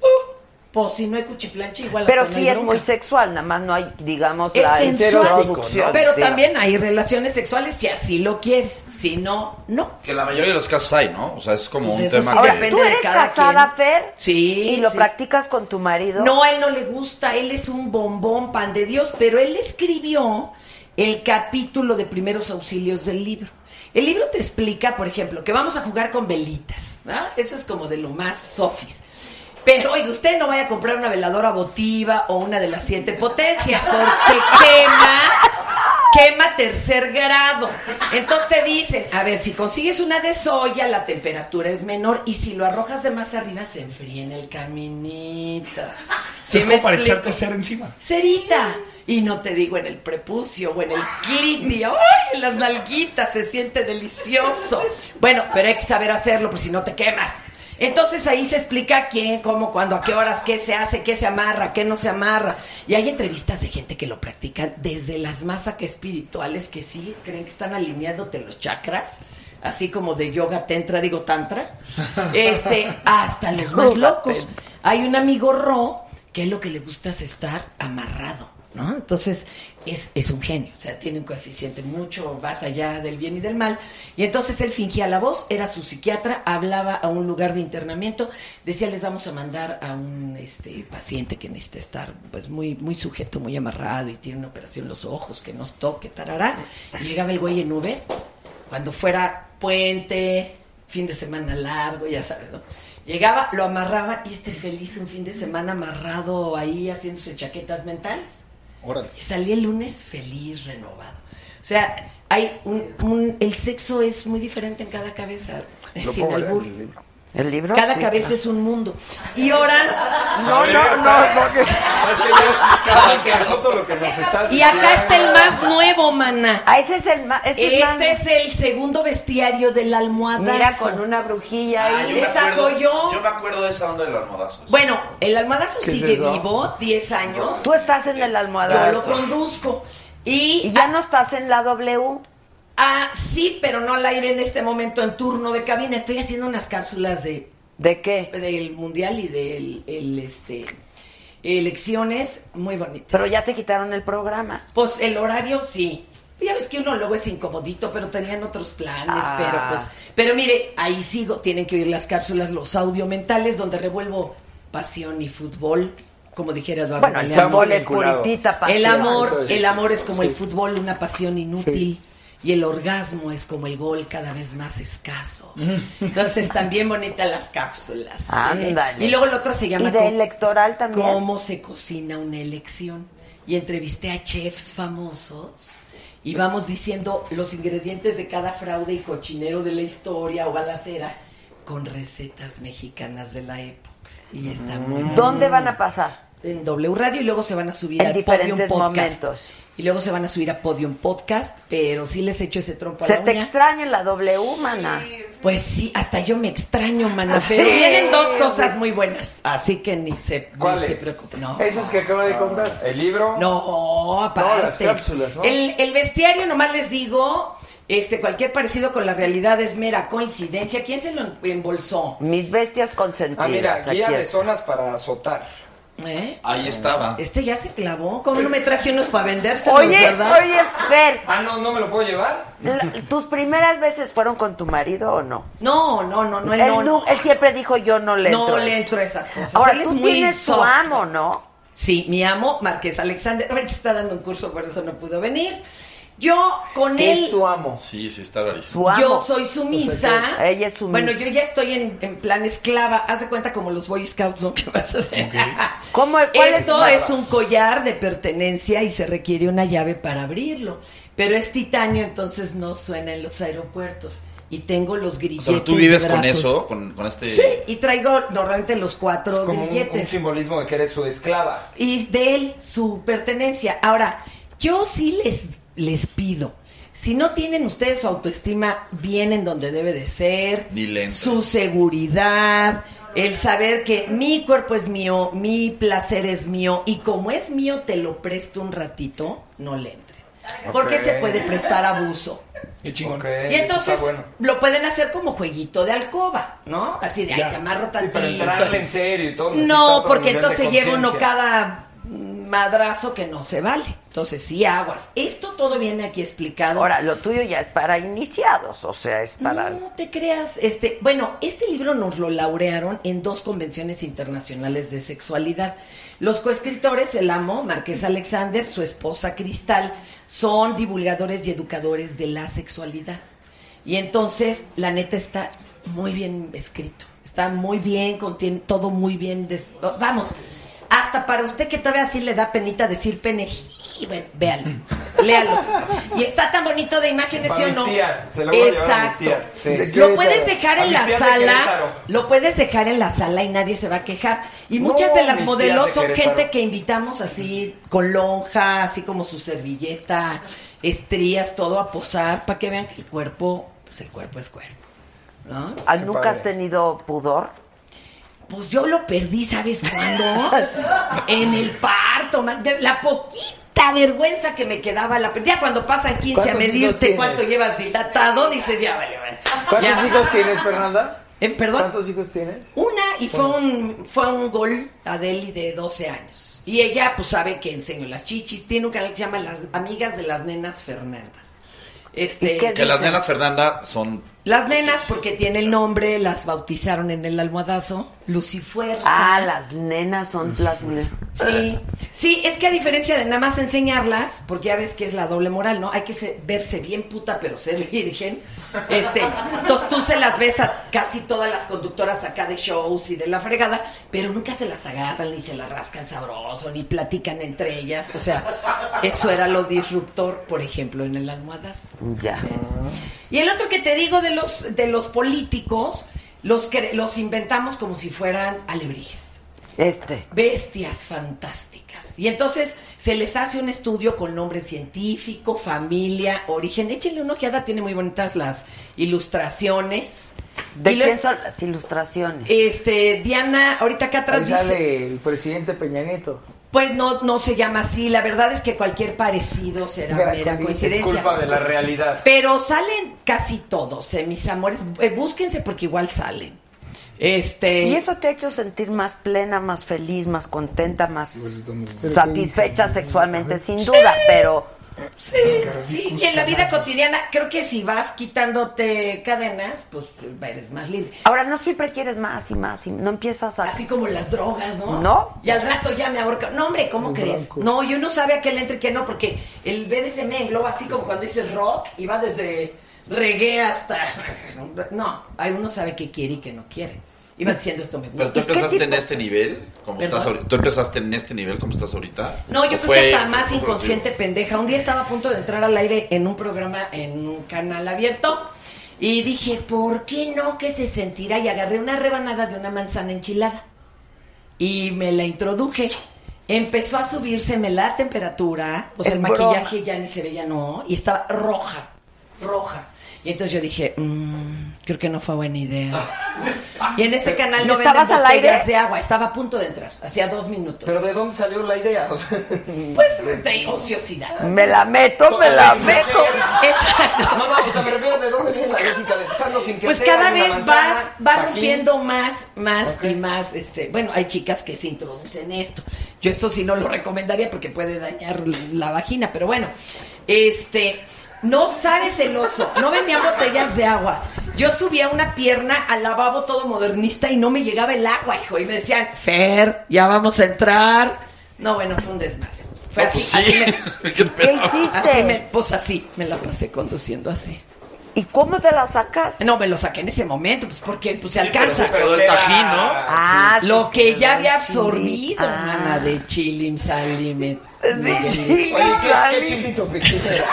"Oh, pues si no hay cuchiplancha igual. Pero hasta no sí hay es bronca". muy sexual, nada más no hay, digamos, Es la sensual, introducción. pero digamos. también hay relaciones sexuales si así lo quieres, si no, no. Que en la mayoría de los casos hay, ¿no? O sea, es como Pues un eso tema sí que... depende ¿Tú de eres cada casada, Fer? Sí. ¿Y lo sí. practicas con tu marido? No, a él no le gusta, él es un bombón, pan de Dios, pero él escribió el capítulo de primeros auxilios del libro. El libro te explica, por ejemplo, que vamos a jugar con velitas, ¿ah? Eso es como de lo más sofis. Pero, oiga, usted no vaya a comprar una veladora votiva o una de las siete potencias, porque quema quema tercer grado. Entonces te dicen, a ver, si consigues una de soya, la temperatura es menor y si lo arrojas de más arriba, se enfría en el caminito. ¿Sí es me como para explico? echarte cera encima. Cerita. Y no te digo en el prepucio o en el clitio. ¡Ay! En las nalguitas se siente delicioso. Bueno, pero hay que saber hacerlo, pues si no te quemas. Entonces ahí se explica quién, cómo, cuándo, a qué horas, qué se hace, qué se amarra, qué no se amarra. Y hay entrevistas de gente que lo practican desde las más acá espirituales que sí creen que están alineándote los chakras, así como de yoga tantra, digo tantra, este, hasta los más locos. Hay un amigo Ro que lo que le gusta es estar amarrado, ¿no? Entonces es, es un genio, o sea, tiene un coeficiente mucho más allá del bien y del mal. Y entonces él fingía la voz, era su psiquiatra, hablaba a un lugar de internamiento, decía les vamos a mandar a un este, paciente que necesita estar pues muy, muy sujeto, muy amarrado y tiene una operación en los ojos, que nos toque, tarará. Y llegaba el güey en Uber, cuando fuera puente, fin de semana largo, ya sabes, ¿no? Llegaba, lo amarraba y este feliz un fin de semana amarrado ahí haciéndose chaquetas mentales. Órale. Y salí el lunes feliz, renovado. O sea, hay un, un- el sexo es muy diferente en cada cabeza, Lo sin puedo leer albur. en el libro. ¿El libro? Cada Sí, cabeza claro. es un mundo. Y oran. No, no, no, no. que- ¿Sabes qué? Dios, cada que nosotros lo que nos está Y acá diciendo- está el más nuevo, maná. Ah, ese es el más. ese es Este más- es el segundo bestiario del almohadazo. Mira, con una brujilla Ah, ahí. yo me esa acuerdo- soy yo. Yo me acuerdo de esa onda del almohadazo. Bueno, el almohadazo ¿Qué es sigue eso? vivo, 10 años. Tú estás en el Yo lo almohadazo. conduzco. Y, Y ya no estás en la W. Ah, sí, pero no al aire en este momento en turno de cabina. Estoy haciendo unas cápsulas de ¿De qué? del mundial y del el, este elecciones muy bonitas. Pero ya te quitaron el programa. pues el horario sí. Ya ves que uno luego es incomodito, pero tenían otros planes, Ah. pero pues pero mire, ahí sigo, tienen que oír las cápsulas los audiomentales donde revuelvo pasión y fútbol, como dijera Eduardo Bueno, el Galeano. fútbol es puritita pasión. El amor, Eso es. el amor es como el fútbol, una pasión inútil. Y el orgasmo es como el gol cada vez más escaso. Entonces, también bonitas las cápsulas. ¿eh? Ándale. Y luego el otro se llama Y de Com- electoral también. Cómo se cocina una elección. Y entrevisté a chefs famosos y vamos diciendo los ingredientes de cada fraude y cochinero de la historia o balacera con recetas mexicanas de la época. Y está muy Mm. ¿Dónde van a pasar? en W Radio y luego se van a subir En al diferentes Podium Podcast. momentos. Y luego se van a subir a Podium Podcast, pero sí les echo ese trompo a Se la te uña. extraña en la W, mana. Pues sí, hasta yo me extraño, mana, Sí. Ah, pero vienen dos cosas muy buenas, así que ni se, ni ¿Cuáles? se preocupen. No, Esos que acaba de contar. El libro. no, aparte. No, las cápsulas, ¿no? El, el bestiario, nomás les digo, este, cualquier parecido con la realidad es mera coincidencia. ¿Quién se lo embolsó? Mis bestias consentidas. Ah, mira, aquí guía de está. zonas para azotar. ¿Eh? Ahí Ah. estaba. Este ya se clavó. ¿Cómo no me traje unos para vendérselos, Oye, verdad? oye, Fer, Ah, no, no me lo puedo llevar. la- ¿tus primeras veces fueron con tu marido o no? No, no, no, no, él él, no, nu- él siempre dijo yo no le no entro. a le esto". entro a esas cosas. Él Ahora, es tú muy tienes su soft. amo, ¿no? Sí, mi amo, Marqués Alexander. Ahorita está dando un curso, por eso no pudo venir. Yo con ¿Qué él... es tu amo? Sí, sí, está rarísimo. Su amo. Yo soy sumisa. O sea, yo- ella es sumisa. Bueno, yo ya estoy en, en plan esclava. Haz de cuenta como los Boy Scouts, ¿no? [LAUGHS] ¿Qué vas a hacer? ¿Cómo- cuál es Esto barba? es, un collar de pertenencia y se requiere una llave para abrirlo. Pero es titanio, entonces no suena en los aeropuertos. Y tengo los O grilletes. sea, tú vives de con brazos. eso, con, con este. Sí, y traigo normalmente los cuatro Es como un, un grilletes simbolismo de que eres su esclava. y de él su pertenencia. Ahora, yo sí les, les pido, si no tienen ustedes su autoestima bien en donde debe de ser, Ni le entra. su seguridad, el saber que mi cuerpo es mío, mi placer es mío y como es mío te lo presto un ratito, no le entren. Porque Ok. se puede prestar abuso. Qué chingón. Ok, Y eso entonces está bueno. lo pueden hacer como jueguito de alcoba, ¿no? Así de, ay, Ya. te amarro Sí, tantito. pero entrarle en serio y todo. necesita No, otro porque nivel de entonces lleva uno conciencia. cada madrazo que no se vale. Entonces sí, aguas. Esto todo viene aquí explicado. Ahora, lo tuyo ya es para iniciados, o sea, es para... No te creas, este, bueno, este libro nos lo laurearon en dos convenciones internacionales de sexualidad. Los coescritores, el amo, Marqués Alexander, su esposa Cristal, son divulgadores y educadores de la sexualidad. Y entonces, la neta está muy bien escrito, está muy bien, contiene todo muy bien. des- [LAUGHS] Vamos, hasta para usted que todavía así le da penita decir pene, y ve- véalo. Léalo. Y está tan bonito de imágenes, ¿sí Para o mis no? tías, se lo voy a llevar a mis Exacto. tías, sí. De Lo Querétaro. puedes dejar A en mis la tías de Querétaro. sala, lo puedes dejar en la sala y nadie se va a quejar. Y muchas No, de las mis modelos tías de son Querétaro. gente que invitamos así con lonja, así como su servilleta, estrías, todo a posar para que vean que el cuerpo, pues el cuerpo es cuerpo. ¿no? Ah, ¿Nunca has tenido pudor? Pues yo lo perdí, ¿sabes cuándo? en el parto, man, de la poquita vergüenza que me quedaba la ya cuando pasan 15 a ¿Cuántos hijos medirte tienes? cuánto llevas dilatado, dices ya vale, vale. ¿Cuántos Ya. hijos tienes, Fernanda? ¿Perdón? ¿Cuántos hijos tienes? Una y fue un fue un gol a Deli de 12 años. Y ella pues sabe que enseño las chichis, tiene un canal que se llama Las Amigas de las Nenas Fernanda. Este Que las nenas Fernanda son. Las nenas porque tiene el nombre, las bautizaron en el almohadazo, Lucifuerza. Ah, las nenas son las nenas. Sí, sí, es que a diferencia de nada más enseñarlas, porque ya ves que es la doble moral, ¿no? Hay que se- verse bien puta, pero ser [LAUGHS] virgen. Este, entonces tú se las ves a casi todas las conductoras acá de shows y de la fregada, pero nunca se las agarran, ni se las rascan sabroso, ni platican entre ellas. O sea, eso era lo disruptor, por ejemplo, en el almohadas. Ya. Y el otro que te digo de los, de los políticos, los, que, los inventamos como si fueran alebrijes Este. bestias fantásticas. Y entonces se les hace un estudio con nombre científico, familia, origen. Échenle una ojeada, tiene muy bonitas las ilustraciones. ¿De Y quién les- son las ilustraciones? Este, Diana, ahorita acá Ahí atrás dice, sale el presidente Peña Nieto. pues no, no se llama así, la verdad es que cualquier parecido será Mera mera Es coincidencia. culpa de la realidad. Pero salen casi todos, eh, mis amores. Eh, búsquense porque igual salen. Este. ¿Y eso te ha hecho sentir más plena, más feliz, más contenta, más satisfecha sexualmente? Sin duda, pero Sí, sí, y en la vida cotidiana, creo que si vas quitándote cadenas, pues eres más libre. ahora no siempre quieres más y más. Y no empiezas a... Así como las drogas, ¿no? ¿No? Y al rato ya me ahorca. No, hombre, ¿cómo Un crees? bronco. No, yo no sabe a qué le entre y qué no, porque el BDSM engloba así como cuando dices rock y va desde reggae hasta. [LAUGHS] No, hay uno sabe qué quiere y qué no quiere. Iba diciendo esto me Pero gusta. tú empezaste en este nivel, como ¿Perdón? estás ahorita. ¿Tú empezaste en este nivel, como estás ahorita? No, yo creo ¿O fue- que hasta más fue progresivo? inconsciente pendeja. Un día estaba a punto de entrar al aire en un programa, en un canal abierto, y dije, ¿por qué no que se sentirá? Y agarré una rebanada de una manzana enchilada y me la introduje. Empezó a subírseme la temperatura, o sea, Es el broma. maquillaje ya ni se veía, no, y estaba roja, roja. Y entonces yo dije, "Mm, creo que no fue buena idea. Y en ese canal Ah, ¿Y no estabas venden al aire? botellas de agua, estaba a punto de entrar, hacía dos minutos. Pero ¿de dónde salió la idea? Pues de [LAUGHS] ociosidad. Me la meto, me la meto. Exacto. No, no, o sea, me refiero de dónde viene la lógica de empezarlo sin que Pues sea cada una vez manzana, vas, vas aquí. rompiendo más, más y más. Este, bueno, hay chicas que se introducen esto. Yo esto sí no lo recomendaría porque puede dañar la vagina, pero bueno, este, no sabes el oso. No vendían botellas de agua. Yo subía una pierna al lavabo todo modernista y no me llegaba el agua, hijo. Y me decían, Fer, ya vamos a entrar. No, bueno, fue un desmadre. Fue No, así. pues sí. así [LAUGHS] ¿Qué esperabas? Así me, pues así, me la pasé conduciendo así. ¿Y cómo te la sacas? No, me lo saqué en ese momento, pues porque pues, se Sí, pero alcanza. se quedó el tajín, ¿no? Ah, sí. Lo que ya había Sí. absorbido, Ah. mana, de chilim, salime. Oye, Sí, ¿qué, Dani. qué chilito pequeño era?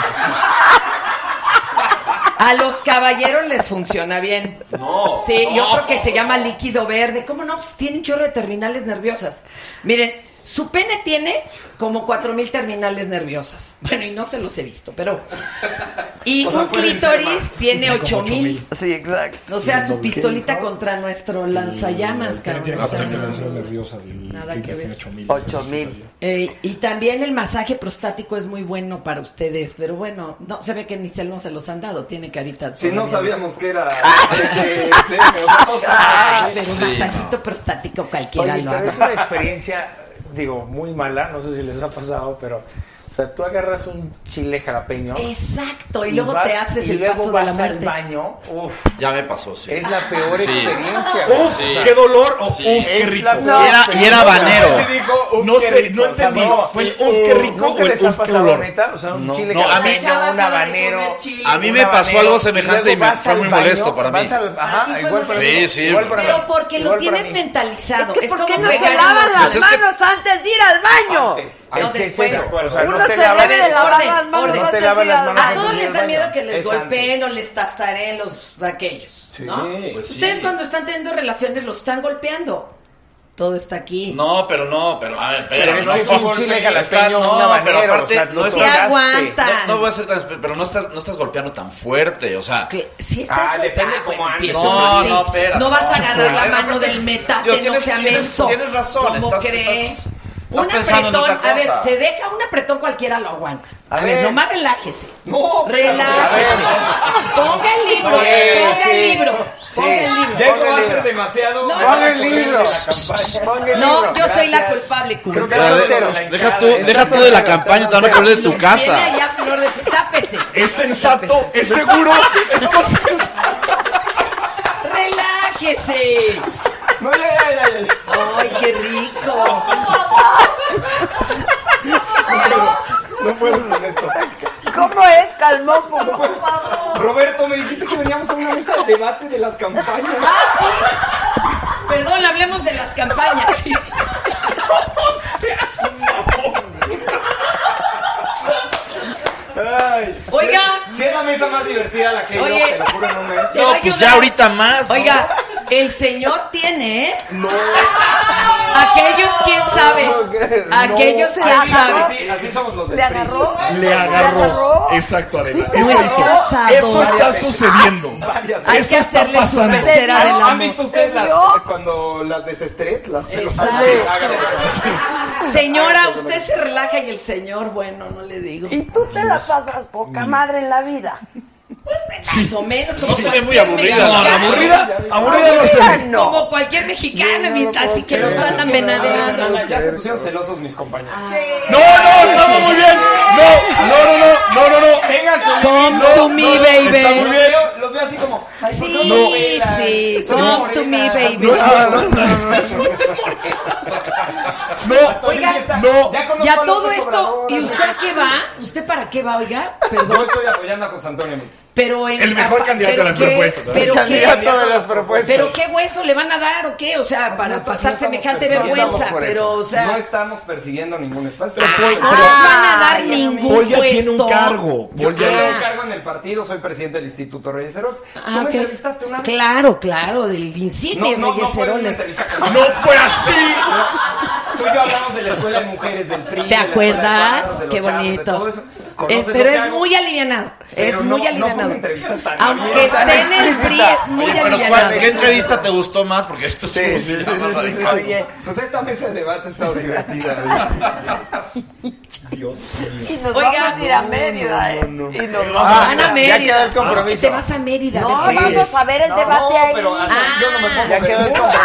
A los caballeros les funciona bien. No. Sí, y no. otro que se llama líquido verde. ¿Cómo no? Pues tiene un chorro de terminales nerviosas. Miren, su pene tiene como cuatro mil terminales nerviosas. Bueno, y no se los he visto, pero. Y O sea, un pueden ser clítoris más. tiene Como ocho mil. Sí, exacto. O sea, su pistolita contra nuestro lanzallamas, cabrón. O sea, nerviosas y el Nada clítoris que tiene ver. 8000. 8000. Eh, y también el masaje prostático es muy bueno para ustedes, pero bueno, no se ve que ni se, no se los han dado, tiene carita. Si no todavía. sabíamos que era BDSM, o sea, [LAUGHS] no Ay, pero un Sí, masajito prostático cualquiera Oye, lo pero haga. es una experiencia, digo, muy mala, no sé si les ha pasado, pero... O sea, tú agarras un chile jalapeño... Exacto, y luego te vas- haces y el luego paso de la vas al muerte. baño, uf, Ya me pasó, sí. es la peor Sí. experiencia. güey. Uf, Sí. qué dolor o Sí. uf, qué Es rico. la peor Y era- y era experiencia. banero. Sí dijo, "Uf, No qué sé, rico". no entendí. No, Fue el uf, qué rico o ¿Nunca el les ha uf, qué pasado, dolor. neta? O sea, un No. chile No, a jalapeño, mí- Chava un acaba de habanero. poner chile. A mí me un pasó habanero, algo semejante y luego me vas fue al muy baño, molesto para mí. vas al- ajá, A ti fue igual para molesto. mí, Sí, sí. igual para mí, Pero porque lo igual para tienes mí. mentalizado. Es que ¿por qué como no se pegar en lavan los- las Pues es que- manos antes de ir al baño? Antes, No, Es que es después. O eso. Uno no te lavan debe de las lavar manos. las manos Ah, No te antes lavan de las ir al manos baño. A todos antes de ir les al da baño. miedo que les Es golpeen antes. o les tastareen los de aquellos. ¿no? pues sí. Ustedes cuando están teniendo relaciones los están golpeando. Todo está aquí. No, pero no, pero a ver, pero, Pero es no, que es un golpe, chile está- jalapeño, no, un habanero, pero o sea, aparte lo no tocaste. estás, Te aguantan. no, no voy a ser tan, pero no estás, no estás golpeando tan fuerte, o sea, Si estás Ah, depende golpeando, cómo empiezas andes. No, así. no, espérate. No vas a No, agarrar la aparte, mano del yo, metate, no tienes- sea tienes- menso. tienes razón, ¿Cómo estás- cree? estás- un pensando en apretón, otra a ver, cosa. se deja un apretón cualquiera lo aguanta. A, A ver, ver. nomás relájese. No, relájese. Ponga el libro, Sí, ponga el sí. libro. Sí. Ponga el libro. Ya eso Ponga va a el ser libro. demasiado. No, para ponga la el libro. campaña. No, yo soy la culpable, culpable. Creo que Pero de- soltero. Deja tú, deja tú de la campaña, te van a correr de tu Viene casa. allá flor de tápese. Es sensato, es seguro, es consciente. Relájese. No, ya, ya, ya, ya, ya. Ay, qué rico. No puedo con esto. ¿Cómo es, Calmón? Por favor. Roberto, me dijiste que veníamos a una mesa de debate de las campañas. Perdón, hablemos de las campañas. Ay, Oiga. Si, si es la mesa más divertida a la que Oye. yo, te lo juro, no me es. pues Te va a ayudar. más. Oiga, el señor tiene, ¿eh? No. Aquellos, quién sabe. Aquellos, quién así, sabe. Así, así somos los del Le PRI. agarró. Le pues, agarró. Exacto, Adela. Sí, Eso te hizo. agarró. Eso está sucediendo. [LAUGHS] Varias Hay veces. que hacerle su pasando. mesera del ¿Han amor. visto ustedes las, eh, cuando las desestrés? Las pelotas. Exacto. Sí, háganse. Señora, usted se relaja y el señor, bueno, no le digo. Y tú te la pasas poca madre en la vida. Más o menos. No como se ve muy cualquier aburrida. mexicano. No, Aburrida, aburrida no se ve. no. Como cualquier mexicano, mi- así que nos andan A ver, Fernanda, venadeando. Ah. ya se pusieron celosos mis compañeros. No, no, estaba muy bien. No, no, no, no, no, no, no. Vengan su Come to me, está baby. muy bien. Los veo así como. ay, ¿por qué no Sí, bailan? sí. Son Come to me, morenas. baby. No, no, no, no, no. Oiga, no. conozco Y a a López todo esto, Obrador, ¿y a usted a qué va? ¿Usted para qué va, oiga? Yo Perdón. estoy apoyando a José Antonio. Pero en El mejor apa- candidato pero a las qué- propuestas, ¿no? Pero El qué, candidato de las propuestas. pero qué hueso le van a dar o qué, o sea, para No pasar estamos semejante persiguiendo vergüenza, por eso. pero o sea, No no, estamos persiguiendo ningún espacio. les van a dar ningún Paul ya tiene un puesto. cargo. Yo Paul ya- tengo Ah. un cargo en el partido, soy presidente del Instituto Reyes Heroles. Ah, ¿Tú me ok. entrevistaste una vez? Claro, claro, del insigne No, no, no Reyes fue una Heroles. entrevista con- No fue así. Tú y yo hablamos de la escuela de mujeres del PRI. ¿Te de la escuela de acuerdas? cuadros, de los Qué chavos, de todo bonito. eso. Es- Conoces lo pero que es hago. muy alivianado. Pero es no- muy no fue una alivianado. entrevista tan Aunque abierta, esté en el PRI es muy Oye, pero ¿cuál, alivianado. ¿qué entrevista te gustó más? Porque esto es Sí, como sí, si- sí, sí, sí, sí. Oye, Pues esta mesa de debate ha estado divertida. Y nos Oiga, vamos a ir a Mérida, ¿eh? Y nos vamos Ah, Van a ya Mérida. quedó el compromiso. Te vas a Mérida. No, ¿verdad? vamos a ver el debate No, ahí. pero así Ah. yo no me pongo Ya quedó el bermudas.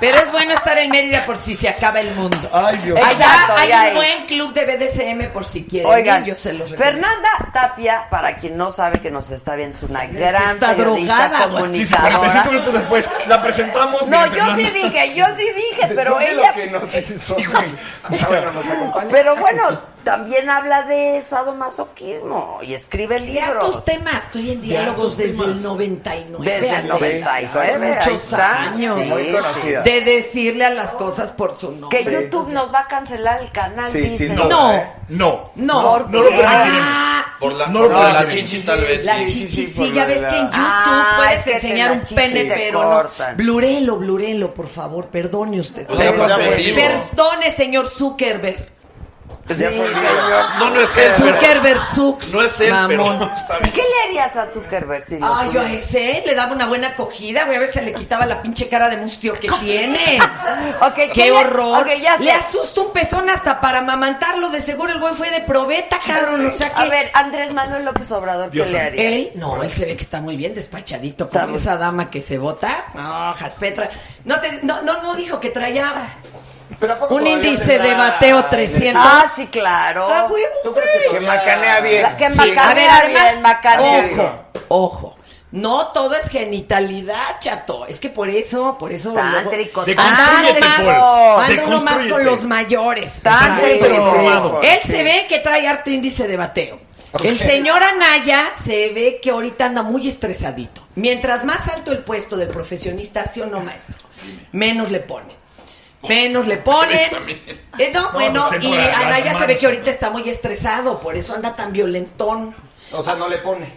Pero es bueno estar en Mérida por si se acaba el mundo. Ay, Dios. Ahí Exacto, está, hay ya un hay. buen club de BDSM por si quieren. Oigan, ir, yo se los recomiendo. Fernanda Tapia, para quien no sabe que nos está viendo, es una gran está periodista drogada, güey. Sí, sí, 45 comunicadora. minutos después la presentamos. No, mira, yo Fernanda. sí dije, yo sí dije, pero Después de ella... lo que nos hizo. güey. Ahora [CLEARS THROAT] nos acompaña. Pero bueno, también habla de sadomasoquismo y escribe De hartos libros. temas. Estoy en diálogos desde el 99. Desde el Vean, hace 99, ahí Muchos está. años. Sí, Muy sí. conocida. De decirle a las cosas por su nombre. Que YouTube nos va a cancelar el canal, Sí, dicen. sin duda. No, ¿eh? No. no. ¿Por No lo qué? permitiremos. Ah, Por la, No, por la, no, sí, chichi sí, tal vez. La sí. chichi, sí, sí, por ya lo de ves la- que en YouTube Ah, es puedes que te enseñar la un chichi pene, te pero no. cortan. Blurelo, blurelo, por favor, perdone usted. Pues ya pasó en vivo. Perdone, señor Zuckerberg. Ya fue el día. No, no es él, pero- Zuckerberg Zux. No es él, mamón. pero está bien. ¿Qué le harías a Zuckerberg si lo Ay, yo tuvieras? a ese le daba una buena acogida, güey, a ver si le quitaba la pinche cara de mustio [LAUGHS] que tiene. Ok, ¡Qué, ¿qué le- horror! ok, ya sé. le asusta un pezón hasta para amamantarlo, de seguro el güey fue de [LAUGHS] probeta, cabrón, o sea que... A ver, Andrés Manuel López Obrador, ¿qué Dios le santo. haría? Él, no, él se ve que está muy bien despachadito Está con muy- esa dama que se vota. No, Jaspetra. No, te, no, no, no dijo que traía Pero ¿a poco un todavía índice tendrá de bateo energía? 300. Ah, sí, claro. Ah, huevo, ¿Tú crees que güey. Que macanea bien. La- que Sí, macanea a ver, bien, además, macanea. ojo, ojo. No todo es genitalidad, chato. Es que por eso, por eso. Tántrico, luego- anda uno Deconstrúyete, más- Paul. anda uno más con Deconstrúyete. los mayores. Tan Está muy heteronormado. Él se ve que trae harto índice de bateo. El señor Anaya se ve que ahorita anda muy estresadito. Mientras más alto el puesto del profesionista, sí o no, maestro, menos le ponen. menos le ponen. Eh, no, bueno, pues, tengo y la- las Anaya se ve manos. que ahorita está muy estresado, por eso anda tan violentón. O sea, no le pone.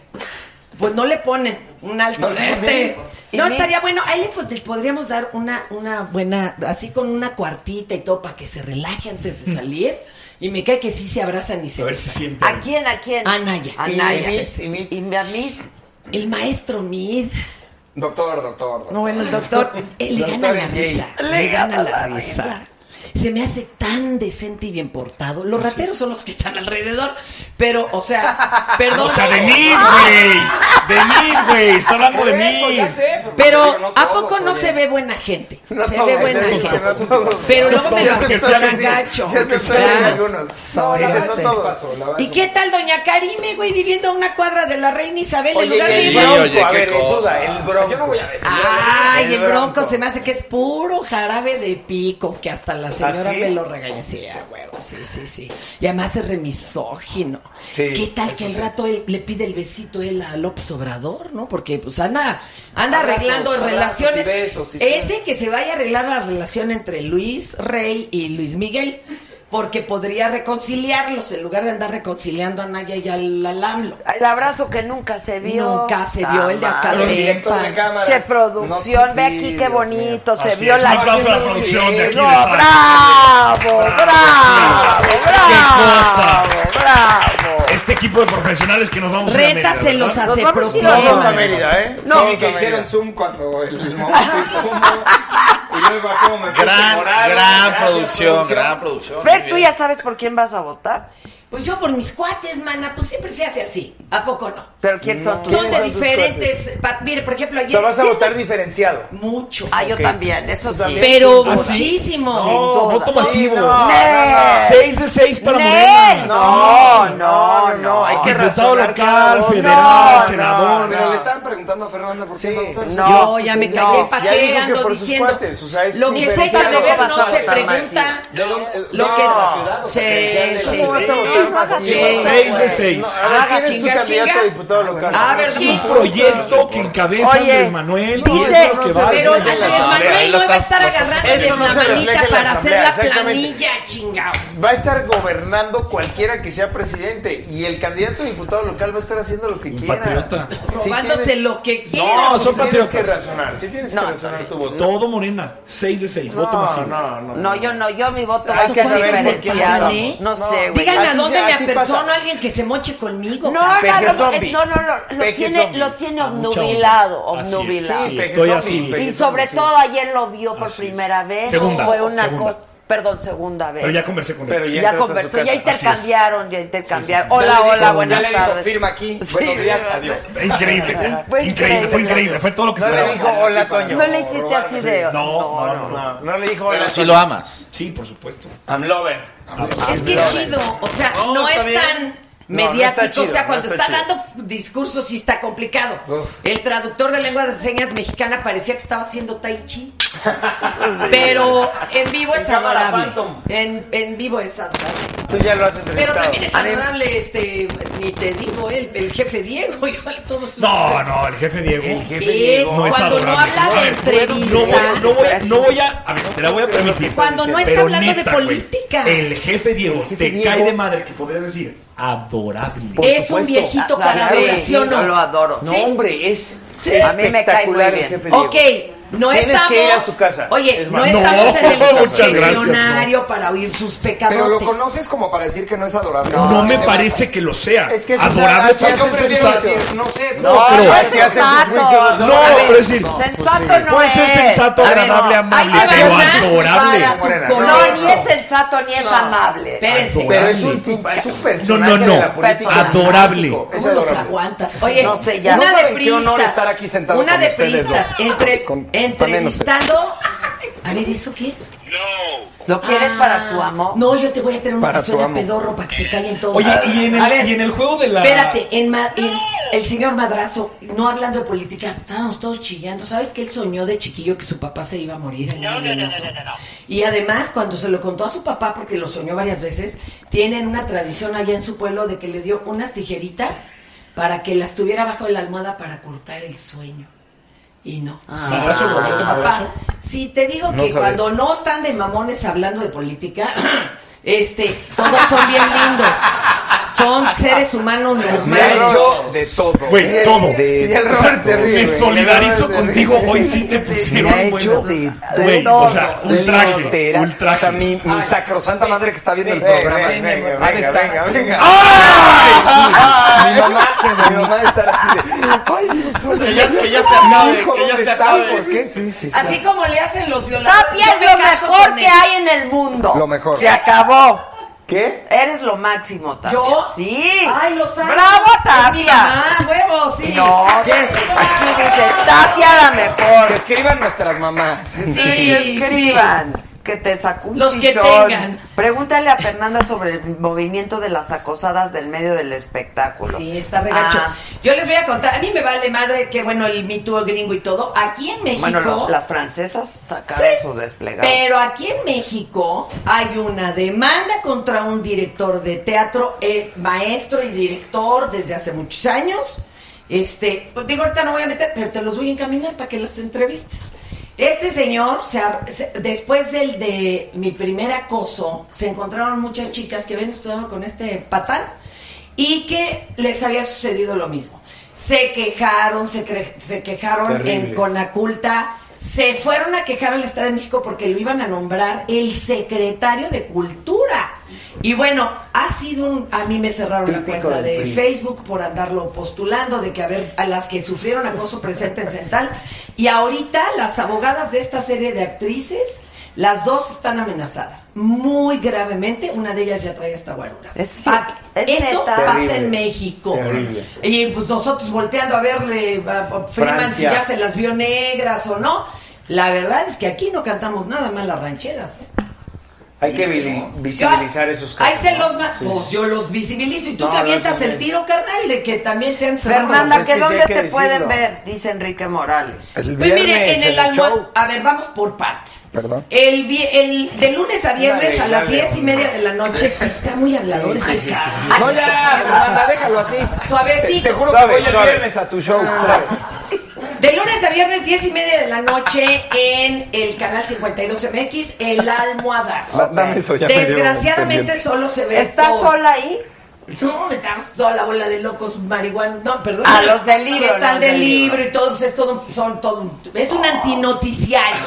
Pues no le ponen un alto. No le ponen. este. No, Y ni- estaría bueno. Ahí le pod- le podríamos dar una, una buena, así con una cuartita y todo para que se relaje antes de salir. Y me cae que sí se abrazan y se besan. ¿A quién? ¿A quién? Anaya. Anaya. Y Mid, ¿Y a mí? El maestro Mid. Doctor, doctor. No, bueno, el doctor, él le gana Doctor la Jay. risa. Le gana la risa. Se me hace tan decente y bien portado. Los rateros son los que están alrededor, pero, o [LAUGHS] sea, perdón. O sea, de mí, güey. De mí, güey. Está hablando de Por mí. eso, ya pues, sé, Pero, ¿a poco no se ve buena gente? No se todos, ve buena es el gente. caso, todos. Pero luego me Ya lo se hace empezaron a tan decir, gacho. ya se empezaron a decir algunos. No, Dices, ya no sé. todos. ¿Y qué tal Doña Karime, güey, viviendo a una cuadra de la Reina Isabel en Oye, lugar de el ir- bronco, oye, a qué ver, el cosa. duda, el bronco. Yo no voy a Ay, el bronco se me hace que es puro jarabe de pico, que hasta la señora ¿Ah, sí? me lo regaña. Sí, a huevo, sí, sí, sí. Y además es remisógino. Sí, ¿Qué tal eso que al sí. rato él le pide el besito él a López Obrador, no? Porque pues anda, anda Abrazos, arreglando abrazos y relaciones. besos y todo. Ese que se vaya a arreglar la relación entre Luis Rey y Luis Miguel. Porque podría reconciliarlos en lugar de andar reconciliando a Naya y al, al AMLO. El abrazo que nunca se vio. Nunca se vio el de Ah, acá madre. de director Epa. de cámaras. Che, producción, ve aquí qué bonito, se Así vio es, la un aplauso a la Kiruchi. producción de aquí No, de Sal. bravo, bravo, bravo, bravo. Este equipo de profesionales que nos vamos a ir a Mérida, Rétaselos ¿verdad? a Nos vamos a ir a Sepropon. Mérida. No, sí, que hicieron Zoom cuando el momento y todo. Y luego cómo me puse Gran, morado, gran gracias, producción, gran producción. Fer, tú ya sabes por quién vas a votar. Pues yo por mis cuates, mana, pues siempre se hace así. ¿A poco no? Pero ¿quién son tus Son de tus diferentes. pa- mire, por ejemplo, O ayer. sea, vas a ¿quién votar diferenciado. Mucho. Ah, yo también, eso Tú sí. también, Pero sin duda. muchísimo. Sin No, duda. voto masivo. Sí, no, Nel. Seis de seis para Nel. Morena. No, Sí. no, no, hay que Diputado razonar cada local, voz. federal, No, senador. Pero le estaban preguntando a Fernanda por qué el doctor. No, Yo pues, ya me no, cagué, ¿pa' ya qué dijo que ando por sus diciendo? cuates, o sea, es lo que se diferente. echa de ver ¿Cómo no vas a se votar pregunta. masivo? ¿De dónde- el- Lo no, que. la ciudad, o sea, Sí, credencial de la sí. ¿Cómo vas a votar masivo? Sí. Seis de seis. A ver, ¿quién es tu Chinga, candidato chinga. a diputado local? A ver, Un ¿quién? proyecto que encabeza Oye, Andrés Manuel y dice- es lo que va a Pero Andrés Ahí Manuel lo no va a estás- estar lo estás- agarrándoles Eso no la se refleja en manita la para hacer asamblea, la exactamente. planilla, chingado. Va a estar gobernando cualquiera que sea presidente y el candidato a diputado local va a estar haciendo lo que quiera. patriota. Sí Robándose tienes- lo que quiera. No, son sí tienes que patriotas. razonar, sí tienes que razonar tu voto. Todo Morena. Seis de seis. Voto No, masivo. no, no. No, yo no, yo mi voto Hay es que saber por quién diferenciado. votamos. No sé, güey. Díganme a Así dónde se- me así apersono pasa. alguien que se moche conmigo. No, cabrón. Peje no, no, zombie. no, no, no, lo Peje tiene, zombie. lo tiene A mucha onda. obnubilado, Ah, Así es, obnubilado. sí, Peje estoy zombie, así. peje Y zombie, sobre sí. todo ayer lo vio por Así es. primera vez. Segunda, Fue una segunda. cosa, perdón, segunda vez. Pero ya conversé con él. Pero ya, ya entraste a su conversó, ya casa. intercambiaron, ya intercambiaron. Ya le Hola, dijo- hola, buenas ya le dijo, tardes. firma aquí. Sí. Buenos días, adiós. Increíble. Fue Increíble, fue increíble. Fue todo lo que No le esperaba. dijo hola, Toño. No le hiciste así de. No, no, no. No, no le dijo hola. Pero si lo amas. Sí, por supuesto. I'm lover. Es que es chido, o sea, No, no, está es bien. tan No, no mediático, está chido, o sea, no cuando está está, chido. dando discursos sí está complicado. El traductor de lengua de señas mexicana parecía que estaba haciendo tai chi. [LAUGHS] Pero en vivo es cámara adorable. Phantom. En, en vivo es adorable. Tú ya lo has entrevistado. Pero también es A ver, adorable, este, ni te digo el, el jefe Diego, [LAUGHS] yo a todos No, no, el jefe Diego. El jefe Diego. Cuando no habla de entrevista. No voy, no voy, no voy a. A ver, te la voy a permitir. Cuando no está Pero hablando de neta, güey, política. el jefe Diego jefe te Diego. cae de madre que podrías decir adorable. por es supuesto. un viejito Claro, cara sí, de ¿sí o yo lo adoro. No, Sí. hombre, es Sí. A mí me cae muy espectacular el bien. jefe Diego. Ok, no Tienes estamos. que ir a su casa. Oye, Es no más. estamos No, en el [LAUGHS] muchas confesionario para oír sus pecados. Pero lo conoces como para decir que no es adorable. No, me te parece pasas. que lo sea. Es que eso adorable se hace Yo porque prefiero es sensato. decir, no sé. No, pero- no Así hacen sus sensato. pinches- No, No, a pero decir. pues, pues, Sensato no Puede es. ser sensato, A ver, agradable, no, amable, ahí te pero va una adorable. para tu Morena, color. No, ni es sensato ni es amable. Espérense. Pero es Adorable. un, es un No, personaje no, de no. la política. Adorable. Es ¿Cómo los adorable. aguantas? Oye, No sé, ya. una No de saben qué honor priistas. estar aquí sentado una con de ustedes priistas. dos. Entre, Con- también ustedes. entrevistando. A ver, ¿eso qué es? ¿Lo quieres Ah, para tu amo? No, yo te voy a traer una Para tu canción a amo. pedorro para que se callen todos. Oye, y en el- A ver, y en el juego de la- Espérate, en ma- en- el señor Madrazo, no hablando de política, estábamos todos chillando. ¿Sabes que él soñó de chiquillo que su papá se iba a morir en un avionazo? Y además, cuando se lo contó a su papá, porque lo soñó varias veces, tienen una tradición allá en su pueblo de que le dio unas tijeritas para que las tuviera bajo la almohada para cortar el sueño. Y no. Ah. Sí, Abrazo, Roberto, papá. abrazo. Sí, te digo No que sabes. cuando no están de mamones hablando de política, [CLEARS THROAT] este, todos son bien lindos. Son seres humanos Me ha normales. hecho de todo. Güey, todo. De- Y el Robert o sea, se ríe, Me güey. solidarizo El Robert se contigo. ríe. Hoy sí te Me pusieron ha hecho bueno. de Güey, todo. o sea, De un traje. todo. Un traje. O sea, mi, mi sacrosanta madre que está viendo el Venga, programa. venga, venga, ha de venga, estar venga, así. venga. ¡Ah! ¡Ay! Mi mamá, mi mamá debe estar así de. ¡Ay, Dios mío! Que ya- que ya se acabe, Mi hijo, que ya ¿dónde se está? acabe. ¿Por qué? Sí, sí, sí. Así como le hacen los violadores. Tapia es yo me lo caso mejor con que él. hay en el mundo. Lo mejor. Se acabó. ¿Qué? Eres lo máximo, Tapia. ¿Yo? Sí. Ay, los amo. ¡Bravo, Es mi mamá, Tapia! huevos, sí. No, aquí dice Tapia la mejor. Que escriban nuestras mamás. Sí, escriban. Que te sacó un Los que chichón. tengan. Pregúntale a Fernanda sobre el movimiento de las acosadas del medio del espectáculo. Sí, está regacho. Ah, Yo les voy a contar, a mí me vale madre que bueno el Me Too gringo y todo. Aquí en México. bueno, los- las francesas sacaron su desplegado. Pero aquí en México hay una demanda contra un director de teatro, eh, maestro y director desde hace muchos años. Este, digo, ahorita no voy a meter, pero te los voy a encaminar para que las entrevistes. Este señor, se ar- se- después del de mi primer acoso, se encontraron muchas chicas que ven estudiando con este patán y que les había sucedido lo mismo. Se quejaron, se, cre- se quejaron en Terrible. Conaculta, se fueron a quejar al Estado de México porque lo iban a nombrar el secretario de Cultura. Y bueno, ha sido un... A mí me cerraron la Típico cuenta del de PRI. Facebook por andarlo postulando, de que a ver, a las que sufrieron acoso preséntense en tal. Y ahorita las abogadas de esta serie de actrices, las dos están amenazadas, muy gravemente, una de ellas ya trae hasta guaruras. Es Ah, es Eso neta. pasa Terrible, en México. terrible. Y pues nosotros volteando a verle a a Freeman si Francia. ya se las vio negras o no. La verdad es que aquí no cantamos nada más las rancheras. ¿eh? Hay que vili- visibilizar esos casos. Ahí se los ma- Sí. Pues yo los visibilizo y tú No, te no, avientas eso es el bien. tiro, carnal, de que también te han cerrado Fernanda, los- ¿que sí hay dónde que te pueden decirlo. ver? Dice Enrique Morales. El Pues mire, en viernes, el almuerzo. show. A ver, vamos por partes. Perdón. El, vi- el- de lunes a viernes Dale, a las dale, diez y media de la noche sí está muy hablador. ese cabrón. No, ya, Fernanda, déjalo así. Suavecito. Te juro Suave, que voy suave. el viernes a tu show. Ah. De lunes a viernes, diez y media de la noche en el canal 52MX, El Almohadazo. Ma- Ah, dame eso, ya me dio Desgraciadamente pendiente. solo se ve. ¿Estás por- sola ahí? No, estamos toda la bola de locos marihuana. No, perdón. Ah, los del libro, Que están los del del libro libro. y todo, pues es todo, un- son todo. un- Es un antinoticiario.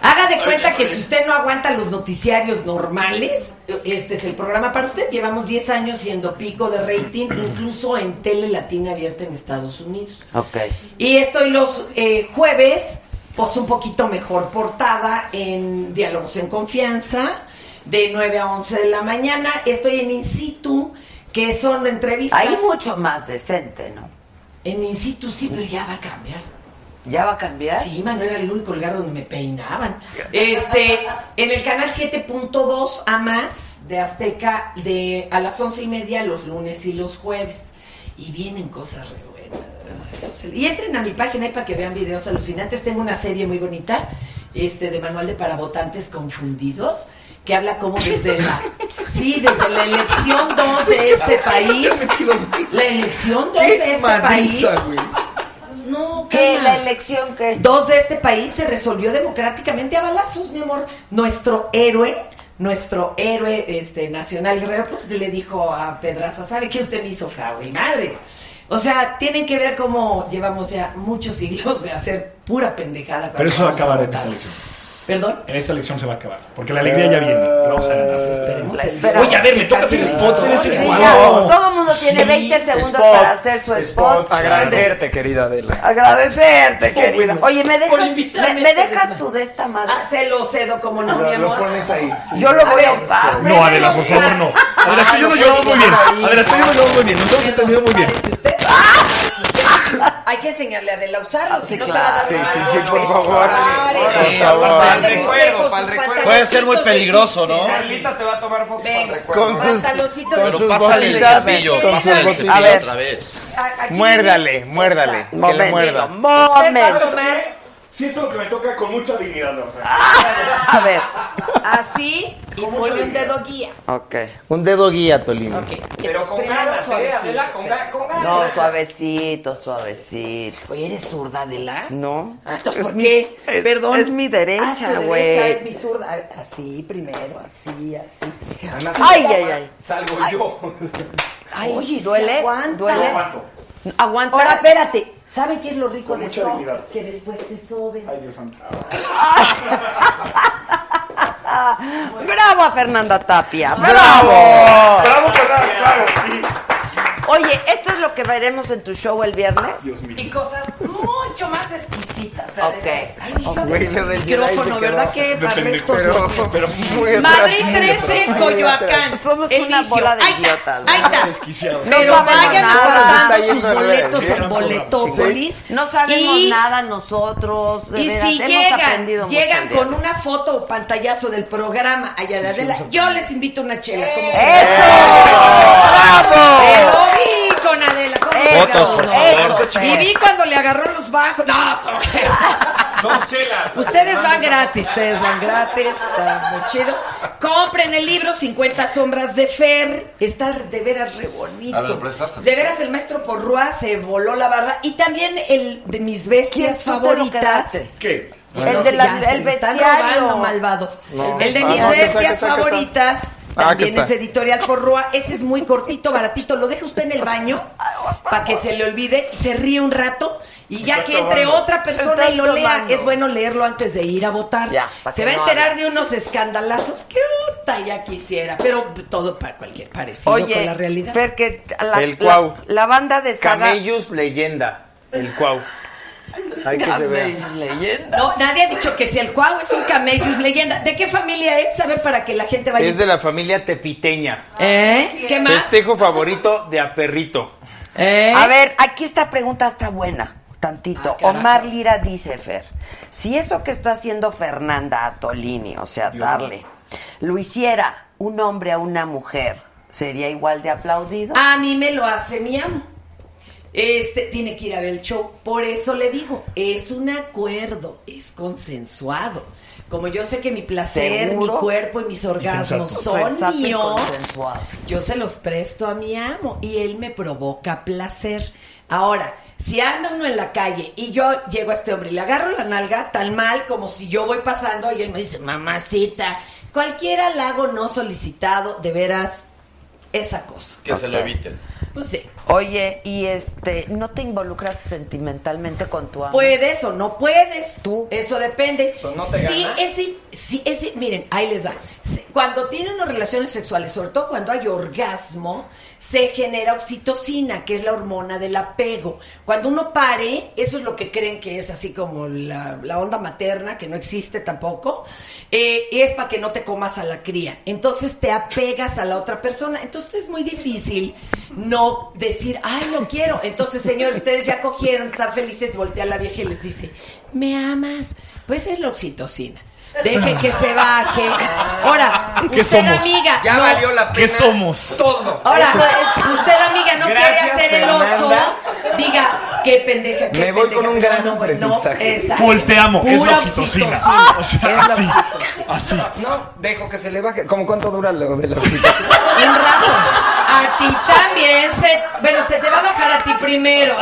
Haga de cuenta que si usted no aguanta los noticiarios normales, este es el programa para usted. Llevamos 10 años siendo pico de rating, incluso en Tele Latina abierta en Estados Unidos. Ok. Y estoy los eh, jueves, pues un poquito mejor portada en Diálogos en Confianza, de 9 a 11 de la mañana. Estoy en In situ, que son entrevistas. Ahí mucho más decente, ¿no? En In situ sí, pero ya va a cambiar. ¿Ya va a cambiar? Sí, Manuel era el único lugar donde me peinaban. Este, en el canal 7.2 a más de Azteca, de a las once y media los lunes y los jueves. Y vienen cosas re buenas. ¿verdad? Y entren a mi página ahí para que vean videos alucinantes. Tengo una serie muy bonita, este, de manual de para votantes confundidos, que habla como desde la, sí, desde la elección 2 de este país, [LAUGHS] la elección 2 de este país. No, ¿Qué? cama. eh, ¿La elección qué? Dos de este país se resolvió democráticamente a balazos, mi amor. Nuestro héroe, nuestro héroe este, nacional guerrero, pues, le dijo a Pedraza, ¿sabe qué usted me hizo favor y madres? O sea, tienen que ver cómo llevamos ya muchos siglos de hacer pura pendejada. cuando Pero eso va a vamos acabar en votar. esta elección. Perdón. En esta elección se va a acabar. Porque la alegría ya viene. La vamos a ganar. Esperemos La el- esperamos. Oye, a ver, me toca hacer spots en este Sí, ese ya, cuadro. todo el mundo tiene Sí, 20 segundos spot, para hacer su spot. Agradecerte, querida Adela. Agradecerte, Oh, querida. bueno. Oye, ¿me Por dejas, me, invitarme a me este dejas desmadre. tú de esta madre? Ah, se lo cedo, como no, mi Lo, lo amor. pones ahí. sí. Yo lo voy a ver, usar. No, Adela, por favor, no. Adela, tú y yo nos llevamos muy bien. Adela, tú y yo nos llevamos muy bien. Nos hemos entendido muy bien. Parece usted. [LAUGHS] Hay que enseñarle a Adela a usarlo, Ah, si sí, no te claro. va a dar Sí, mal sí, olor. sí, Los por favor. pectorales, Por este, favor. aparte Pa'l usted recuerdo, con pa'l sus recuerdo. pantaloncitos Puede ser muy de peligroso, ¿no? Carlita te va a tomar fotos para el Venga. recuerdo. Con sus- Pantaloncito de- Pero pásale el botitas, cepillo, con pásale sus el botitas. cepillo otra vez. A- aquí- Muérdale, muérdale. Esa. Que le Momento, muerda. Usted va a momento. tomar Sí, esto es lo que me toca con mucha dignidad, don Frank. A ver. Así y pone un dedo guía. Ok. Un dedo guía, Tolino. Pero con Primero ganas, ¿eh, suavecito, Adela? Con, ga- con ganas. No, suavecito, suavecito. Oye, ¿eres zurda, Adela? No. Entonces, Es ¿por mi- qué? es- Perdón. Es mi Ah, tu derecha, derecha es mi güey. zurda. Así primero, así, así. Además, Ay, ay, ay. Salgo yo. Ay, Oye, sí duele, aguanta. duele. Aguanta. Ahora, espérate. ¿Saben qué es lo rico Con de mucha esto? dignidad. Que después te soben. Ay, Dios santo. ah, Bravo a Fernanda Tapia. ¡Bravo! Bravo. ¡Bravo, Fernanda! ¡Bravo, sí! Oye, esto es lo que veremos en tu show el viernes. Dios mío. Y cosas mucho más exquisitas. Ok. además. Ay, yo Ok. con el Lo del Jedi micrófono, se ¿verdad? Que De para pendejo. estos Pero- niños. pero muy Madrid atrás. 13, Muy Coyoacán. atrás. Somos el una vicio. bola de Ahí está, idiotas, Ahí está. Desquiciados. No Pero sabemos vayan nada. Está guardando yendo sus al revés. boletos Bien, en Boletópolis. No sabemos Y- nada nosotros. De Y veras, si hemos llegan, aprendido mucho el llegan día. con una foto o pantallazo del programa allá de Adela, yo les invito una chela. como ¡Eso! Pero ¡Bravo! vi con Adela. ¿cómo Eso, no? Fotos, por No. favor. eso, Y vi cuando le agarró los bajos. No, Dos chelas. ustedes van gratis, ustedes van gratis, está muy chido. Compren el libro 50 sombras de Fer, está de veras re bonito. Ah, ¿me lo prestaste? De veras el maestro Porrua se voló la barda y también el de mis bestias ¿Quién tú te lo favoritas. quedaste? ¿Qué? El de sí, la- ya se el lo están bestiario. robando, malvados. el de ah, mis no, que está, que bestias está, que está. favoritas. Ah, También que es está. editorial Porrua. Ese es muy cortito, baratito. Lo deja usted en el baño para que se le olvide. Se ríe un rato. Y ya Está que entre tomando. otra persona Está y lo lea, tomando. es bueno leerlo antes de ir a votar. Ya, para se que va a no enterar hables. de unos escandalazos que puta, ya quisiera. Pero todo para cualquier parecido con la realidad. Fer, que la, El la- cuau. la banda de Saga... Camellos leyenda. El cuau. Hay que se vea. leyenda. No, nadie ha dicho que si el Cuau es un camellus leyenda. ¿De qué familia es? A ver, para que la gente vaya. Es de la familia tepiteña. ¿Eh? ¿Qué más? Festejo favorito de Aperrito. ¿Eh? A ver, aquí esta pregunta está buena, tantito. Ah, carajo. Omar Lira dice, Fer, si eso que está haciendo Fernanda a Tolini, o sea, darle, lo hiciera un hombre a una mujer, ¿sería igual de aplaudido? A mí me lo hace mi amo. Este tiene que ir a ver el show. Por eso le digo, es un acuerdo, es consensuado. Como yo sé que mi placer, ¿Seguro? mi cuerpo y mis orgasmos son Sensato y míos, consensuado. yo se los presto a mi amo y él me provoca placer. Ahora, si anda uno en la calle y yo llego a este hombre y le agarro la nalga tan mal como si yo voy pasando y él me dice, mamacita, cualquier halago no solicitado, de veras, es acoso. Que se lo eviten. Pues sí. Oye, y este, ¿no te involucras sentimentalmente con tu amo? Puedes o no puedes. Tú. Eso depende. Pues no te sí, gana. ese, sí, ese, miren, ahí les va. Se- Cuando tienen unas relaciones sexuales, sobre todo cuando hay orgasmo, se genera oxitocina, que es la hormona del apego. Cuando uno pare, eso es lo que creen que es así como la, la onda materna, que no existe tampoco, eh, y es para que no te comas a la cría. Entonces te apegas a la otra persona. Entonces es muy difícil no decir, ay, lo quiero. Entonces, señor, ustedes ya cogieron, están felices, voltea a la vieja y les dice, ¿me amas? Pues es la oxitocina. Deje que se baje. Ahora, [LAUGHS] ¿Qué usted somos? amiga. Ya no- valió la ¿Qué pena. somos? Todo. Ahora, pues, usted amiga no Gracias, quiere hacer el oso, Fernanda. diga qué pendeja, qué Me voy pendeja, con un pero gran no, güey, no, aprendizaje. exacto. Volteamo, es Pura la oxitocina. oxitocina. O sea, Es la así, oxitocina. así. No, dejo que se le baje. ¿Cómo cuánto dura lo de la cita? Un rato. A ti también se, bueno, se te va a bajar a ti primero.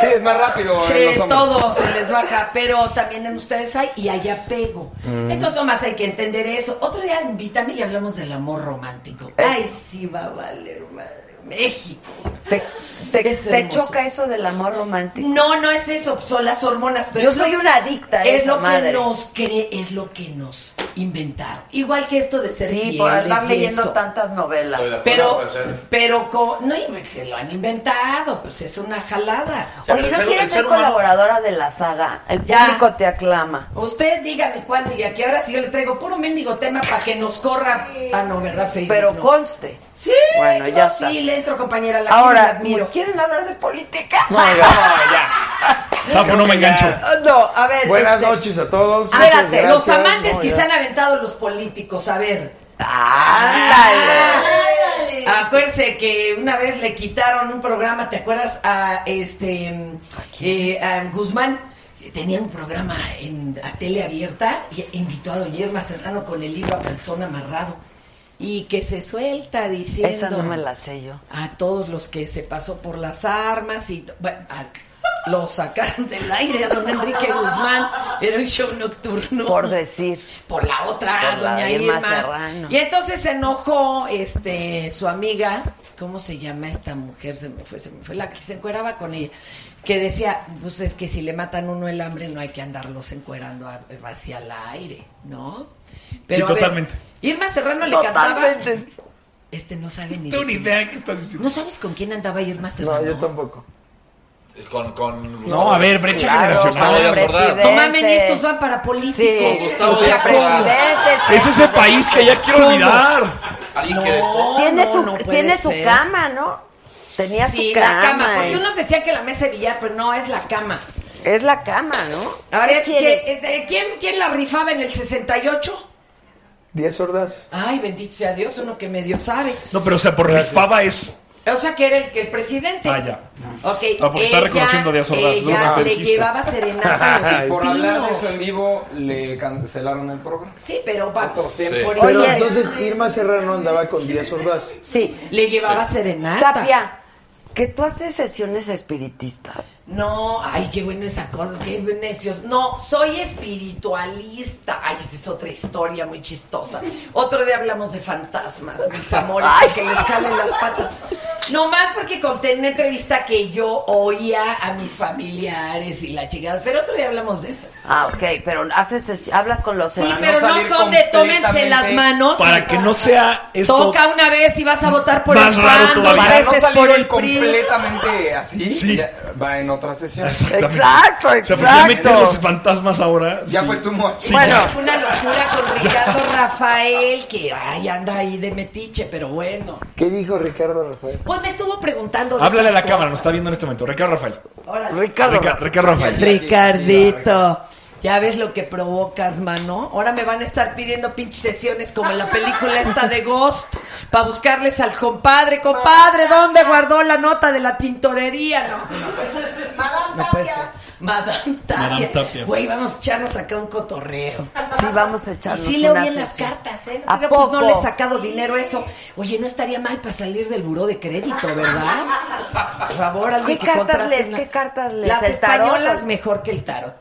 Sí, es más rápido. Sí, en los hombres. todo se les baja, pero también en ustedes hay y hay apego. Mm. Mm. Entonces nomás hay que entender eso. Otro día invítame y hablamos del amor romántico. Ay, sí va a valer madre. México. ¿Te, te- Es te hermoso. choca eso del amor romántico? No, no es eso, son las hormonas. Pero Yo es lo- soy una adicta a Es esa lo madre. que nos cree, es lo que nos inventaron. Igual que esto de ser Sí, fieles por andar y leyendo eso. tantas novelas. Estoy de acuerdo, Pero, puede ser. pero co- no, y se lo han inventado, pues es una jalada. Ya, Oye, el ¿no ser- quieres el ser ser humano- colaboradora de la saga? El Ya. público te aclama. Usted dígame cuándo y aquí ahora sí yo le traigo puro mendigo tema para que nos corra. Ah, no, ¿verdad, Facebook? Pero No. conste. Sí, Bueno, yo ya sí estás. le entro, compañera, la Ahora, Ahora, admiro. ¿quieren hablar de política? [LAUGHS] No, ya. Zafo, no me engancho. [LAUGHS] No, a ver. Buenas este- noches a todos. Ah, muchas espérate, los gracias. amantes No, que ya. se han aventado los políticos, a ver. ¡Ándale! Acuérdese que una vez le quitaron un programa, ¿te acuerdas? A este mm, eh, a Guzmán. tenía un programa en, a tele abierta y invitó a Don Yerma Serrano con el libro a calzón amarrado. Y que se suelta diciendo Esa no me la sé yo. a todos los que se pasó por las armas y to- bueno, a- lo sacaron del aire a don Enrique Guzmán. Era un show nocturno. Por decir. Por la otra, Por la doña Irma Irma. Serrano. Y entonces se enojó este, su amiga, ¿cómo se llama esta mujer? Se me fue, se me fue, la que se encueraba con ella. Que decía, pues es que si le matan uno el hambre no hay que andarlos encuerando a- hacia el aire, ¿no? Sí, a ver, totalmente. Irma Serrano le cantaba. Totalmente. Este no sabe ni. Tengo de ni quién idea qué estás diciendo. ¿No sabes con quién andaba Irma Serrano? tampoco. Con, con No, a ver, brecha Claro, generacional. Gustavo Díaz Ordaz, No presidente. mamen, estos van para políticos. Sí, Gustavo el Díaz Ordaz. presidente, el Es ese país que ya quiero olvidar. ¿Alguien quiere esto? Tiene, no, su, no puede tiene su ser. cama, ¿no? Tenía Sí, su cama. la cama. Porque y- unos decían que la mesa de billar, pero no, es la cama. Es la cama, ¿no? A ver, ¿Qué ¿qué- quieres? eh, ¿quién, ¿quién la rifaba en el 68? Diez hordas. Ay, bendito sea Dios, uno que medio sabe. No, pero o sea, por rifaba es. O sea, que era el, que el presidente. Ah, ya. Ok. Ah, porque está ella- reconociendo a Díaz Ordaz, ¿no? Ella Más le cerquistas. [LAUGHS] llevaba [LAUGHS] serenata a los Por hablar de eso en pinos. vivo, le cancelaron el programa. Sí, pero va por tiempos. eso- Pero Oye. entonces Irma Serrano andaba con Díaz Ordaz. Sí. Le llevaba serenata. Tapia, que tú haces sesiones espiritistas. No, ay, qué bueno esa cosa, qué necios. No, soy espiritualista. Ay, esa es otra historia muy chistosa. Otro día hablamos de fantasmas, mis amores, que les jalen las patas. No más porque conté en una entrevista que yo oía a mis familiares y la chingada, pero otro día hablamos de eso. Ah, ok, pero haces ses- hablas con los Sí, no pero no, salir son de tómense completamente- las manos. Para que no sea esto. Toca una vez y vas a votar por Más el raro PAN, dos todavía. Para no veces salir por el PRI. completamente así, Sí. ya va en otra sesión. Exactamente. Exacto, O sea, porque ya meter exacto. los fantasmas ahora. Ya sí. fue tu moch. Sí, Bueno. ya. Fue una locura con Ricardo Rafael, que ay, anda ahí de metiche, pero bueno. ¿Qué dijo Ricardo Rafael? Pues me estuvo preguntando. de Háblale a la esas cámara, cosas. nos está viendo en este momento. Ricardo Rafael. Órale. Ricardo. Rica- Ricardo Rafael. Ricardito, ya ves lo que provocas, mano. Ahora me van a estar pidiendo pinches sesiones como en la película esta de Ghost para buscarles al compadre. Compadre, ¿dónde guardó la nota de la tintorería? No, no puede ser. No puede ser. Madame Tapia. Madame Tapia. Güey, vamos a echarnos acá un cotorreo. Sí, vamos a Y echarnos sí leo una bien las sesión. cartas, ¿eh? ¿A Pero poco? pues no le he sacado dinero a eso. Oye, no estaría mal para salir del buró de crédito, ¿verdad? Por favor, alguien ¿Qué que cartas contrate lees? una- ¿Qué cartas lees? Las ¿El tarot? españolas mejor que el tarot.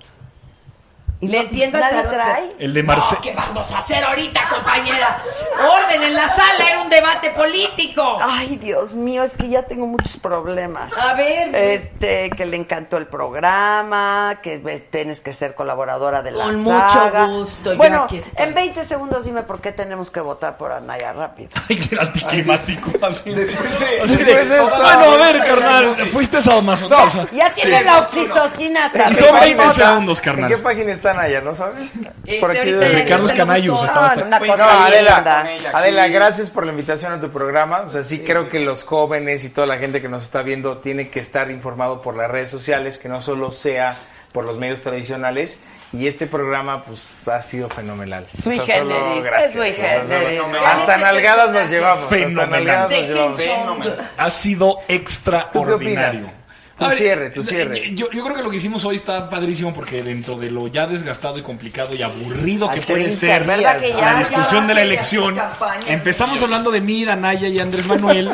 Le entiendo al ¿Nadie tarot. trae? El de No, ¿Qué Marcelo. vamos a hacer ahorita, compañera? Orden en la sala, era un debate político. Ay, Dios mío, es que ya tengo muchos problemas. A ver, pues. Este, que le encantó el programa, que ves, tienes que ser colaboradora de la Con mucho saga. gusto, yo Bueno, aquí estoy. en 20 segundos dime por qué tenemos que votar por Anaya rápido. [LAUGHS] Ay, qué anticlimático. Así Después de- así de- después de- Bueno, a ver, carnal. Fuiste sadomasoquista. Pues Ya tiene Sí. la oxitocina Y también. son 20 Vota. segundos, ¿En qué carnal. página están allá, no sabes? Este, Por aquí ahorita de- ya- Ricardo ahorita lo Escanayos, busco. estamos- No, Ah, una Pues, cosa No, linda. Adela, ella aquí. Adela, gracias por la invitación a tu programa. O sea, sí creo que los jóvenes y toda la gente que nos está viendo tiene que estar informado por las redes sociales, que no solo sea por los medios tradicionales. Y este programa, pues, ha sido fenomenal. Sui O sea, solo generis, es gracias. sui O sea, solo- generis. Hasta nalgadas nos llevamos. Hasta Fenomenal. nalgadas nos Dejen llevamos. Fenomenal. Ha sido ¿Tú qué extraordinario. opinas? Tu A ver, cierre, tu cierre. Yo, yo creo que lo que hicimos hoy está padrísimo porque dentro de lo ya desgastado y complicado y aburrido que Al puede 30 ser días, ¿Verdad que la ya? ya discusión de la bájale a elección, sus campañas, empezamos hablando de mí, Danaya y Andrés Manuel.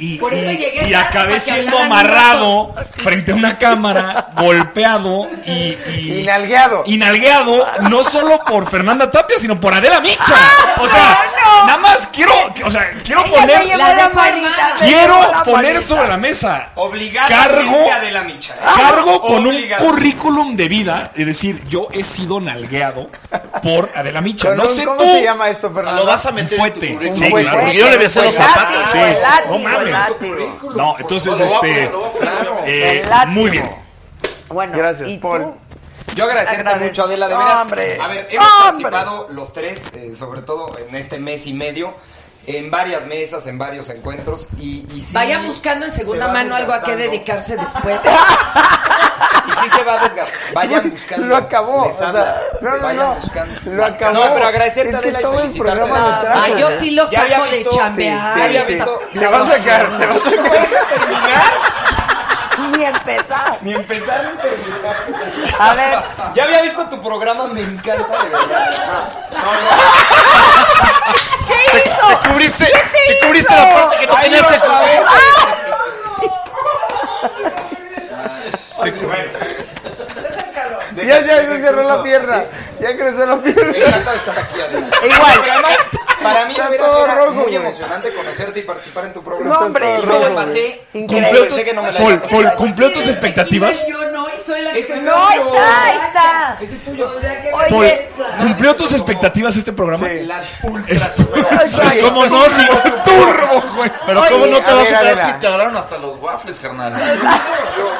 Y, Por eso y- llegué y tarde, para acabé que siendo hablaran un amarrado frente a una cámara, golpeado y, Y y, nalgueado. y nalgueado, no solo por Fernanda Tapia, sino por Adela Micha. O sea, nada más quiero, o sea, quiero Ella poner me llevó La la dejó manita, armada. me llevó Quiero la poner manita. sobre la mesa Obligada Cargo- de la micha. ¿eh? cargo con un Obligado. currículum de vida, es decir, yo he sido nalgueado por Adela Micha. Con No un- sé ¿Cómo tú. se llama esto, O sea, Fernando? lo vas a Un meter fuete. en tu currículum. Sí, güey, claro. Porque yo le besé los Látigo, zapatos. sí. el látigo, No mames. el látigo. No, entonces, Lo voy a poner, este. lo voy a poner. eh, El látigo. muy bien. Bueno, Gracias, ¿y Paul. tú? Yo agradecerte Agradezco. mucho, Adela, de veras. ¡Hombre! A ver, hemos ¡Hombre! participado los tres, eh, sobre todo en este mes y medio, en varias mesas, en varios encuentros. Y, y sí Vayan buscando en se segunda va mano algo a qué desgastando. [LAUGHS] dedicarse después. Y sí se va a desgastar. Vayan buscando. Lo acabó. Les o habla. sea, no, no, Vayan no. buscando. Lo acabó. No, pero agradecerte, Es que Adela, y todo el felicitarte. programa me trajo. Ah, yo sí lo Ya había saco de visto, chambear. sí, Ya había saco- visto. Te va a sacar, te va a sacar. Ni empezar. Ni empezar ni terminar. A ver. Ya había visto tu programa, me encanta de verdad. ¿Qué hizo? Te cubriste, te cubriste la parte que no tenías que cubrir. Ah. Ya, ya, ya cerró la pierna. Ya creció la pierna. Me encanta estar aquí [LAUGHS] además. Igual. Pero además, para mí Está hubiera todo sido rojo, muy güey. emocionante conocerte y participar en tu programa. No, hombre, y me rojo, la pasé. güey. increíble. Cumplió tu- Pensé que no me la Paul, iba a Paul, pasar. ¿cumplió tus expectativas? Yo no, y soy la que Ese es no. No, tuyo. está, ahí está. Ese es tuyo. O sea, qué Paul, vergüenza. ¿cumplió tus expectativas este programa? Las ultras. Pues, ¿Cómo no? Si turbo, güey. Pero ¿cómo Oye, no te a vas ver, a a superar ver, si a- te hablaron hasta los waffles, carnal?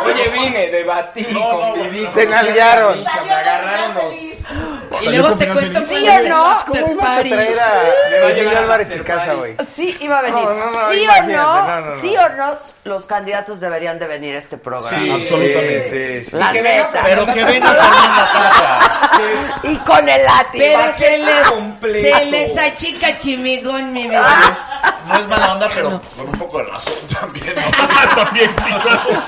Oye, vine, debatí, conviví. Te conocí a nalguearon. mis bichas, Me agarraron los... Y luego con te final cuento feliz. cuál ¿Sí es o el no? after ¿Cómo ibas a party. traer Le va a a Miguel llegar Álvarez after en casa, party. güey? Sí, iba a venir. No, no, no, sí o imagínate, no, no, no, no. sí o no, los candidatos deberían de venir a este programa. Sí, absolutamente. Sí, sí. La que venga neta. Pero que venga Fernanda Tapia. Y con el látigo. Pero así. se les, completo. se les achica chimigón, mi bebé. No es mala onda, pero con un poco de razón también. [LAUGHS] ¿no? Ah, También, sí, claro.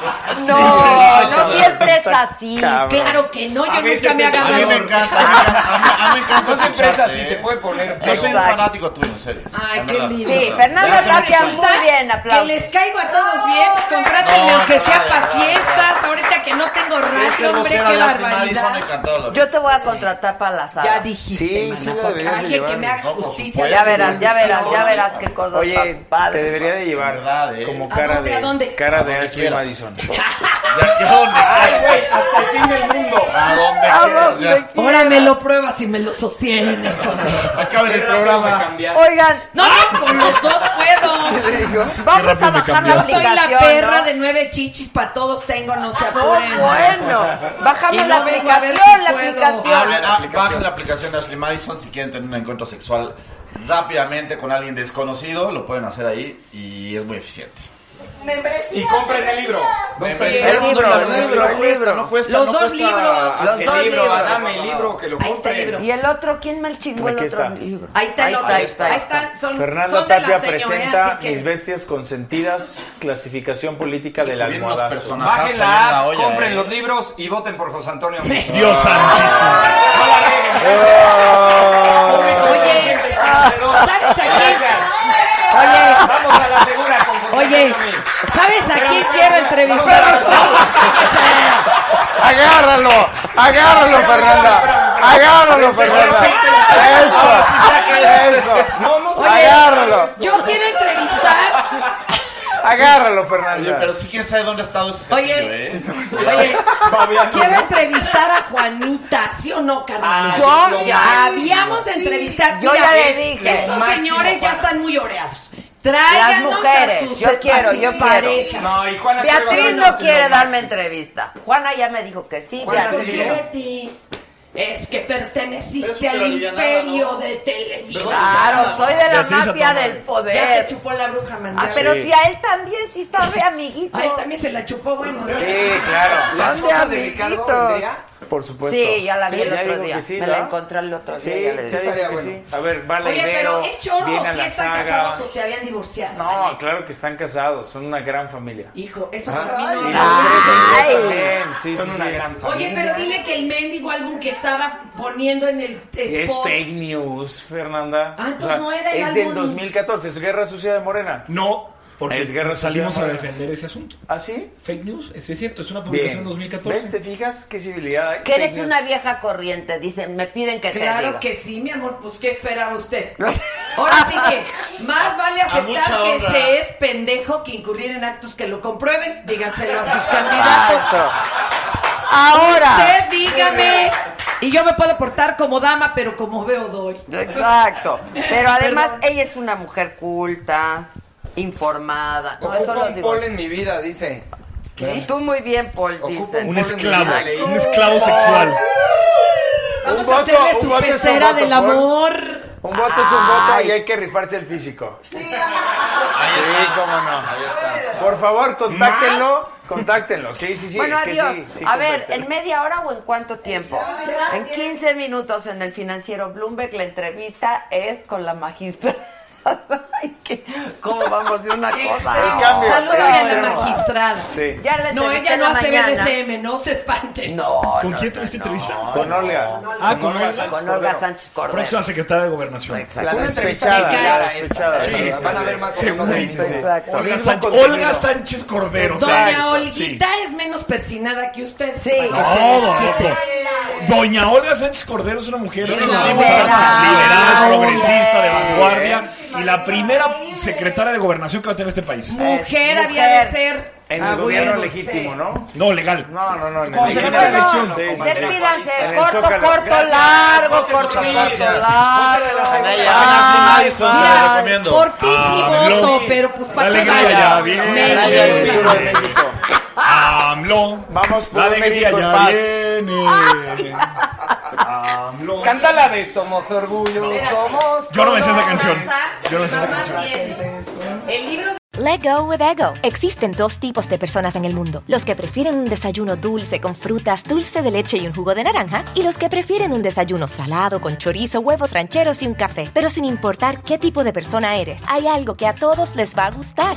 No, no siempre es así. Claro que no, yo A veces nunca me es A mí me agarrado. encanta, a mí me encanta- a mí, a mí me encanta No siempre es escucharte, así, ¿eh? se puede poner. Yo soy un Exacto. fanático tuyo, en serio. Ay, La qué verdad. lindo. Sí, Ya Fernanda hace muchos Tapia, años. muy bien, Que aplausos. les caigo a todos bien, pues contrátenme No, aunque no, sea no, para no, no, fiestas, ahorita que no tengo Ese radio, hombre, qué vocero de Ashley Madison, barbaridad. encantado, la verdad. Yo te voy a contratar para la sala. Ya dijiste, Sí, mana, sí la porque deberías de alguien que llevar. me haga No, por justicia. supuesto. Ya verás, ya verás, ya verás qué cosas Oye, tan padres. te debería de llevar Verdad, eh. como ¿A cara dónde, de a dónde? A cara de donde Ashley quieras. Madison. Ya que dónde Ay, güey, hasta el fin del mundo. A dónde ¿A quieras, dónde ya. Ahora me lo pruebas y me lo sostienes con él. Acaben el Qué rápido me programa. cambiaste. Oigan, No, no, con los dos puedo. vamos a bajar la Yo soy aplicación. la perra ¿no? de nueve chichis, para todos tengo, no se Oh, apuren. bueno, bajamos Y no la vengo a ver aplicación, si la puedo. aplicación. Hablen, ah, bajen la aplicación de Ashley Madison si quieren tener un encuentro sexual rápidamente con alguien desconocido. Lo pueden hacer ahí y es muy eficiente. Y compren el libro. Membresía, el no, libro, la el verdad es que libro, no cuesta, no el libro. cuesta, Los no dos cuesta. libros, Haz los que dos El libro, libros. dame el libro, que lo Ahí está el compren. libro. Y el otro, ¿quién mal chingó el Aquí otro está. libro? Ahí te lo ahí está, está. Ahí están, son, Fernanda son de Tapia la señora, presenta así que... Mis bestias consentidas, clasificación política del Vienen unos almohadazo. personajes Bajen ahí en la la app, olla. compren eh. [LAUGHS] los libros y voten por José Antonio. [LAUGHS] Mix. Dios santísimo. No la reguen. Eh, Oye, ¿sabes a quién? Vamos a la segura con José Oye, oye, Antonio Mix. ¿sabes a quién quiero entrevistar? Agárralo, agárralo, Fernanda. Agárralo, Fernanda. Eso, eso. Agárralo, Yo quiero entrevistar. agárralo, Oye, Fernanda. pero sí quién sabe dónde ha estado ese cepillo, Oye, ¿eh? [LAUGHS] oye, Este, quiero entrevistar a Juanita, ¿sí o no, carnal? Ah, Yo ya. Habíamos de entrevistar. Yo mira, ya le dije. Estos Máximo, señores ya Juana. están muy oreados. Tráiganos mujeres, a sus, yo a quiero, sus yo quiero. parejas. No, y Juana Beatriz Cuevas no es quiere lo darme máximo. entrevista. Juana ya me dijo que sí, Juana Beatriz. sí. no. Espérate. Es que Pero perteneciste eso te al lo alivianaba, imperio ¿no? de Televisa. Claro, soy de la Beatriz a mafia tomar. del Ya poder. te chupó la bruja, Mandela. Ah, pero si a él también sí está re amiguito. A él también se la chupó, bueno. [LAUGHS] Sí, claro. La esposa de amiguitos. Ricardo vendría. Por supuesto. Sí, ya la vi Sí, el otro dijo día. que sí, me ¿no? la encontré el otro Sí, día. y ya le sí, dije. sí, sí. A ver, va la Oye, pero Ibero, es choro viene a si la están saga. casados o se habían divorciado. No, claro que están casados, son una gran familia. Ah, Hijo, eso para mí no. Ay. También, sí, Son sí, una sí. gran Oye, familia. pero dile que el mendigo álbum que estabas poniendo en el Es spot- fake news, Fernanda. Ah, entonces no era el es del álbum. 2014, es Guerra Sucia de Morena. No, porque Es guerra salimos a social. defender ese asunto. ¿Ah, sí? Fake news, sí es cierto, es una publicación Bien. 2014. ¿Ves? ¿Te fijas qué civilidad hay? Que eres Fake una news. vieja corriente, dicen, me piden que te Claro diga. que sí, mi amor, pues ¿qué esperaba [LAUGHS] usted? Ahora sí que más vale aceptar mucha que honra. se es pendejo que incurrir en actos que lo comprueben. Díganselo a sus candidatos. Ahora. Usted dígame. Y yo me puedo portar como dama, pero como veo doy. Exacto. Pero además Perdón. ella es una mujer culta, informada. No, eso Ocupo lo un digo. pol en mi vida, dice. ¿Qué? Tú muy bien, Paul, Ocupo dice. un Por esclavo, mi- un esclavo sexual. Vamos Un a voto, hacerle un su voto es un pecera voto, del Paul. amor. Un voto es un voto Ay. y hay que rifarse el físico. Sí, Ahí está. cómo no. Ahí está. Por favor, contáctenlo. Contáctenlo. Sí, sí, sí. bueno, es que adiós. sí, sí, a ver, contáctenlo. ¿en media hora o en cuánto tiempo? En 15 minutos en el financiero Bloomberg, la entrevista es con la magistrada. [LAUGHS] Ay, ¿qué? ¿Cómo vamos de una cosa a Exacto. otra? Salúdame a la Pero- magistrada. Sí. Ya la no, entrevisté ella no en la hace mañana. BDSM, no se espanten. No, ¿Con quién tuviste entrevista? Con Olga. Ah, con, Con Olga Olga Sánchez Sánchez Con Olga Cordero. Sánchez Cordero. Próxima secretaria de Gobernación. La Fue una entrevista despechada, sin la cara. despechada. Sí, Saludable. van a ver más Segurísimo. Exacto. Olga, Mismo Sánchez, contenido. Olga Sánchez Cordero. Doña exacto, Olguita es menos persinada que usted. Sí. sí. No, doctor. Doña Olga Sánchez Cordero es una mujer Liberal. liberal, Liberal. progresista, de Sí. vanguardia y la primera secretaria de gobernación que va a tener este país. Mujer había de ser. En Ah, el gobierno bueno, legítimo, sí. ¿no? No, legal. No, no, no. en el Cuando se legítimo. gana la elección. Sí, sí, sí. Despídanse, En el corto, Zócalo. corto, Gracias. largo, corto, corto, Muchas gracias. largo. Ana Madison, se la recomiendo. Por ti sí AMLO. voto, pero pues para La que alegría vaya. ya, bien. Me La lleva. alegría. Futuro de México. AMLO. Vamos por La alegría México en ya paz. viene. AMLO. Canta la de Somos Orgullo, Somos. Yo no me sé esa canción. Yo no sé esa Mamá canción. tiene. El libro Let go with ego. Existen dos tipos de personas en el mundo: los que prefieren un desayuno dulce con frutas, dulce de leche y un jugo de naranja, y los que prefieren un desayuno salado con chorizo, huevos rancheros y un café. Pero sin importar qué tipo de persona eres, hay algo que a todos les va a gustar.